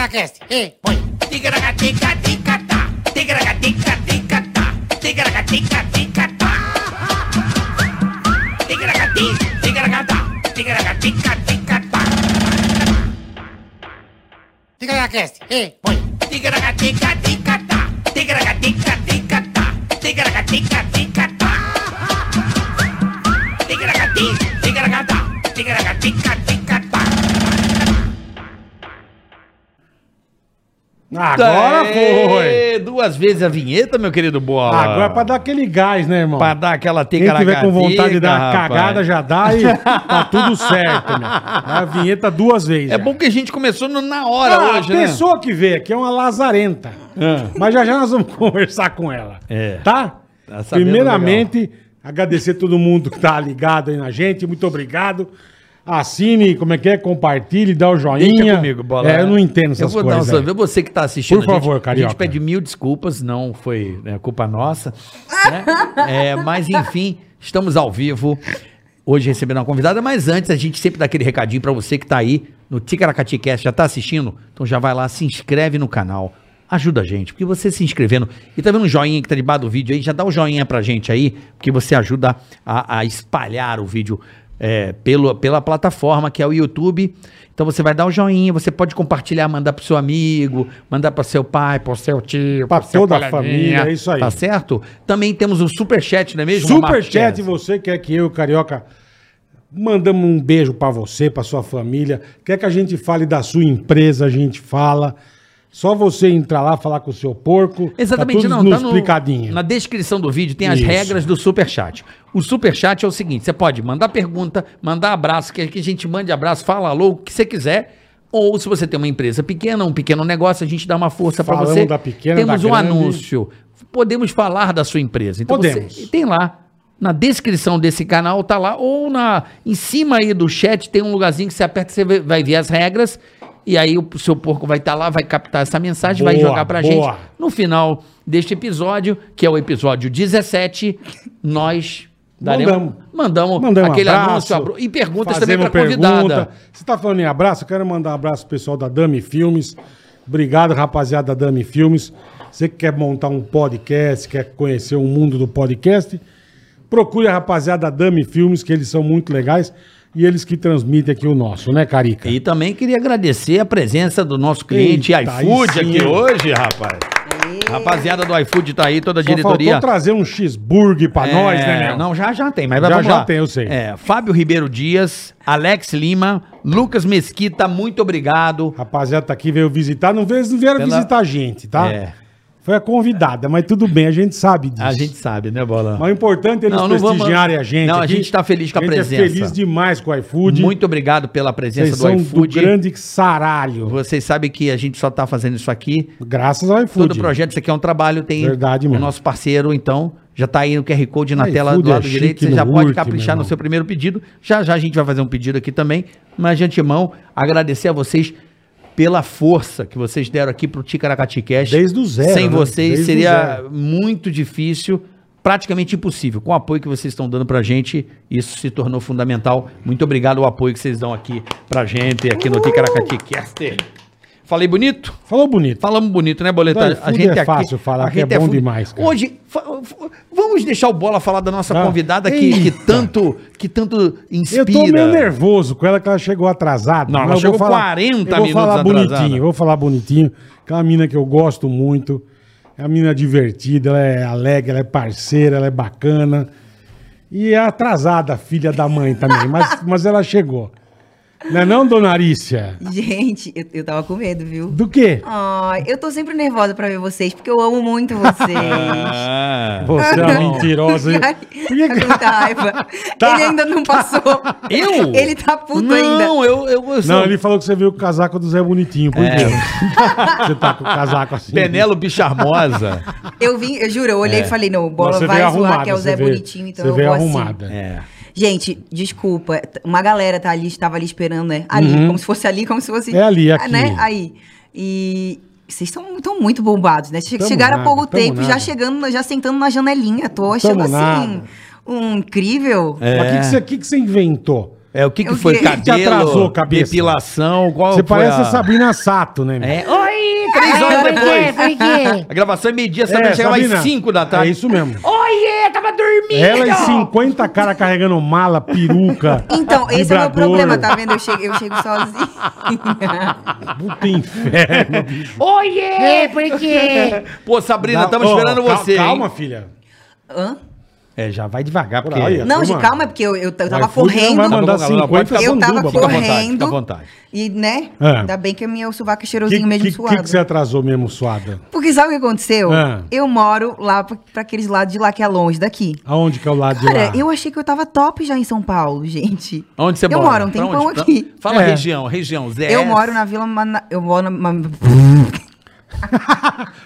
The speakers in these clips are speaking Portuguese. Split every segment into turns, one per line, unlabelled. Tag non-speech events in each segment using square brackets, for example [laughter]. Ticaracast. Ei, põe.
Ticaragatica-ticatá. Ticaragatica-ticatá. Ticaragatica-ticatá. Ticaragati, ticaragatá. Ticaragatica-ticatá.
Ticaracast. Ei, põe.
Ticaragatica-ticatá. Ticaragatica-ticatá. Ticaragatica-ticatá. Ticaragati, ticaragatá. Ticaragatica-ticatá.
Agora foi!
É, Duas vezes a vinheta, meu querido Bola.
Agora é pra dar aquele gás, né, irmão?
Pra dar aquela
Quem tiver com
ticaracatica,
vontade de dar uma
rapaz.
cagada já dá e tá
[laughs]
tudo certo, né? Dá a vinheta duas vezes. já.
É bom que a gente começou no- na
Ah,
hora hoje,
a
né? Ah.
pessoa que veio aqui é uma lazarenta. Mas já já nós vamos [laughs] conversar com ela.
É.
Tá?
Tá sabendo
Primeiramente, agradecer todo mundo que tá ligado aí na gente. Muito obrigado. Assine, como é que é? Compartilhe, dá o joinha.
Fica comigo, Bola. né?
É, eu não entendo essas
eu vou
coisas.
Dar um
aí.
salve. Você que tá assistindo,
Por
a gente-
favor,
A
Carioca.
gente pede mil desculpas, não foi né, culpa nossa. né? É, mas enfim, estamos ao vivo. Hoje recebendo uma convidada, mas antes a gente sempre dá aquele recadinho pra você que tá aí no Ticaracatecast, já tá assistindo? Então já vai lá, se inscreve no canal, ajuda a gente, porque você se inscrevendo e tá vendo um joinha que tá debaixo do vídeo aí, já dá o joinha pra gente aí, porque você ajuda a, a espalhar o vídeo é, pelo, pela plataforma que é o YouTube. Então você vai dar o joinha, você pode compartilhar, mandar pro seu amigo, mandar para seu pai, pro seu tio,
Pra
pro seu
toda a
coleguinha.
família, é isso aí.
Tá certo? Também temos o superchat, não é mesmo?
Superchat,
Marques?
você quer que eu, Carioca, mandamos um beijo pra você, pra sua família. Quer que a gente fale da sua empresa, a gente fala. Só você entrar lá, falar com o seu porco.
Exatamente,
tá tudo
não,
no
tá no-
explicadinho.
na descrição do vídeo tem as
Isso.
regras do Superchat. O Superchat é o seguinte, você pode mandar pergunta, mandar abraço, que que a gente mande abraço, fala alô, o que você quiser. Ou se você tem uma empresa pequena, um pequeno negócio, a gente dá uma força para
Falamos
você.
da pequena,
Temos
da
um
grande.
anúncio. Podemos falar da sua empresa. Então
Podemos.
você tem lá na descrição desse canal tá lá ou na em cima aí do chat tem um lugarzinho que você aperta, você vê- vai ver as regras. E aí o seu porco vai estar lá, vai captar essa mensagem, vai
Boa,
jogar pra
boa.
gente. No final deste episódio, que é o episódio 17, nós daremos,
Mandamos.
um- mandamos,
Mandamos um
aquele
abraço,
anúncio abro- e perguntas também
fazemos
para convidada.
Você tá falando em abraço? Eu quero mandar um abraço pro pessoal da Dami Filmes. Obrigado, rapaziada da Dami Filmes. Você que quer montar um podcast, quer conhecer o mundo do podcast, procure a rapaziada da Dami Filmes, que eles são muito legais e eles que transmitem aqui o nosso, né, Carica?
E também queria agradecer a presença do nosso cliente
Eita, aí
iFood
sim.
aqui hoje, rapaz. Rapaziada do iFood tá aí, toda a
Só
diretoria.
faltou trazer um cheeseburger pra
É,
nós, né, Léo?
Não, já já tem, mas vai
Já,
vamos
já
lá.
tem, eu sei.
É, Fábio Ribeiro Dias, Alex Lima, Lucas Mesquita, muito obrigado.
Rapaziada tá aqui, veio visitar. Não veio, não vieram
Pela-
visitar a gente, tá?
É.
Foi a convidada, mas tudo bem, a gente sabe disso.
A gente sabe, né, Bola?
Mas o importante é eles
Não, não vamos-
prestigiarem a gente.
Não, a gente tá feliz com a presença.
É feliz demais com o iFood.
Muito obrigado pela presença
Vocês são
do
do
iFood.
grande saralho.
Vocês sabem que a gente só tá fazendo isso aqui.
Graças ao iFood.
Todo projeto, isso aqui é um trabalho, tem
Verdade
o
mesmo.
nosso parceiro, então, já tá aí no QR Code na
Aí,
tela
food
do
é
lado
chique
direito, você
no
já pode
último,
caprichar no
irmão.
seu primeiro pedido. Já já a gente vai fazer um pedido aqui também, mas de antemão, agradecer a vocês pela força que vocês deram aqui pro Ticaracati Cash.
Desde o zero,
Sem
né?
vocês
Desde o
seria
zero.
muito difícil, praticamente impossível. Com o apoio que vocês estão dando pra gente, isso se tornou fundamental. Muito obrigado ao apoio que vocês dão aqui pra gente, aqui no Ticaracati Cast. Falei bonito?
Falou bonito.
Falamos bonito, né,
Não,
Boleta?
iFood é fácil falar, que é bom
food.
demais, cara.
Hoje, fa- fa- vamos deixar o Bola falar da nossa
Tá.
convidada que, que
Eita.
tanto, que tanto inspira.
Eu tô meio nervoso com ela que ela chegou atrasada.
Não,
mas
ela
eu vou
chegou
falar-
40
eu vou
minutos
falar
atrasada.
bonitinho, eu vou falar bonitinho. Que é uma mina que eu gosto muito. É uma mina divertida, ela é alegre, ela é parceira, ela é bacana. E é atrasada, a filha da mãe
[laughs]
também, mas, mas ela chegou. Não é não, dona Arícia?
Gente, eu, eu tava com medo, viu?
Do quê?
Ai, eu tô sempre nervosa pra ver vocês, porque eu amo muito
[laughs]
vocês.
Ah.
Você é uma mentirosa. hein?
Ai,
Por que que-
tá com raiva.
[laughs] Tá.
Ele ainda não passou.
Eu?
[laughs] Ele tá puto
não,
ainda.
eu, eu, eu
Não, ele falou que você viu o casaco do Zé Bonitinho. Por quê? [laughs] você tá com o casaco assim.
É. Penélope
[laughs]
Charmosa.
Eu vim, eu juro, eu olhei e falei, não, o Bola
É. Você
vai
veio
zoar, que é o
você
Zé
veio-
Bonitinho, então
Você
eu
veio
vou assim.
arrumada.
é.
Gente, desculpa, t- uma galera tá ali, estava ali esperando, né? Ali, como se fosse ali, como se fosse...
Uhum. É ali,
Ah,
aqui.
Né? Aí, e... Vocês estão tão muito bombados, né? Che-
Tamo
Chegaram há
nada,
pouco
tamo
tempo,
nada.
já chegando, já sentando na janelinha. Tô achando, assim,
nada. É.
um incrível.
Mas o que, que, você, que que você inventou?
É, o que, que
O
foi?
quê?
Cabelo,
Te atrasou, cabeça.
depilação, qual
Você
foi
parece
a-
a Sabrina Sato, né? meu?
É, oi, três horas
Agora
depois.
foi quê?
A gravação é meio-dia, essa é, chegava às
Sabrina,
5 da tarde.
É isso mesmo.
Oiê, tava dormindo.
Ela e 50 caras carregando mala, peruca. [laughs]
Então, esse é o meu
vibrador.
problema, tá vendo? Eu chego, eu
[laughs]
chego sozinha.
Puta inferno, bicho.
Oiê.
É, por quê?
Pô, Sabrina,
Dá-
estamos
Ô,
esperando
cal-
você.
Calma,
hein? Tá
filha.
Hã?
É, já vai devagar, porque...
Olha.
Não, gente,
Turma,
calma, é porque eu, eu, t- eu tava
iFood não vai
correndo.
Tá bom,
mandar
Gabriela,
50
pode ficar-
Eu tava
sanduba.
fica à vontade,
correndo.
fica à vontade.
E, né?
É.
Ainda bem que o meu sovaco é
O que,
cheirosinho
que,
mesmo
que,
suado.
que você atrasou mesmo, suada?
Porque sabe o que aconteceu?
É.
Eu moro lá pra, pra aqueles lados de lá que é longe daqui.
Aonde que é o lado de
Cara,
lá?
eu achei que eu tava top já em São Paulo, gente.
Onde você
eu
mora?
moro? Eu moro um
Pra onde?
tempão
Pra-
aqui.
Fala
É.
região, região. Zé.
Eu moro na Vila Mana... Eu moro na... Ma-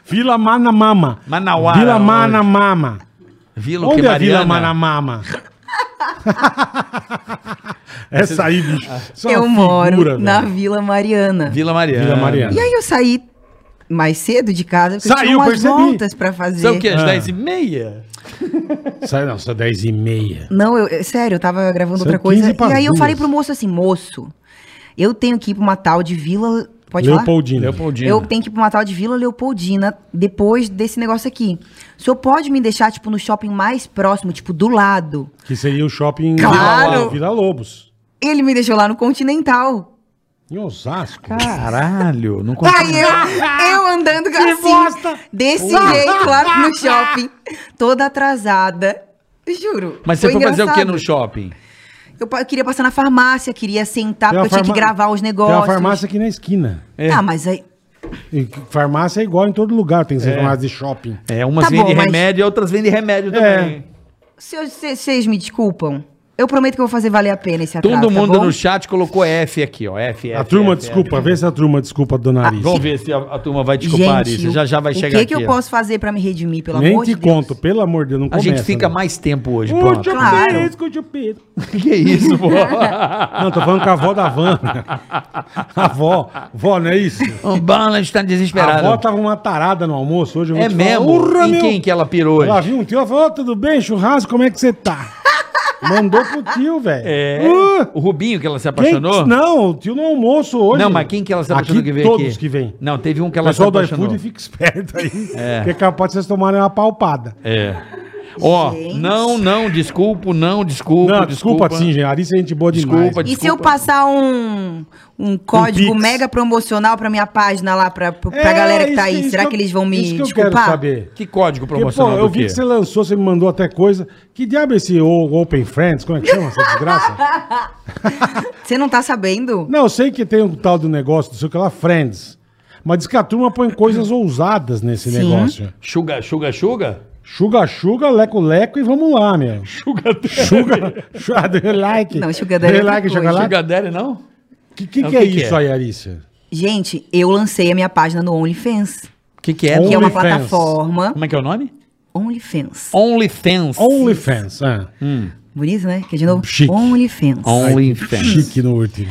Vila Manamama.
Manauara,
Vila
onde?
Manamama.
Vila o
Onde
que,
é a Vila
Mariana? [laughs]
Manamama? Essa aí, bicho. Isso é uma
Eu moro
figura,
na
velho.
Vila Mariana.
Vila Mariana.
Vila Mariana.
E aí eu saí mais cedo de casa, porque
Saiu,
eu tinha umas
percebi.
voltas pra fazer.
São o quê? Às
Ah.
10h30?
Sai, não, são 10 e meia.
Não, eu, eu- sério, eu tava gravando
São
outra
15
coisa.
pras
E aí eu
duas.
falei pro moço assim, moço, eu tenho que ir pra uma tal de Vila... Pode falar?
Leopoldina.
Leopoldina.
Eu tenho que ir pra uma tal de Vila Leopoldina depois desse negócio aqui. O senhor pode me deixar, tipo, no shopping mais próximo, tipo, do lado?
Que seria o shopping Vila,
Claro.
Vila Lobos.
Ele me deixou lá no Continental.
Em Osasco.
Caralho, não consigo.
Aí eu, eu
[laughs]
andando assim, desse jeito lá no shopping, toda atrasada. Juro.
Mas você foi fazer o
engraçado.
que no shopping?
Eu, pa- eu queria passar na farmácia, queria sentar,
Tem uma
porque eu tinha que
farma-
gravar os
Tem
negócios.
uma farmácia aqui na esquina.
É.
Ah, mas aí...
E que- farmácia é igual em todo lugar, tem que ser farmácia de shopping.
É, umas
Tá bom,
vendem
mas-
remédio e outras vendem remédio também.
Vocês me desculpam? Eu prometo que eu vou fazer valer a pena esse atraso,
Todo mundo
tá bom?
no chat colocou F aqui, ó. F, F.
a turma,
F,
desculpa, vê se a turma desculpa do
F.
Ah,
nariz.
Vamos ver se a, a turma vai desculpar isso. Já já vai
o
chegar
que que
aqui,
eu
ó.
posso fazer pra me redimir, pelo
Nem
amor
te
de Deus?
conto, pelo amor de Deus, não
A gente
começa,
fica
né? é
mais tempo hoje,
Ô,
pronto.
Claro.
chupeta, chupeta.
Que isso, [laughs] pô?
é Não, tô falando com a avó da van. A avó, vó, não é isso?
[laughs] O Balance tá
A avó
desesperado.
tava uma tarada no almoço hoje. eu vou
É
te falar.
mesmo?
Urra,
e
meu.
quem que ela pirou
Ela
hoje?
viu um tio, ela falou, "Ô, tudo bem, churrasco, como é que você
[laughs]
tá? Mandou pro tio, velho.
É.
Uh,
O Rubinho que ela se
quem-
apaixonou?
não, o tio no almoço hoje.
Não, mas quem que ela se apaixonou
Aqui,
que veio
todos
aqui?
que vêm.
Não, teve um que
O
ela se
pessoal do
apaixonou.
iFood fica esperto aí. Porque é capaz de vocês tomarem uma palpada.
É. Ó,
Gente.
não, não, desculpa, não, desculpa,
não, desculpa, sim, gente. Ari, você é gente boa demais.
Desculpa,
E se eu passar um, um código
Pix.
mega promocional pra minha página lá, pra, pra
É,
galera que
isso
tá aí,
isso
será que, eles vão me
isso que eu
desculpar?
quero saber.
Que código
Porque, pô,
promocional
eu
do
vi
quê?
que você lançou, você me mandou até coisa. Que diabo é esse o- Open Friends? Como é que chama essa desgraça?
Você não tá sabendo?
Não, eu sei que tem um tal do negócio, não sei o que lá, Friends. Mas diz que a turma põe coisas ousadas nesse
Sim.
negócio.
Suga, suga, suga?
Chuga, chuga, leco, leco e vamos lá, meu.
Suga
[laughs] Chuga, chuga, dê like.
Não, sugar daddy
Dê
é outra
like, chuga
coisa.
lá.
Daddy, não?
Que, que,
É, o
que é
que que
isso
é?
aí, Arícia?
Gente, eu lancei a minha página no OnlyFans,
O que que é?
que é uma
OnlyFans.
plataforma.
Como é que é o nome?
OnlyFans.
OnlyFans.
OnlyFans. Ah,
Bonito, né? Que de novo?
Chique.
OnlyFans.
OnlyFans.
chique no último.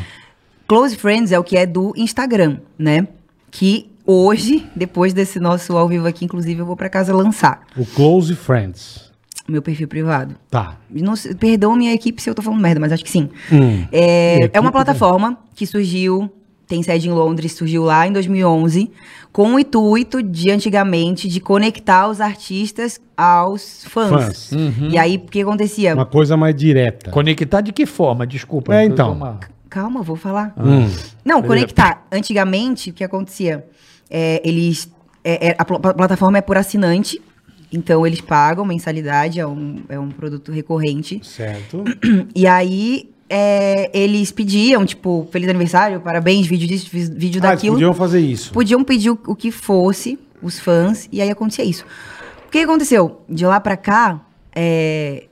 Close Friends é o que é do Instagram, né? Que hoje, depois desse nosso ao vivo aqui, inclusive, eu vou pra casa lançar
O Close Friends.
meu perfil privado.
Tá.
Não sei- perdão minha equipe se eu tô falando merda, mas acho que sim.
Hum.
É,
Equipe
é uma plataforma que surgiu, tem sede em Londres, surgiu lá em 2011, com o intuito de antigamente de conectar os artistas aos fãs.
Fãs. Uhum.
E aí, o que acontecia?
Uma coisa mais direta.
Conectar de que forma? Desculpa.
É,
eu tô
então.
uma-
Calma, eu vou falar.
Hum.
Não, conectar. Antigamente, o que acontecia? É, eles. é- é- a pl- a plataforma é por assinante, então eles pagam mensalidade, é um, é um produto recorrente.
Certo. Ah,
E aí é, eles pediam, tipo, feliz aniversário, parabéns, vídeo disso, vi- vídeo
Ah, eles
daquilo.
podiam fazer isso.
Podiam pedir o, o que fosse, os fãs, e aí acontecia isso. O que aconteceu? De lá pra cá, é,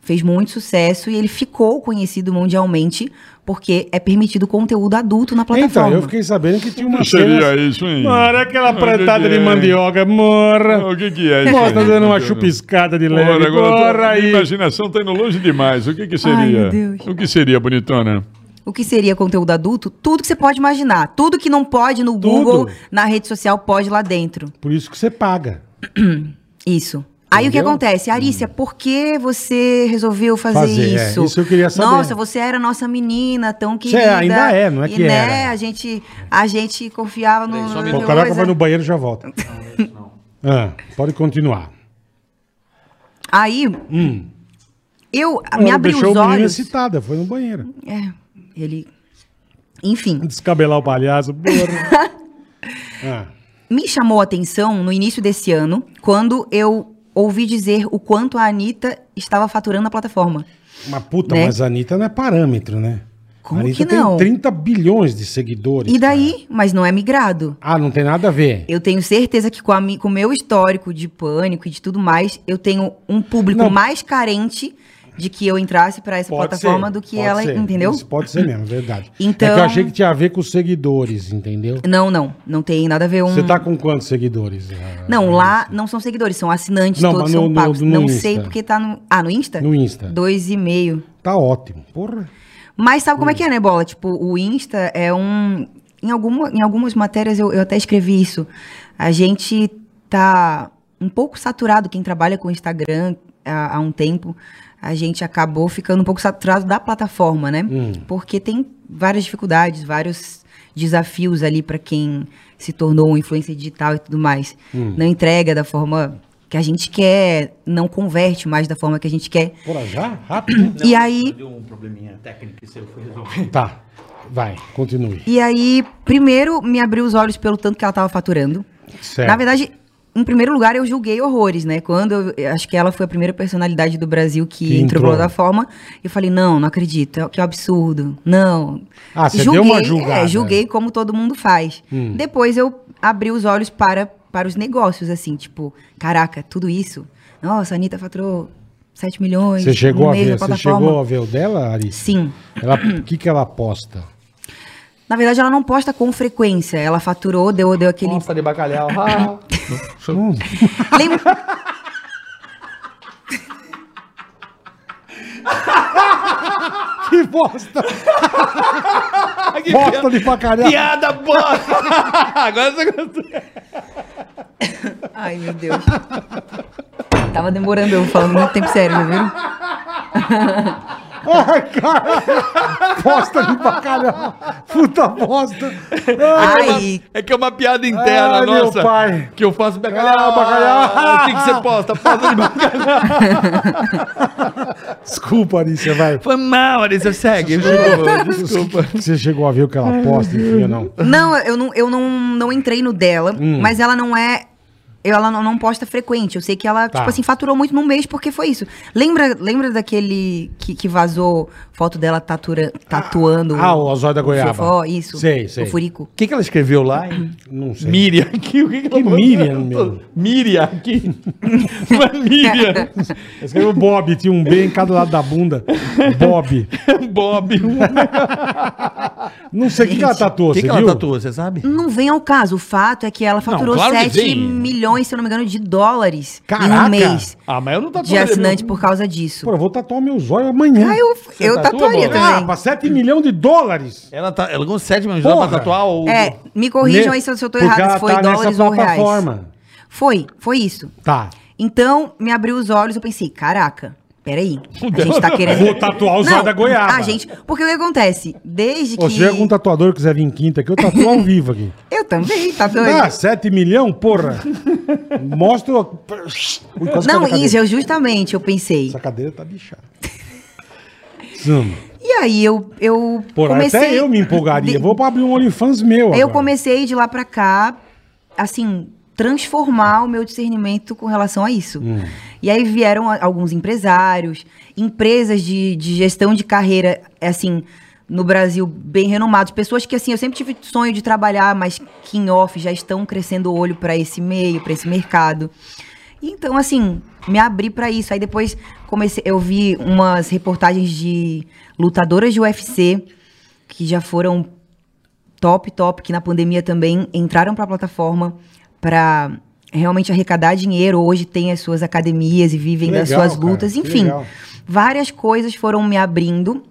fez muito sucesso e ele ficou conhecido mundialmente porque é permitido conteúdo adulto na plataforma.
Então, eu fiquei sabendo que tinha uma
seria isso, hein?
Mora aquela plantada de mandioca, morra.
é, O que, que é isso?
Mora, tá
hein?
dando uma chupiscada de
Ora,
leve.
agora eu tô-
Bora
minha
aí.
imaginação tá indo longe demais. O que que seria?
Ai, meu Deus.
O que seria, bonitona?
O que seria conteúdo adulto? Tudo que você pode imaginar. Tudo que não pode no Google, na rede social, pode lá dentro.
Por isso que você paga.
Isso. Aí o que
Entendeu? Hum.
acontece? Arícia, por que você resolveu fazer,
Fazer, é.
isso?
Isso eu queria saber.
Nossa, você era nossa menina tão
Você
querida.
ainda é, não é
E,
que
né,
era.
A gente, a gente confiava no...
só um
no-
Pô,
minuto.
no-
caraca,
coisa.
vai no banheiro e já
[laughs]
volta. Ah, pode continuar.
Aí, eu Ah, me
Hum. Ela
abri os
Ah, deixou o menino
olhos...
excitada, foi no banheiro.
É, ele... Enfim.
Descabelar o palhaço. porra.
[laughs]
Ah,
Me chamou a atenção no início desse ano, quando eu ouvi dizer o quanto a Anitta estava faturando a plataforma.
mas puta,
Né?
mas a Anitta não é parâmetro, né?
Como
a Anitta
que não?
tem 30 bilhões de seguidores.
E
né?
daí? Mas não é migrado.
Ah, não tem nada a ver.
Eu tenho certeza que com, a mi- com o meu histórico de pânico e de tudo mais, eu tenho um público
Não.
mais carente de que eu entrasse pra essa plataforma do que
pode
ela,
ser.
entendeu?
Isso pode ser mesmo, é verdade.
Então-
É que eu achei que tinha a ver com os seguidores, entendeu?
Não, não, não tem nada a ver um
Você tá com quantos seguidores? Ah,
Não, lá não são seguidores, são assinantes
Não,
todos
mas no-
são
no-
pagos.
no
não
Insta.
sei porque tá no Ah, no Insta?
No Insta.
Dois e meio.
Tá ótimo. Porra.
Mas sabe como é que é, né, Bola? Tipo, o Insta é um. Em, alguma, em algumas matérias eu, eu até escrevi isso. A gente tá um pouco saturado, quem trabalha com Instagram há, há um tempo, a gente acabou ficando um pouco saturado da plataforma, né? Porque tem várias dificuldades, vários desafios ali para quem se tornou um influencer digital e tudo mais. Não entrega da forma que a gente quer, não converte mais da forma que a gente quer.
Porra, já? Rápido?
e aí.
né?
Deu um probleminha técnico que eu fui resolver.
tá. Vai, continue.
E aí, primeiro, me abriu os olhos pelo tanto que ela tava faturando.
Certo.
Na verdade, em primeiro lugar, eu julguei horrores, né? Quando eu, eu acho que ela foi a primeira personalidade do Brasil que,
Que
entrou
entrou.
na plataforma, eu falei, não, não acredito, é- que absurdo, não.
Ah, você deu uma julgada. Hum.
É, julguei como todo mundo faz. Depois eu abri os olhos para, para os negócios, assim, tipo, caraca, tudo isso? Nossa, a Anitta faturou 7 milhões.
Você chegou
no
a
mês
ver,
na
você
plataforma.
chegou a ver o dela, Aris?
Sim.
o que que ela posta?
Na verdade, ela não posta com frequência. Ela faturou, deu, deu aquele
Nossa, de [laughs] bacalhau. Ah.
Hum,
Lembra...
[laughs] que bosta! [laughs] bosta de bacalhau! [laughs]
Piada boa! [laughs] Agora você gostou.
Ai, meu Deus. Tava demorando eu falando muito tempo sério, já viu?
Ai, cara! Bosta de bacalhau! Puta [laughs] bosta!
Ai,
É que é uma piada interna
Ai, meu
nossa.
pai.
Que eu faço bacalhau.
Ah, bacalhau.
O que, que você posta? Posta de bacalhau.
Desculpa, Arícia, vai.
Foi mal, Arisa. Segue. Desculpa.
Você chegou a ver o que ela posta, enfim, ou não?
não, eu não, eu não, não entrei no dela,
Hum.
mas ela não é. eu- Ela não, não posta frequente. Eu sei que ela,
Tá.
tipo assim, faturou muito num mês porque foi isso. Lembra, lembra daquele que, que vazou foto dela tatura, tatuando
Ah, o Azóio da Goiaba.
fofó? Isso.
Sei, sei.
O furico.
O que, que ela escreveu lá? hein?
Não sei.
Miriam. Que, o que, que, ela botou?
Miriam, meu?
Miriam. Que... Uma Miriam.
Escreveu Bob, tinha um B em cada lado da bunda. Bob.
[laughs] Bob.
Não sei o que, que ela tatuou,
O que,
você
que ela
viu?
tatuou? Você sabe?
Não vem ao caso. O fato é que ela faturou
claro que
7
vem.
milhões, se eu não me engano, de dólares em
Caraca!
um mês
Ah, mas eu não
de
tatuei.
assinante por causa disso.
Pô, eu vou tatuar meu zóio amanhã.
Ah, eu, eu
tatua,
tatuaria
Bola?
Ah,
também.
pra 7 milhões de dólares.
Ela, tá, ela ganhou 7 milhões de dólares pra
Porra.
tatuar o...
É, me corrijam
Ne-
aí se eu, se eu tô
Porque
errado,
ela
se foi
né? tá
dólares
nessa
ou reais.
plataforma.
Foi, foi isso.
Tá.
Então, me abriu os olhos, eu pensei, caraca, peraí, a gente tá querendo...
[laughs] Vou tatuar o zóio da Goiaba.
Ah, gente, porque o que acontece? Desde
Ô,
É que...
se tiver algum tatuador que quiser vir em quinta aqui, eu tatuo ao vivo aqui.
Eu também, tá [laughs] doido?
Ah, 7 milhão? Porra. Mostra... o- Ui, quase caiu
Não,
na
isso,
cadeira.
eu justamente, eu pensei.
Essa cadeira tá bichada. Zama.
E aí, eu, eu
Porra,
comecei...
até eu me empolgaria.
De-
Vou abrir um OnlyFans meu
Eu
agora.
comecei de lá pra cá, assim, transformar o meu discernimento com relação a isso. E aí vieram a- alguns empresários, empresas de, de gestão de carreira, assim, no Brasil, bem renomados. Pessoas que, assim, eu sempre tive sonho de trabalhar, mas que em off já estão crescendo o olho pra esse meio, pra esse mercado. E Então, assim, me abri pra isso. Aí depois comecei, eu vi umas reportagens de lutadoras de UFC que já foram top, top, que na pandemia também entraram para a plataforma para realmente arrecadar dinheiro. Hoje tem as suas academias e vivem
Que
das
legal,
suas lutas.
cara, que
Enfim,
legal.
[clears throat] várias coisas foram me abrindo.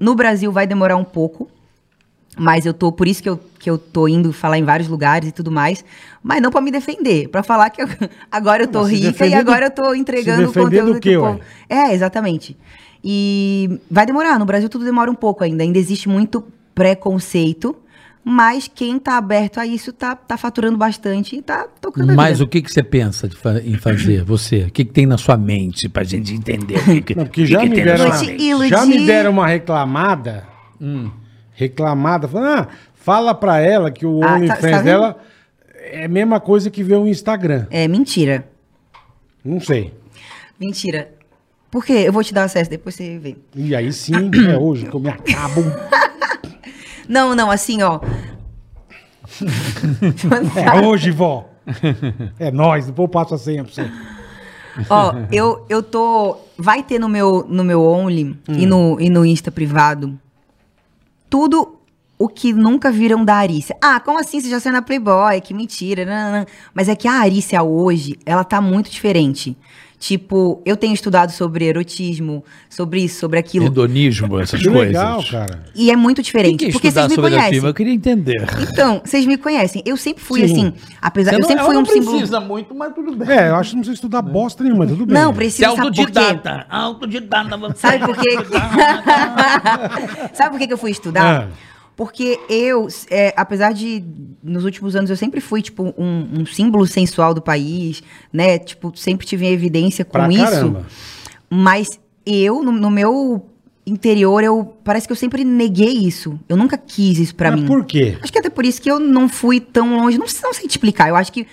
No Brasil vai demorar um pouco. Mas eu tô, por isso que eu, que eu tô indo falar em vários lugares e tudo mais. Mas não pra me defender, pra falar que eu- [laughs] agora eu tô
Mas se
rica
defender
e
do-
agora eu tô entregando
se defender do quê,
o
ué?
É, exatamente. E vai demorar, no Brasil tudo demora um pouco ainda, ainda existe muito preconceito, mas quem tá aberto a isso tá, tá faturando bastante e tá tocando a
Mas
vida.
o que, que você pensa de fa- em fazer, você? O que, que tem na sua mente pra gente entender? O que que,
Não, porque
o que
já
que
me
tem na
deram
sua
Eu te
mente?
iludi.
Já me deram uma reclamada. Hum. Reclamada. Falando, ah, fala pra ela que o
Ah, tá-
OnlyFans
tá vendo?
dela é a mesma coisa que ver o Instagram.
É mentira.
Não sei.
Mentira. Por quê? Eu vou te dar acesso, depois você vê.
E aí sim, [clears throat] é hoje que eu me acabo.
Não, não, assim, ó.
É hoje, vó. É nós, depois eu passo a senha pra você.
[laughs]
Ó, eu, eu tô. Vai ter no meu, no meu Only
Hum.
e, no, e no Insta privado tudo o que nunca viram da Arícia. Ah, como assim? Você já saiu na Playboy? Que mentira. nananã. Mas é que a Arícia hoje, ela tá muito diferente. Tipo, eu tenho estudado sobre erotismo, sobre isso, sobre aquilo.
Hedonismo, essas
Que
coisas.
legal, cara.
E é muito
Tem
diferente.
que
porque
estudar
vocês me
sobre o filme,
conhecem.
eu queria entender.
Então, vocês me conhecem. Eu sempre fui
Sim.
assim. Apesar. eu
é
sempre fui um símbolo.
muito, mas tudo bem.
É, eu acho que não precisa estudar bosta nenhuma, tudo bem.
Não,
Você é
precisa sabe por quê?
autodidata. Autodidata. você.
Sabe por quê? [laughs] Sabe por quê que eu fui estudar?
Ah.
Porque eu, é, apesar de nos últimos anos eu sempre fui tipo um, um símbolo sensual do país, né? Tipo sempre tive em evidência com
Pra
isso.
caramba.
Mas eu no, no meu interior eu parece que eu sempre neguei isso. Eu nunca quis isso pra
Mas
mim.
por quê?
Acho que até por isso que eu não fui tão longe. Não, sei- não sei te explicar. Eu acho que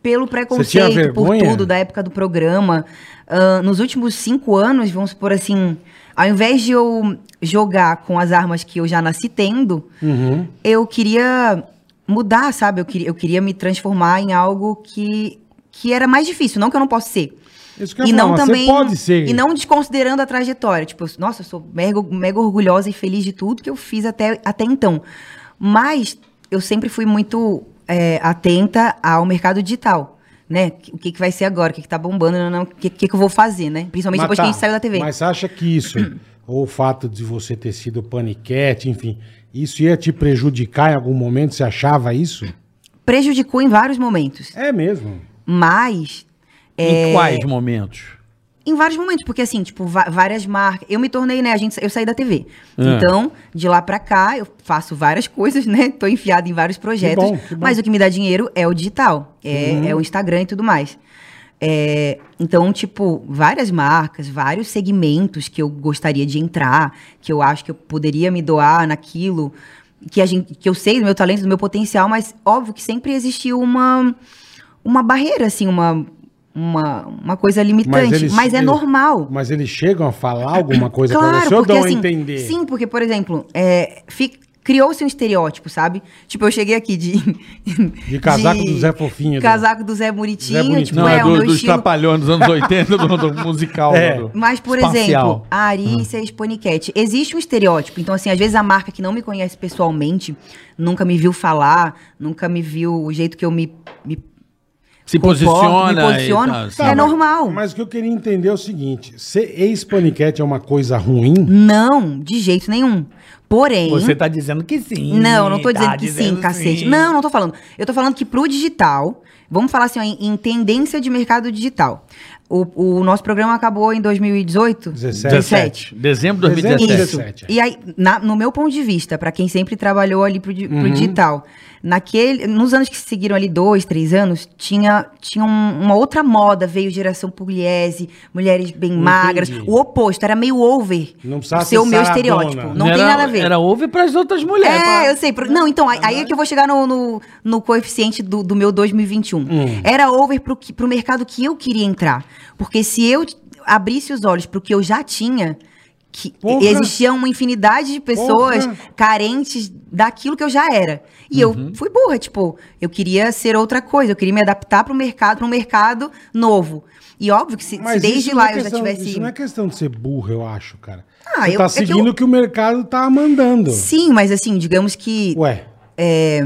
pelo
tinha
preconceito, por
vergonha?
tudo, da época do programa, ah, nos últimos cinco anos, vamos supor assim, ao invés de eu jogar com as armas que eu já nasci tendo,
Uhum.
eu queria mudar, sabe? Eu queria, eu queria me transformar em algo que, que era mais difícil. Não que eu não possa ser.
Isso que eu
E
ia falar,
não
mas
também.
Você pode ser.
E não desconsiderando a trajetória. Tipo, eu- nossa, eu sou mega, mega orgulhosa e feliz de tudo que eu fiz até, até então. Mas eu sempre fui muito é, atenta ao mercado digital. Né? O que, que vai ser agora? O que, que tá bombando? não, não, O que, que, que eu vou fazer, né? Principalmente
Mas
depois
tá,
que a gente saiu da Hum. TV.
Mas você acha que isso, ou o fato de você ter sido paniquete, enfim, isso ia te prejudicar em algum momento? Você achava isso?
Prejudicou em vários momentos.
É mesmo.
Mas. É,
Em quais momentos?
Em vários momentos, porque assim, tipo, va- várias marcas. Eu me tornei, né? A gente, eu saí da TV.
É.
Ah.
Então, de lá pra cá, eu faço várias [laughs] coisas, né? Tô enfiada em vários projetos.
Que bom, que bom. Uhum.
Mas o que me dá dinheiro é o digital, é, é o Instagram e tudo mais. É, então, tipo, várias marcas, vários segmentos que eu gostaria de entrar, que eu acho que eu poderia me doar naquilo, que, a gente, que eu sei do meu talento, do meu potencial, mas óbvio que sempre existiu uma, uma barreira, assim, uma, uma, uma coisa limitante. Mas,
eles-
é
eles-
normal
Mas eles chegam a falar alguma coisa pra
claro,
você ou
porque
dão a
assim,
entender?
sim, porque, por exemplo, é, fi- criou-se um estereótipo, sabe? Tipo, eu cheguei aqui de... De
casaco do Zé Fofinho, do-
Casaco do Zé Bonitinho,
Zé Bonitinho.
tipo,
Não,
é,
é,
o
do,
meu
dos
estilo...
Trapalhões dos anos 80, do, do musical.
É.
do-
Mas, por
espacial. Ah.
exemplo, a Arícia e Sponicat. Existe um estereótipo. Então, assim, às vezes a marca que não me conhece pessoalmente, nunca me viu falar, nunca me viu o jeito que eu me, me
se
comporto,
posiciona.
me posiciono,
e
é
tal.
normal.
Mas o que eu queria entender é o seguinte: ser ex-paniquete é uma coisa ruim?
Não, de jeito nenhum. Porém...
Você tá dizendo que sim.
Não, não tô
tá
dizendo que sim, cacete. Não, não tô falando. Eu tô falando que pro digital, vamos falar assim, ó, em, em tendência de mercado digital. O, o nosso programa acabou em 2018?
17.
17. Dezembro de
Dezembro de
Isso.
17.
2017.
E aí, na- no meu ponto de vista, pra quem sempre trabalhou ali pro, di- pro
Uhum.
digital, naquele, nos anos que se seguiram ali, dois, três anos, tinha, tinha um- uma outra moda, veio geração pugliese, mulheres bem magras, o oposto, era meio over.
Não precisava
ser o
ser
meu
saradona.
estereótipo. Não
era,
tem nada a ver.
Era ouve pras outras mulheres. pra-
É, eu sei. pro- Não, então, aí, aí é que eu vou chegar no, no, no coeficiente do, do meu 2021.
Hum.
Era over pro, que- pro mercado que eu queria entrar. Porque se eu abrisse os olhos pro que eu já tinha, que
Porra.
existia uma infinidade de pessoas
Porra. Uhum.
carentes daquilo que eu já era. E eu fui burra, tipo, eu queria ser outra coisa, eu queria me adaptar pro mercado, para um mercado novo. E óbvio que se, se
Mas
desde
isso não
lá
é
eu já
questão-
tivesse.
Isso não é questão de ser burro, eu acho, cara.
Ah,
você
eu-
tá
é que
seguindo o que,
eu-
o mercado tá mandando.
Sim, mas assim, digamos que.
Ué.
É.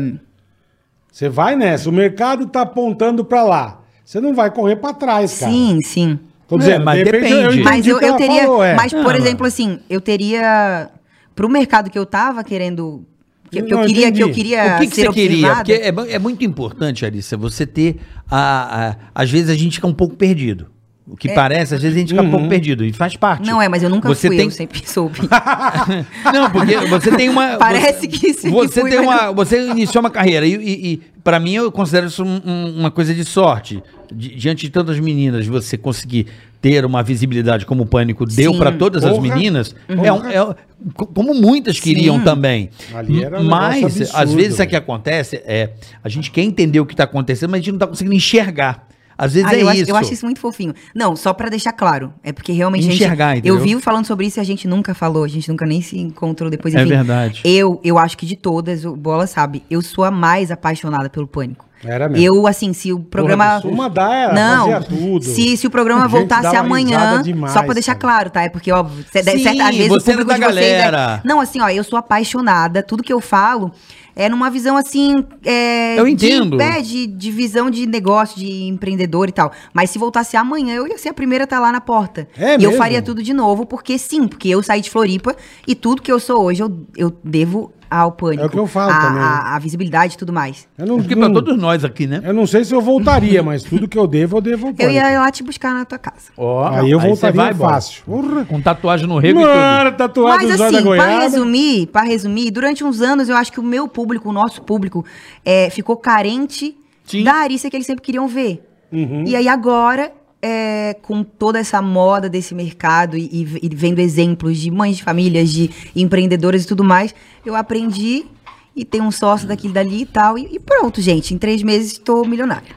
Você vai nessa. O mercado tá apontando pra lá. Você não vai correr pra trás, cara.
Sim, sim.
Tô
É,
dizendo,
mas
de repente,
depende.
entendi
Mas
o
eu,
que
eu
ela
teria.
falou, é.
Mas, por
Ah.
exemplo, assim, eu teria. Pro mercado que eu tava querendo Que, que
Não,
eu queria, que eu
entendi.
queria
o que, que você
ser
queria?
observada.
Porque é, ba- é muito importante, Alissa, você ter. A, a- às vezes a gente fica um pouco perdido. O que parece, às vezes a gente fica um pouco perdido. E faz parte.
É. Não é, mas eu nunca
tipo, você
fui,
tem...
eu sempre [laughs] soube.
[laughs] Não, porque você tem uma.
Parece
você,
que sim,
Você
fui,
tem
mas
uma. Você iniciou uma carreira. E, e, para mim, eu considero isso um- um- uma coisa de sorte. Di- diante de tantas meninas, você conseguir ter uma visibilidade como o pânico deu
Sim.
para todas as
Porra. Uhum.
meninas, é, um- é um- co- como muitas queriam
Sim.
também.
Ali era um
Mas,
negócio absurdo,
às vezes, isso
velho.
que acontece é. A gente quer entender o que está acontecendo, mas a gente não está conseguindo enxergar. Às vezes
Ah,
é
eu,
isso.
Acho, eu acho isso muito fofinho. Não, só pra deixar claro. É porque realmente
Enxergar,
a gente.
entendeu?
Eu vivo falando sobre isso e a gente nunca falou, a gente nunca nem se encontrou depois.
É
Enfim,
verdade.
Eu, eu acho que de todas, o Bola sabe, eu sou a mais apaixonada pelo pânico.
Era mesmo.
Eu, assim, se o programa.
absurdo. Uma dá, era- É, fazia tudo.
Se, se o programa
Gente,
voltasse
dava risada
amanhã,
demais,
só pra deixar
cara.
claro, tá? É porque, óbvio, cê-
Sim,
certa- às vezes
você
o
era
público
da
de vocês é-
galera.
Não, assim, ó, eu sou apaixonada. Tudo que eu falo é numa visão assim. é,
Eu
de-
entendo.
é, de, de visão de negócio, de empreendedor e tal. Mas se voltasse amanhã, eu ia ser a primeira a estar lá na porta.
É
e
mesmo?
eu faria tudo de novo, porque sim, porque eu saí de Floripa e tudo que eu sou hoje eu, eu devo ao pânico.
É o que eu falo
a,
também, né?
A, a visibilidade e tudo mais.
Eu não,
É Porque para
não-
todos nós aqui, né?
eu não sei se eu voltaria, mas tudo que eu devo, eu devo ao
Eu
pânico.
ia lá te buscar na tua casa.
Ó,
Aí eu
você
voltaria
vai, Bola.
fácil. Porra.
Com tatuagem no rego e tudo.
Mano, tá tatuado
Mas
do Zóio da
assim, pra
Goiaba.
resumir, para resumir, durante uns anos eu acho que o meu público, o nosso público, é, ficou carente
Sim.
da Arícia que eles sempre queriam ver.
Uhum.
E aí agora, é, com toda essa moda desse mercado e, e v- e vendo exemplos de mães de famílias, de empreendedoras e tudo mais, eu aprendi e tenho um sócio daquilo dali e tal. E, e pronto, gente, em três meses estou milionária.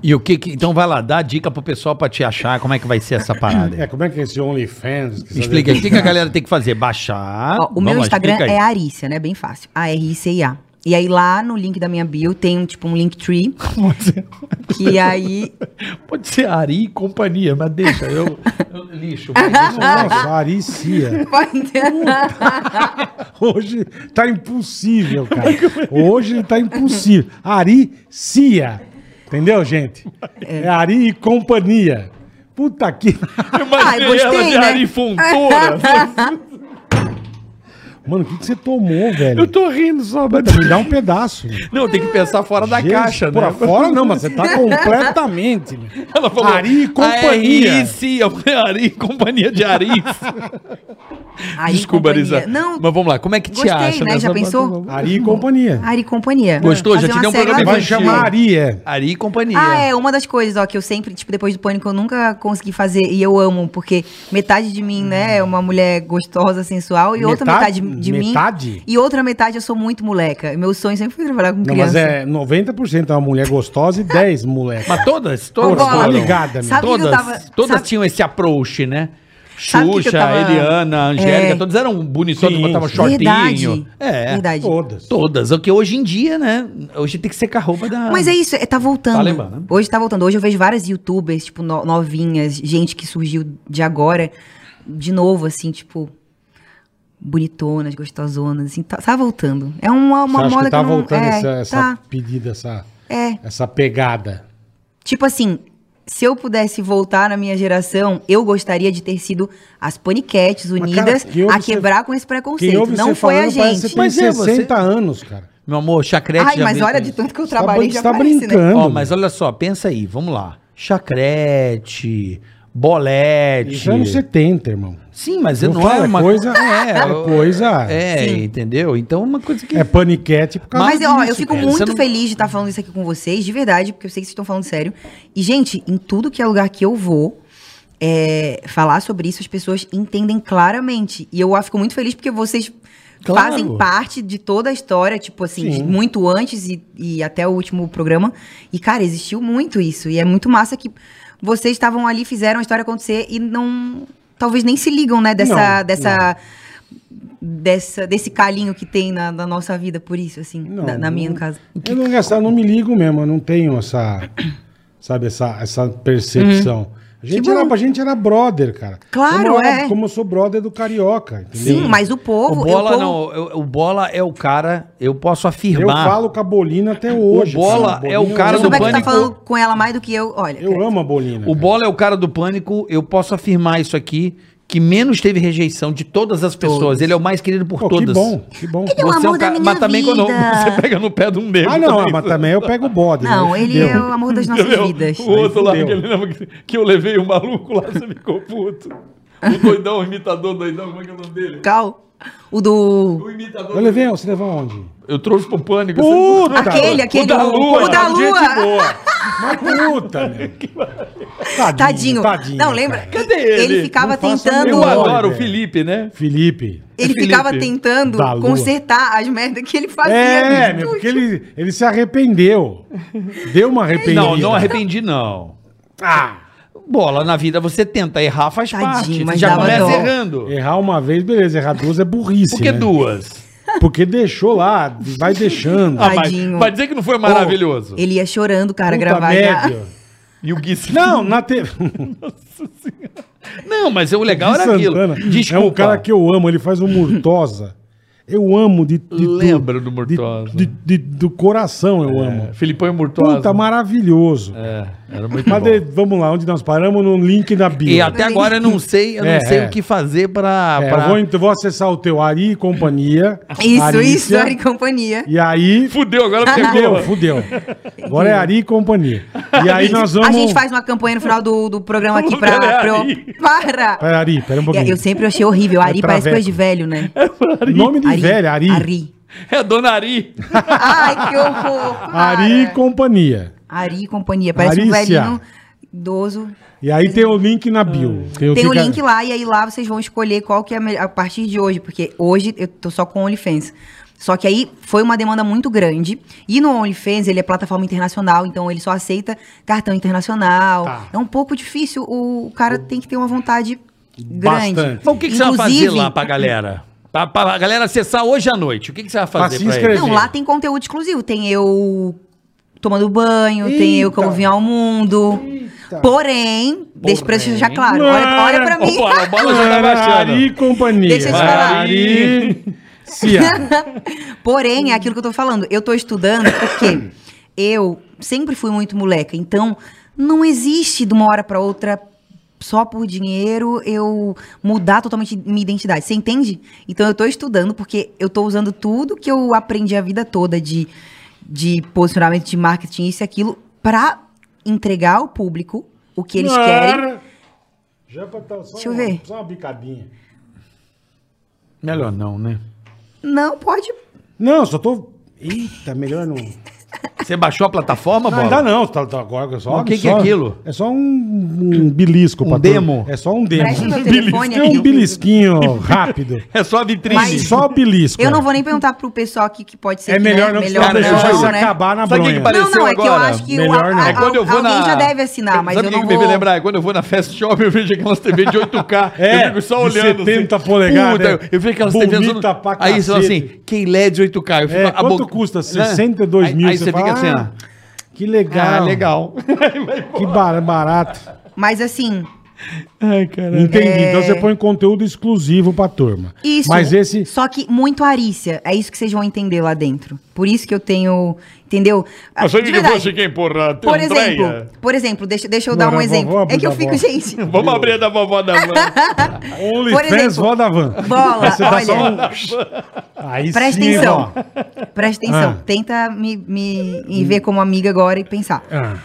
E o que, que- Então vai lá, dá dica pro pessoal pra te achar, como é que vai ser essa parada.
[laughs]
um
aí.
É, como é que é esse OnlyFans? que
Explica aí, o
sabe-
que, que a galera tem que fazer? Baixar.
Ó, o
Ah, Vamos
meu
lá,
Instagram
explica aí.
é Arícia, né? Bem fácil. A-R-I-C-I-A. E aí lá no link da minha bio tem um, tipo um link tree.
Pode ser,
Que aí.
pode ser Ari e companhia, mas deixa, eu, eu
[laughs]
lixo.
Nossa, Aricia. [laughs] Hoje tá impossível, cara. Hoje tá impossível. Aricia. Entendeu, gente? É Ari e companhia. Puta que. [laughs]
Ai, gostei, né?
Mano, o que, que você tomou, velho?
Eu tô rindo só, mas...
Me dá um pedaço.
Não, tem que pensar fora da
Jesus,
caixa, né?
Pra
[laughs]
fora não, mas você tá completamente. né?
Ela falou,
Ari e companhia.
Arice, eu falei Ari e companhia de Arice.
Ari
Desculpa,
Companhia.
Arisa.
Não,
Mas vamos lá, como é que te
Gostei,
acha?
né? Já
nessa-
pensou?
Ari e companhia.
Ari Companhia.
Gostou? Já
Fazer
te
uma
dei um
série
programa
lá
Vai
dentro.
chamar Ari, é.
Ari e companhia.
Ah, é, uma das coisas, ó, que eu sempre, tipo, depois do pânico eu nunca consegui fazer, e eu amo, porque metade de mim, né, é uma mulher gostosa, sensual, e outra
Metade?
metade de mim...
Metade?
E outra metade eu sou muito moleca, meu sonho sempre foi trabalhar com
Não, mas
criança.
é 90% é uma mulher gostosa e 10 moleque.
Mas todas,
Ô,
todas
Bola,
tá
foram.
ligada, meu.
sabe o que
Todas,
eu tava...
todas
sabe-
tinham esse approach, né?
Sabe o que que eu
Xuxa,
tava-
Eliana, Angélica,
É.
todas eram bonitonas,
Sim,
botavam
sim.
shortinho.
Verdade,
É,
verdade.
Todas.
todas. O que hoje em dia, né? Hoje tem que secar a roupa da...
Mas é isso, é, tá voltando.
Tá lembrando, né?
Hoje tá voltando. Hoje eu vejo várias youtubers, tipo, no- novinhas, gente que surgiu de agora, de novo, assim, tipo, bonitonas, gostosonas, assim, tá, tá voltando. É uma,
Você
uma
acha
moda
que
que,
tá
eu não...
voltando
é,
essa, essa
tá,
pedida, essa,
é.
essa pegada?
Tipo assim, se eu pudesse voltar na minha geração, eu gostaria de ter sido as paniquetes
cara,
unidas
quem ouve
a
você-
quebrar com esse
Quem
preconceito.
ouve
Não
você
foi a
falando parece que
gente.
você tem
Mas é, você-
60 anos, cara.
Meu amor, chacrete...
Ai,
já
mas
veio
olha
com
de
isso.
tanto que eu
Você tá brin-
trabalhei,
você
já
tá
parece, né?
brincando.
Ó, mas olha só, pensa aí, vamos lá. Chacrete, bolete...
Isso é anos 70, irmão.
Sim, mas
Não
não,
fala,
é uma
coisa-
[laughs] É,
é
o-
coisa-
É,
Sim.
entendeu? Então é uma coisa que.
É paniquete por causa
Mas, ó, eu
disso,
fico
cara.
Você
muito
não-
feliz de estar falando isso aqui com vocês, de verdade, porque eu sei que vocês estão falando sério. E, gente, em tudo que é lugar que eu vou é, falar sobre isso, as pessoas entendem claramente. E eu ah, fico muito feliz porque vocês
Claro.
fazem parte de toda a história, tipo assim,
Sim.
de muito antes e, e até o último programa. E, cara, existiu muito isso. E é muito massa que vocês estavam ali, fizeram a história acontecer e não. Talvez nem se ligam, né, dessa.
Não,
dessa dessa, desse calinho que tem na, na nossa vida, por isso, assim,
Não,
na, na minha,
não-
no caso.
Eu não, gastar, não me ligo mesmo, eu não tenho essa, sabe, essa, essa percepção. A gente
Uhum. Que bom.
era, a gente era brother, cara.
Claro,
como eu-
é.
como eu sou brother do carioca, entendeu?
Sim, mas o povo.
o
eu-
bola
povo-
não, eu- o bola é o cara, eu posso
Eu
afirmar.
falo com a Bolina até hoje.
Bola
cara. A
é o cara
Se
eu
eu
do
souber
amo.
que tá
pânico.
falando com ela mais do que eu, olha.
Eu amo a Bolina.
O
né, cara.
bola é o cara do pânico, eu posso afirmar isso aqui que menos teve rejeição de todas as pessoas. Ele é o mais querido por
Pô, que
todas.
bom, que
[laughs]
bom.
Ele é o
Você
amor
ca-
da minha
mas também quando
vida.
[laughs] você pega no pé de um negro.
Ah, não,
também.
mas também eu pego o bode.
Não,
né?
ele
Fudeu.
é o amor
[laughs]
das nossas
Entendeu?
vidas.
O outro lá,
Fudeu.
que, ele lembra que- que eu levei o maluco lá, você ficou puto. O doidão, o imitador doidão, como é que é o nome dele?
Cal, o do.
O imitador.
Eu levei, você levou aonde?
Eu trouxe pro pânico. você-
Puta!
Aquele, aquele.
da lua,
o da
Gente
lua.
boa. Mas puta,
[laughs]
meu. Tadinho,
Tadinho. Não, lembra?
cara.
Cadê
Ele,
ele?
ficava
Não faça
tentando.
Eu
Doido,
adoro o
é.
Felipe, né?
Felipe.
Ele
Felipe.
ficava tentando
Da lua.
consertar as merdas que ele fazia.
É,
Tudo.
meu, porque ele, ele se arrependeu. Deu uma arrependida.
Não, não arrependi, não.
Ah,
Bola na vida, você tenta errar, faz
Tadinho,
parte. Você
mas
já
dava
começa
dó.
errando.
errar uma vez, beleza. Errar duas é burrice,
Por que
né?
duas?
Porque deixou lá, vai deixando.
Ah, mas,
Tadinho.
mas dizer que não foi maravilhoso.
Ele ia chorando, cara,
Puta
gravar.
médio.
E o Gui se-
Não, na TV...
Não, mas o legal
Gui
era aquilo.
Santana
Desculpa.
É um cara que eu amo, ele faz o Murtosa. Eu amo de, de tu-
Lembro do Murtosa.
de- de- de- do coração eu amo.
Filipão e Murtosa.
Puta, maravilhoso.
É, era muito
Mas
bom.
de- vamos lá, onde nós paramos? No link na bio.
E até agora eu não sei, eu não
É,
sei
é.
o que fazer pra...
É,
pra-
eu vou, ent- vou acessar o teu Ari e Companhia.
Isso,
Arícia,
isso, Ari e companhia.
E aí...
Fudeu, agora
Fudeu, fudeu. Agora é Ari e Companhia. E aí nós vamos...
A gente faz uma campanha no final do, do programa aqui pra.
lugar é
pra-
Ari.
Para!
Pera, Ari, pera um pouquinho. É
Eu sempre achei horrível. Ari parece
traveco.
coisa de velho, né?
Nome de velho, Ari. Ari,
Ari.
É Dona Ari.
Ai, que horror. para.
e Companhia.
Ari e companhia. Parece um
Arícia.
velhinho idoso.
E aí tem o link na bio.
Tem o
fica-
link lá e aí lá vocês vão escolher qual que é a, me- a partir de hoje, porque hoje eu tô só com OnlyFans. Só que aí foi uma demanda muito grande. E no OnlyFans, ele é plataforma internacional, então ele só aceita cartão internacional.
Tá.
É um pouco difícil, o, o cara tem que ter uma vontade
Bastante.
grande.
Mas o que, que você vai fazer
Inclusive-
lá pra galera? Pra, pra galera acessar hoje à noite. O que, que você vai
Pra
fazer
se
pra eles?
inscrever.
Não, lá tem conteúdo exclusivo. Tem eu tomando banho, tem eu como
Eita.
vim ao mundo. Porém, deixa pra
Porém.
deixar claro. Olha, olha pra
Ô,
mim.
Bola, o Bola já tá
Era
baixando.
Ari e Companhia.
Deixa eu te falar. [laughs]
Ari... Cia.
Porém, é aquilo que eu tô falando. Eu tô estudando porque eu sempre fui muito moleca. Então, não existe de uma hora pra outra só por dinheiro eu mudar totalmente minha identidade. Você entende? Então, eu tô estudando porque eu tô usando tudo que eu aprendi a vida toda de, de posicionamento de marketing, isso e aquilo, pra entregar ao público o que
Ah.
eles querem.
Já pra tá, só
Deixa eu
uma-
ver.
Só uma bicadinha.
Melhor não, né?
Não pode.
Não, só tô... Eita, melhor não...
Você baixou a plataforma,
Não,
Bola?
ainda não. Tá, tá, agora, é só,
Mas o que
só-
que é aquilo?
É só um, um belisco.
Um
pra
demo?
É só um demo.
Presta meu
Belisco.
telefone
É
aqui.
um
[laughs]
belisquinho rápido.
É só a vitrine.
Mas-
Só belisco.
Eu não vou nem perguntar pro pessoal aqui que pode ser
É
que,
melhor
né?
não, melhor
não,
deixa vai se
né?
acabar na
Sabe o que que
bronha.
parece?
Não, não, é que eu
agora.
acho que o,
Melhor não.
a- a-
É
quando eu vou
alguém
na-
já deve assinar, mas
Sabe
eu
o que
não
que me
vou...
fez lembrar? Quando eu vou na Fast Shop, eu vejo aquelas TV de 8K.
[laughs] É,
eu fico só
de
olhando. assim.
70 polegadas,
Puta,
é.
eu- eu vejo aquelas
Bonita
TVs. zona-
pra
Aí você fala assim,
cacete.
que LED 8K? Eu fico,
É,
a
quanto
boca-
custa?
né?
62 mil.
Aí, aí você fica
fala,
assim, ó.
"Ah, Que legal.
Ah, legal.
[laughs] Que bar- barato.
Mas assim,
Ai, caralho.
Entendi. Então você põe conteúdo exclusivo pra turma.
É. isso.
Mas esse.
Só que muito arícia. É isso que vocês vão entender lá dentro. Por isso que eu tenho... Entendeu? Ah,
Achei
de
que
verdade.
fosse quem, porra. Tem
Por
um
exemplo,
treia.
por exemplo, deixa, deixa eu
Não,
dar um
vamos-
exemplo.
vamos
é que eu
abrir
fico,
da
gente...
Vamos abrir a da vovó da
[laughs]
van.
OnlyFans,
exemplo,
roda a van.
Bola,
Você dá só
olha.
um- Aí
[laughs] Presta
sim,
atenção.
ó.
Presta atenção.
Ah.
Tenta me, me, me ver como amiga agora e pensar.
Ah,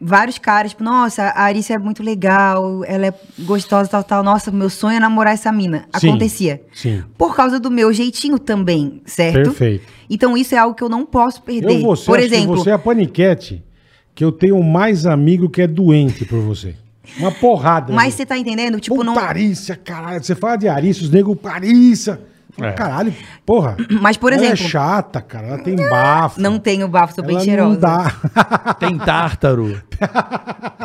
vários caras, tipo, nossa, a Arícia é muito legal, ela é gostosa, tal, tal. Nossa, meu sonho é namorar essa mina.
Sim,
Acontecia.
sim.
Por causa do meu jeitinho também, certo?
Perfeito.
Então isso é algo que eu não posso perder.
Eu, você,
por
acho que
exemplo,
você é a paniquete que eu tenho um mais amigo que é doente por você. Uma porrada.
mas
você
você tá entendendo? Tipo, não.
Arícia, caralho. Você fala de Arícia, os negros, Arícia.
É.
Caralho, porra.
[clears throat] Mas, por
Ela
exemplo-
é chata, cara. Ela tem bafo.
Não tenho bafo, sou bem
ela
cheirosa.
Não dá.
Tem [laughs] tártaro.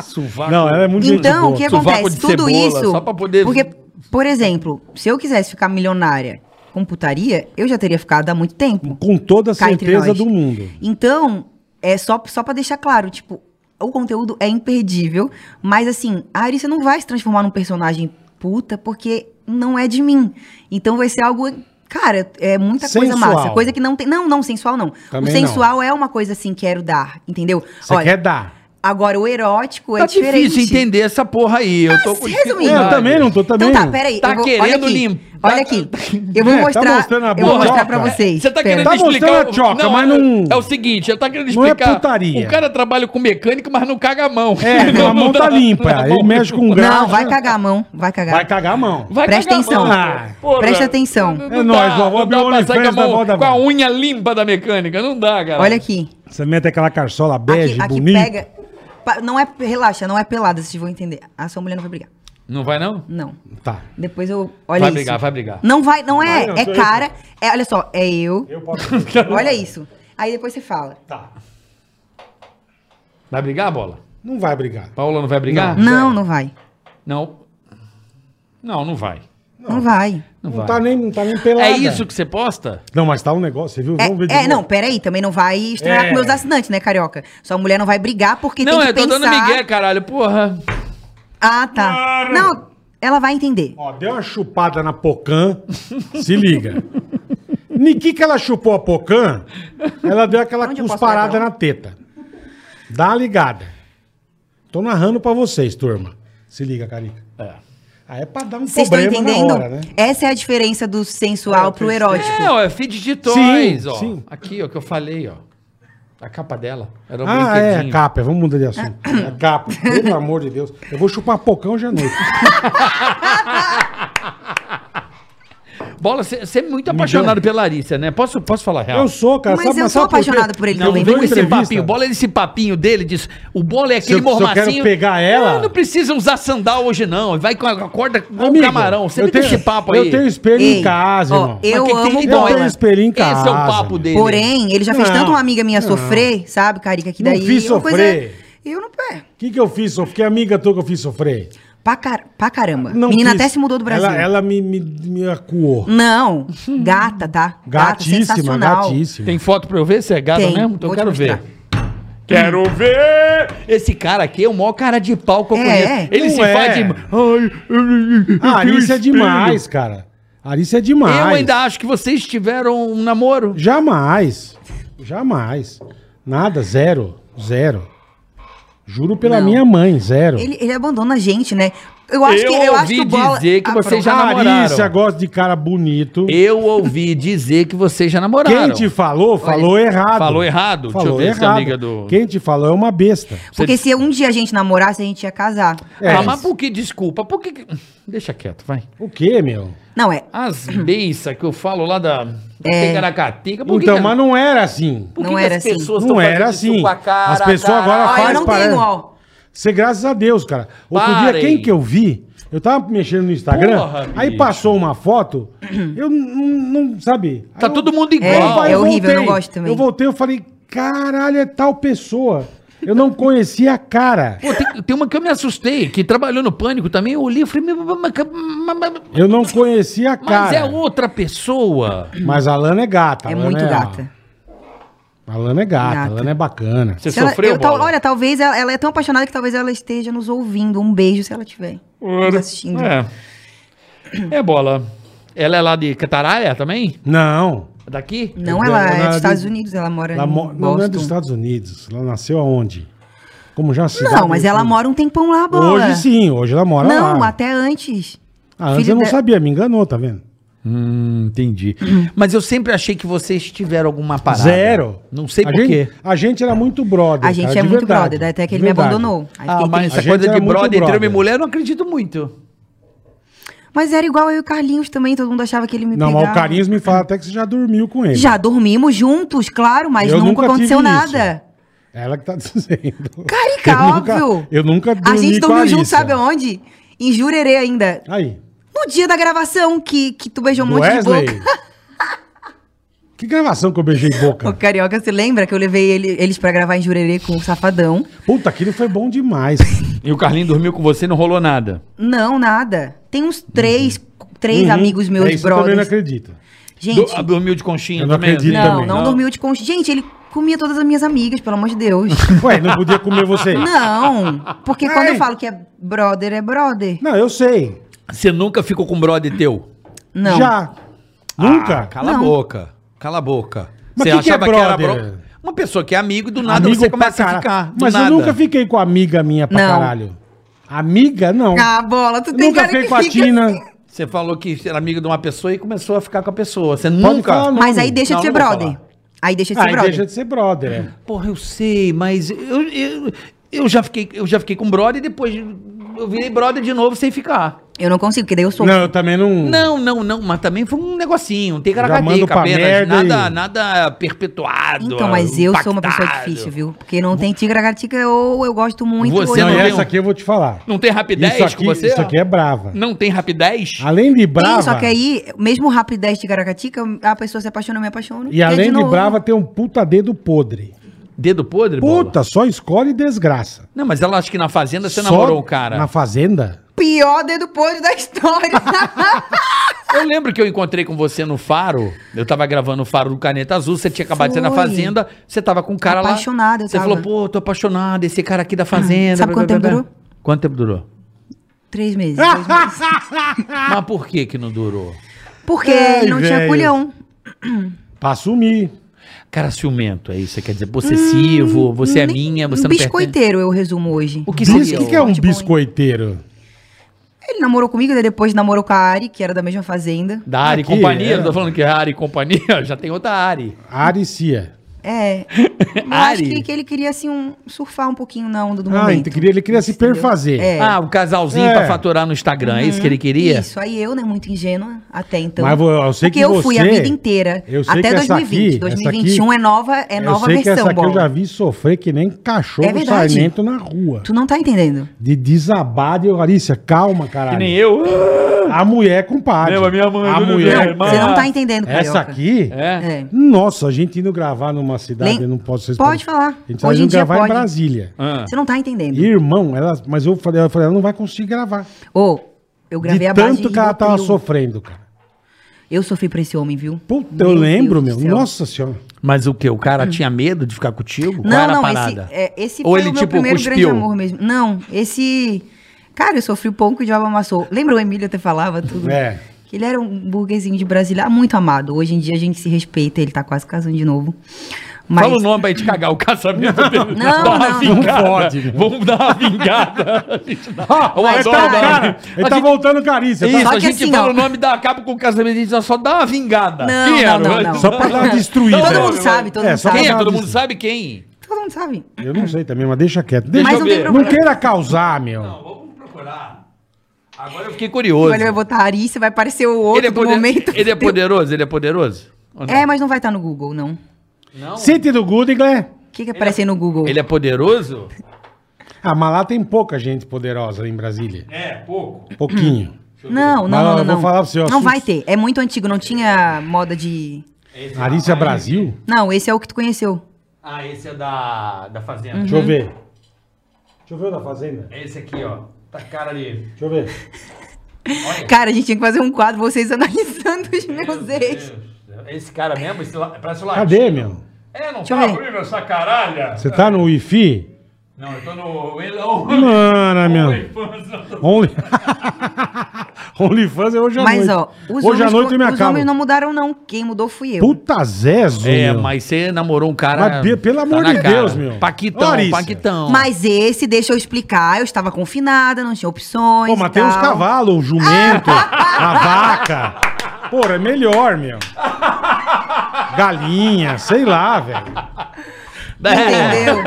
Suvaco.
Não, ela é muito gente
Então, o
boa.
que
Sovaco
acontece?
de
Tudo
cebola,
isso.
só pra poder-
Porque, por exemplo, se eu quisesse ficar milionária com putaria, eu já teria ficado há muito tempo.
Com toda a
Cá é entre
certeza
nós.
do mundo.
Então, é só, só para deixar claro, tipo, o conteúdo é imperdível, mas assim, a Arícia não vai se transformar num personagem puta porque não é de mim. Então vai ser algo, cara, é muita
Sensual.
coisa massa, coisa que não tem, não, não sensual não.
Também
o sensual é uma coisa assim quero dar, entendeu?
Você quer dar.
Agora, o erótico
tá
é diferente. Ah,
difícil entender essa porra aí. Eu tô com
Resumindo.
dificuldade.
Eu também não tô, também
Então tá,
não.
peraí.
Tá
eu vou-
querendo
olha aqui,
limpar-
Olha aqui. Eu vou
É, tá
mostrar,
mostrando a
eu vou
boca.
mostrar pra vocês.
Você tá
Pera.
querendo
Tá
explicar.
mostrando a tchoca,
não,
mas não-
É o seguinte, ele tá querendo
Não é
explicar.
putaria.
O cara trabalha com mecânica, mas não caga a mão. [laughs]
É, a mão tá
é
limpa. Ele mexe com graxa.
Não, vai cagar a mão. Vai cagar.
Vai cagar a mão.
Vai
Presta
cagar a
atenção.
mão.
Ah,
Porra.
Presta atenção.
Não
É nóis, vó, vou
não
abrir
dá
o
pra sair
OnlyFans
com a mão-
da vó da
Com a
vó.
unha limpa da mecânica, não dá, cara.
Olha aqui.
Você mete aquela carçola bege,
Aqui, aqui
bonita.
pega. Pa- Não é, relaxa, não é pelada, vocês vão entender. A sua mulher não vai brigar.
Não vai não?
Não.
Tá.
Depois eu. Olha
Vai
isso.
brigar, vai brigar.
Não vai, não
Vai,
é.
não,
é
sou eu.
cara. É, olha só, é eu.
Eu posso.
Olha isso. Aí depois você fala.
Tá.
Vai brigar, bola?
Não vai brigar.
Paula não vai brigar?
Não, não vai.
Não. Não, não vai.
Não vai.
Não,
Não,
vai.
tá nem, não tá nem pelada.
É isso que você posta?
Não, mas tá um negócio, você viu?
É,
Vamos ver de
é
novo.
não, peraí, também não vai estranhar
É.
com meus assinantes, né, carioca? Sua mulher não vai brigar porque
não,
tem
eu
que
tô
pensar...
dando migué, caralho. Porra.
Ah, tá. Não, ela vai entender.
Ó, deu uma chupada na Pocan, se liga. Niki que ela chupou a Pocan, ela deu aquela
Onde eu posso
cusparada
pegar?
na teta. Dá uma ligada. Tô narrando pra vocês, turma. Se liga, Carica.
É.
Ah, é pra dar um
Vocês estão
problema
entendendo?
na hora, né?
Essa é a diferença do sensual pro erótico.
É, ó, é feed de toys,
Tipo, Sim,
ó.
sim.
Aqui, ó, que eu falei, ó. A capa dela. Era um
Ah, é, a
brinquedinho.
capa. Vamos mudar
Ah.
de assunto. É a capa. Pelo amor de Deus. Eu vou chupar Pocan hoje à noite.
Bola, você você é muito apaixonado pela Larissa, né? Posso, posso falar a real?
Eu sou, cara.
Mas
sabe-
eu
sabe
sou
por quê?
apaixonado por ele
Não,
também. né?
vem
dou
com esse
entrevista.
papinho. Bola, esse papinho dele diz: o bola é aquele
eu- se eu quero
mormacinho.
pegar ela-
Ah, não precisa usar sandal hoje, não. Vai com a corda com o
Amigo,
camarão. Você
eu
me
tenho-
deixa esse papo
eu
aí.
tenho espelho
Ei,
em casa,
ó,
irmão.
eu-
Mas que
amo
tem
o
bola.
Bola. Eu tenho
espelho em
Esse é o
casa,
papo dele.
Porém, ele já fez
Não,
tanto uma amiga minha
não.
sofrer, sabe, Carica, que
Não
daí...
fiz
uma coisa
sofrer.
é- Eu não... É,
O que, que eu fiz? Eu fiquei amiga tua que eu fiz sofrer.
pra, car... pra caramba.
Não
Menina
quis.
até se mudou do Brasil.
Ela, ela me, me, me acuou.
Não, gata, tá? Gata,
Gatíssima,
sensacional.
gatíssima.
Tem foto pra eu ver se é gata
Tem,
mesmo? Então eu
vou te
quero ver.
mostrar.
Quero ver!
Esse cara aqui é o maior cara de pau que eu
É,
conheço. Ele
não
se
é.
faz de. Ai, eu- eu- eu-
Ah,
eu tenho
Arice é
espelho.
demais, cara. Arice é demais.
Eu ainda acho que vocês tiveram um namoro.
Jamais. Jamais. Nada, zero. Zero. Juro pela
Não.
minha mãe, zero.
Ele, ele abandona a gente, né? Eu acho
Eu
que eu acho
ouvi
que o bola
dizer que
Ah,
você
pronto.
já-
A Arice
namoraram.
gosta de cara bonito.
Eu ouvi dizer que vocês já
Quem
namoraram.
te falou, falou errado.
Falou errado? Deixa
Falou
eu ver se a
errado.
amiga do-
Quem te falou é uma besta.
Porque se um dia a gente namorasse, a gente ia casar.
É.
Ah, mas por que desculpa? Por que. que- Deixa quieto, vai.
O quê, meu?
Não é. [clears throat]
As beiças que eu falo lá da. da
É.
Tecaracatica, por que
Então,
que-
mas não era assim.
por que
Não
que
era
as
assim.
pessoas tão
Não
fazendo
era
isso
assim.
com a cara,
As pessoas
cara?
agora
Ó,
fazem
eu não
Ah, parece-
tenho, ó.
Você, graças a Deus, cara. Outro dia,
Parem.
quem que eu vi? Eu tava mexendo no Instagram,
Porra,
aí
bicho.
passou uma foto, eu não, não sabe? Aí
Tá
eu-
todo mundo
É,
igual.
é horrível, eu não
voltei.
gosto também.
Eu voltei, eu falei, caralho, é tal pessoa. Eu não conhecia a cara.
Pô, tem, tem uma que eu me assustei, que trabalhou no pânico também, eu olhei e falei, mas, mas- mas-
Eu não conhecia a
mas
cara. Mas,
é outra pessoa.
a Lana é gata. a
É
Lana
muito gata.
A Lana é gata, a
Gata.
Lana é bacana.
Você
Se ela-
sofreu,
eu tal-
Bola?
Olha, talvez ela, ela é tão apaixonada que talvez ela esteja nos ouvindo. Um beijo se ela tiver nos assistindo.
É. É, Bola. Ela é lá de Cataraia também?
Não.
Daqui?
Não,
Ela
ela é
era
dos
de-
Estados Unidos, ela mora
Ela
em
mo-
Boston.
não, não é dos Estados Unidos. Ela nasceu aonde? Como já se
Não, mas ela mora um tempão lá, Bola.
Hoje sim, hoje ela mora lá.
Não, até antes.
Ah, antes
Filho
eu não
de-
sabia, me enganou, tá vendo?
Hum, entendi. Mas eu sempre achei que vocês tiveram alguma parada.
Zero.
Não sei
a
por
gente,
quê.
A gente era muito brother.
A gente
cara,
é
de
muito
verdade,
brother, até que
de
ele me
verdade.
abandonou. Aí
Ah,
fiquei
mas
triste.
essa
gente
coisa
era
de
muito
brother entre homem
brother.
e mulher, eu não acredito muito.
Mas era igual eu e o Carlinhos também, todo mundo achava que ele me
Não,
pegava.
mas o Carinhos me fala até que você já dormiu com ele.
Já dormimos juntos, claro, mas
Eu
nunca,
nunca
aconteceu
tive
nada.
Ela que tá [laughs] dizendo.
Carica,
Eu nunca-
óbvio.
eu nunca
A
dormi
gente
com a
dormiu junto,
Alicia.
sabe aonde? Em Jurerê ainda.
Aí.
No dia da gravação, que, que tu beijou um
do
monte
Wesley.
de boca.
[laughs] que gravação que eu beijei boca?
[laughs] Ô, Carioca, você lembra que eu levei ele- eles pra gravar em Jurerê com o Safadão?
Puta, aquilo foi bom demais.
E o Carlinho dormiu com você e não rolou nada.
Não, nada. Tem uns três, três
Uhum.
amigos
É
meus,
isso eu também não
brothers.
acredito.
Gente,
Do- ah, dormiu de conchinha
Eu não
também?
acredito
não,
também.
não, dormiu de concha. Gente, ele comia todas as minhas amigas, pelo amor de
[laughs]
Deus.
Ué, não podia comer você.
não, porque quando
Ai.
eu falo que é brother, é brother.
Não, eu sei.
Você nunca ficou com um brother teu?
Não. Ah.
Já. Nunca?
Cala a
Não.
boca. Ah, Cala a boca.
Mas
Você
que que é
achava que, era
brother?
bro... Uma pessoa que é amigo, do nada
Amigo
você
pra
começa a
caralho.
ficar. do
Mas
nada.
eu nunca fiquei com amiga minha pra
Não.
caralho. Amiga, não.
Ah, bola, tu tem
nunca
cara
fiquei
que
com a
fica
Tina.
assim.
Você falou que era amigo de uma pessoa e começou a ficar com a pessoa. Você nunca.
falar, não.
Mas aí deixa
Não,
de ser
não vou
brother.
falar.
Aí deixa de ser
Aí
brother.
deixa de ser brother. é.
Porra, eu sei, mas eu, eu, eu já fiquei, eu já fiquei com brother e depois eu virei brother de novo sem ficar.
Eu não consigo, porque daí eu sou.
Não, eu também não.
Não, não, não, mas também foi um negocinho, um
mando
ticaracateca
pra
apenas,
merda
nada,
e-
nada perpetuado.
Então, mas eu sou uma pessoa
impactado.
difícil, viu? Porque não tem tigragatica ou eu gosto muito.
Você
ou eu
Não,
não
e
tem
essa
um-
aqui eu vou te falar.
Não tem rapidez
isso, aqui,
com você?
isso aqui é Ah. brava.
Não tem rapidez?
Além de brava.
Tem, só que aí, mesmo rapidez de caracatica, a pessoa se apaixona, eu me apaixono.
E além de,
novo.
brava, tem um puta dedo podre.
Dedo podre, bola?
Puta, só escolhe desgraça.
Não, mas ela acha que na fazenda você
Só
namorou o cara.
Na fazenda?
Pior dedo podre
[laughs]
da história.
Eu lembro que eu encontrei com você no Faro. Eu tava gravando o Faro do Caneta Azul. Você tinha acabado de sair na
Foi.
Fazenda. Você tava com um cara
Apaixonada,
lá.
eu
Você
tava. Ah,
falou, pô, tô apaixonada. Esse cara aqui da Fazenda.
Sabe quanto tempo durou?
Quanto tempo durou?
Três meses. dois meses.
Mas por que que não durou?
[laughs]
Porque
Ai,
não tinha
velho.
culhão.
pra assumir.
Cara ciumento, é isso. Quer dizer, possessivo. você é
Nem-
minha, você
um
não pertence.
biscoiteiro, eu resumo hoje.
O que
Bis-
seria?
O que, que é um
Forte, bom, hein?
biscoiteiro?
Ele namorou comigo, daí depois namorou com a Ari, que era da mesma fazenda.
Da área e
Aqui,
companhia.
é.
Não tô falando que é área e companhia. [laughs] Já tem outra área.
Aricia.
[laughs]
É. Eu acho
Ari?
que, que ele queria, assim, um, surfar um pouquinho na onda do
Ah,
momento.
ele queria- ele queria se
Entendeu?
perfazer.
É. Uhum.
Ah, um casalzinho
É.
pra faturar no Instagram. É isso que ele queria?
Isso, aí eu, né, muito ingênua até então.
Mas vo- eu sei
Porque
que
eu fui a
você-
vida inteira.
eu sei
até
que essa
2020.
aqui-
2021
essa aqui-
é nova, é
eu
nova
sei que
versão,
essa aqui eu
bola.
já vi sofrer que nem cachorro
É verdade.
sarmento na rua.
Tu não tá entendendo.
De desabar de Arícia, calma,
Que
caralho.
nem eu.
A mulher com padre.
Lembra minha mãe,
a
tudo
mulher.
bem,
não, você não tá entendendo,
Essa
Carioca.
aqui.
É.
É.
Nossa, a gente indo gravar numa cidade,
Lem-
eu não posso
Pode falar.
A gente tá indo gravar em Brasília.
Ah.
Você não tá entendendo.
Irmão, ela, mas eu falei, ela falei, ela não vai conseguir gravar.
Ô, eu gravei a
de
base
tanto que ela tava
Rivotril.
sofrendo, cara.
Eu sofri pra esse homem, viu?
Puta, eu
Meu
lembro,
Deus
meu.
do céu.
Nossa senhora.
Mas o que? O cara tinha medo de ficar contigo? Qual
Não,
era a
não, esse,
parada?
é, esse
Ou
foi
ele,
o meu
tipo,
primeiro grande
cuspiu?
amor mesmo. Não, esse... Cara, eu sofri pouco e o diabo amassou. Lembra o Emílio até falava tudo?
É.
Que ele era um burguesinho de Brasília muito amado. Hoje em dia a gente se respeita, ele tá quase casando de novo. Mas...
Fala o nome pra gente cagar o casamento dele.
Não,
Dá uma
não.
vingada.
Não pode, meu.
Vamos dar uma vingada. A gente dá- Eu
Ele
adoro
tá,
dar uma
cara,
vingada.
ele
A
tá
gente-
voltando carícia.
Isso,
Só
a
que
gente
assim,
fala
ó.
o nome da acaba com o casamento, a gente só dá uma vingada.
Não,
Quem
não,
era?
não, não.
Só pra dar uma
[laughs]
destruída.
Todo mundo sabe, todo
É,
mundo
só
sabe.
Quem é?
pra-
Todo mundo sabe quem?
Todo mundo sabe.
Eu não sei também, mas deixa quieto.
Deixa
Mas
eu
não tem
ver.
Não
problema.
queira causar, meu.
Vamos procurar. Agora eu fiquei curioso.
Ele vai botar Ari, você vai aparecer o outro
ele, é
do
poder-
momento.
ele é poderoso? Ele é poderoso? Ou não?
[laughs] É, mas não vai estar no Google, não.
Não?
Sente do Gudigler.
O que, que aparece aí no Google?
Ele é poderoso?
Ah, mas lá tem pouca gente poderosa em Brasília.
É, pouco. Uhum.
Pouquinho.
Não, não,
Mas, ó,
não, não.
eu vou
não.
falar pra você, ó,
Não
sus-
vai ter. É muito antigo, não tinha moda de.
Uhum.
Arícia Brasil?
Não, esse é o que tu conheceu.
Ah, esse é da, da Fazenda.
Uhum.
Deixa eu ver. Deixa eu ver o da Fazenda.
É esse aqui, ó. Tá cara ali.
[laughs]
Deixa eu ver.
Cara, a gente tinha que fazer um quadro, vocês [laughs] analisando os meus ex.
Esse cara mesmo, esse la... parece o latino.
Cadê, meu?
É, não
Deixa eu
tá
ver.
horrível essa caralha.
Você tá no Wi-Fi?
Não, eu tô no... Elon.
Mano,
[laughs]
meu. Only... [laughs] OnlyFans é hoje à
Mas,
noite.
ó, os,
hoje à
homens,
noite eu me
os homens
acabo.
não mudaram, não. Quem mudou fui eu.
Puta Zezo,
É,
meu.
mas você namorou um cara...
Mas, pe- pelo amor
na
de
cara.
Deus, meu.
Paquitão,
Larissa.
paquitão.
Mas esse, deixa eu explicar, eu estava confinada, não tinha opções.
Pô, mas tem
e
uns
tal.
cavalos, o
[laughs]
jumento, a vaca. Porra, é melhor, meu. Galinha, sei lá, velho.
Entendeu?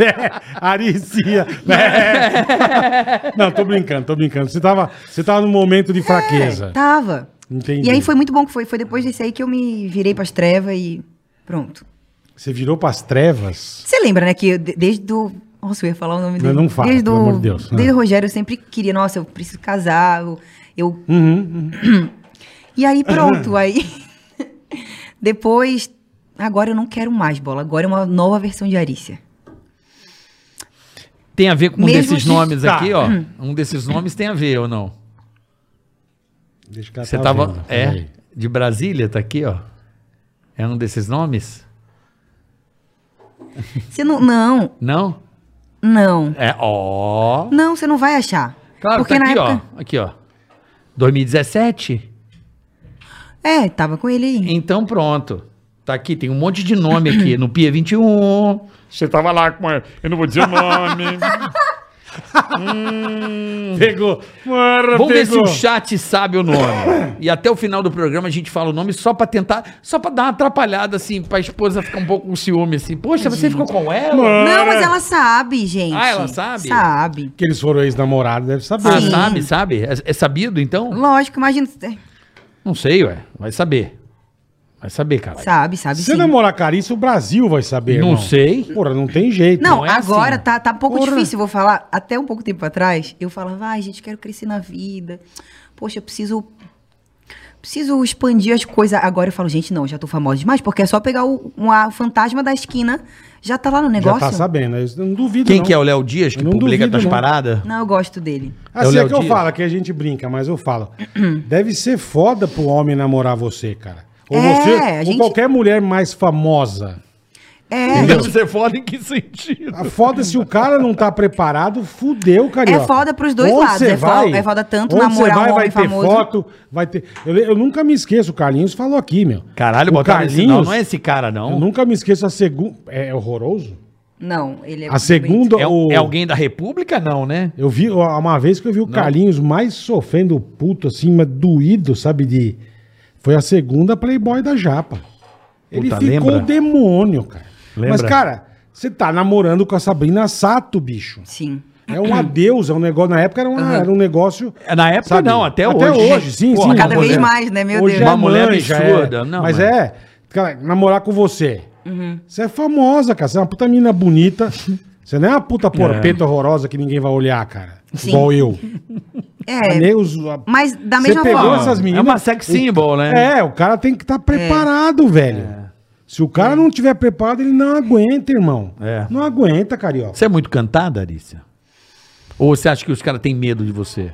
É, Aricia.
[laughs]
né? Não, tô brincando, tô brincando. Você tava, você tava num momento de fraqueza.
Tava.
É. Entendi.
É, tá. E aí foi muito bom que foi. Foi depois desse aí que eu me virei pras trevas e pronto.
Você virou pras trevas.
Você lembra, né, que eu de- desde o... Nossa, eu ia falar o nome
Não,
dele.
não fala,
desde
pelo
o-
amor de Deus.
Desde
Ah.
o Rogério, eu sempre queria, nossa, eu preciso casar, eu... eu-
Uhum,
[clears throat] E aí, pronto, aí... [laughs] Depois, agora eu não quero mais bola, agora é uma nova versão de Arícia.
Tem a ver com um
Mesmo
desses
de- Hum.
nomes
Tá.
aqui, ó. Um desses nomes tem a ver ou não?
Deixa que ela
Você
tá
tava...
vendo,
é,
peraí.
de Brasília, tá aqui, ó. É um desses nomes?
Você não... Não,
Não?
não.
É, ó...
Não, você não vai achar.
Claro,
Porque
tá aqui,
na época...
ó. Aqui, ó. 2017?
É, tava com ele aí.
Então pronto. Tá aqui, tem um monte de nome aqui. No Pia 21.
Você tava lá com a... Eu não vou dizer
[laughs]
o nome. Hum.
Pegou. Mano,
Vamos ver se
pegou.
o chat sabe o nome. E até o final do programa a gente fala o nome só pra tentar, só pra dar uma atrapalhada, assim, pra esposa ficar um pouco com ciúme, assim. Poxa,
Uhum.
você ficou com ela?
Não, mas ela sabe, gente.
Ah, ela sabe?
Sabe.
Que eles foram ex-namorados, deve saber. né?
Ah,
Sim.
sabe, sabe? É, é sabido, então?
Lógico, imagina. é,
Não sei, ué. Vai saber. Vai saber, cara.
Sabe, sabe
Se você
sim.
namorar Carícia, o Brasil vai saber,
Não
irmão.
sei.
Porra, não tem jeito.
Não,
Não é
agora
assim.
tá, tá um pouco
Então Porra.
difícil, vou falar. Até um pouco tempo atrás, eu falava, ai, gente, quero crescer na vida. Poxa, eu preciso. Preciso expandir as coisas. Agora eu falo, gente, não, já tô famosa demais, porque é só pegar o, um, a- o fantasma da esquina, já tá lá no
Já
negócio.
tá sabendo, eu não duvido
Quem
não.
que é o Léo Dias que
Eu não
publica
duvido,
tuas
não.
paradas?
Não, eu gosto dele.
Assim
É
é,
o Léo
que eu
Dias?
falo, que a gente brinca, mas eu falo. [clears throat] Deve ser foda pro homem namorar você, cara. Ou
É, a
você, ou
gente-
qualquer mulher mais famosa.
É,
Deve ser foda em que sentido?
A foda se o cara não tá preparado, fudeu, carioca.
É foda pros dois lados,
você
é fo- é foda tanto
onde
namorar
você vai,
um
vai
homem famoso.
ter foto, vai ter... Eu, le- eu nunca me esqueço, o Carlinhos falou aqui, meu.
Caralho,
o
botaram esse não,
Carlinhos-
não é esse cara,
Eu
não.
nunca me esqueço a segunda... É horroroso?
não, ele é.
a
muito
segunda...
É,
o-
é alguém da República, não, né?
Eu vi, ó, uma vez que eu vi o Carlinhos mais sofrendo puto, assim, mas doído, sabe, de... Foi a segunda Playboy da Japa. Ele
Puta,
ficou
lembra?
o demônio, cara.
Lembra?
Mas, cara, você tá namorando com a Sabrina Sato, bicho.
bonito. Sim.
É uma deusa, um negócio. Na época era, uma- era um negócio.
É, na época não, até
Até
hoje.
hoje, sim,
Porra,
sim.
cada
uma
vez
mulher.
mais, né? Meu
hoje
Deus.
É
Uma mulher
mulher absurda.
absurda, não,
mas
mano.
é. Cara, namorar com você.
Uhum.
Você é famosa, cara. Você é uma puta mina bonita. Você não é uma puta porpeta horrorosa que ninguém vai olhar, cara.
Sim.
Igual eu.
É.
Nem os- a-
Mas da
Você
mesma
pegou
forma.
essas
É uma sex symbol, né?
É, o cara tem que estar preparado, velho. Se o cara não tiver preparado, ele não aguenta, irmão.
É.
Não aguenta, carioca.
Você é muito cantada, Arícia? Ou você acha que os caras têm medo de você?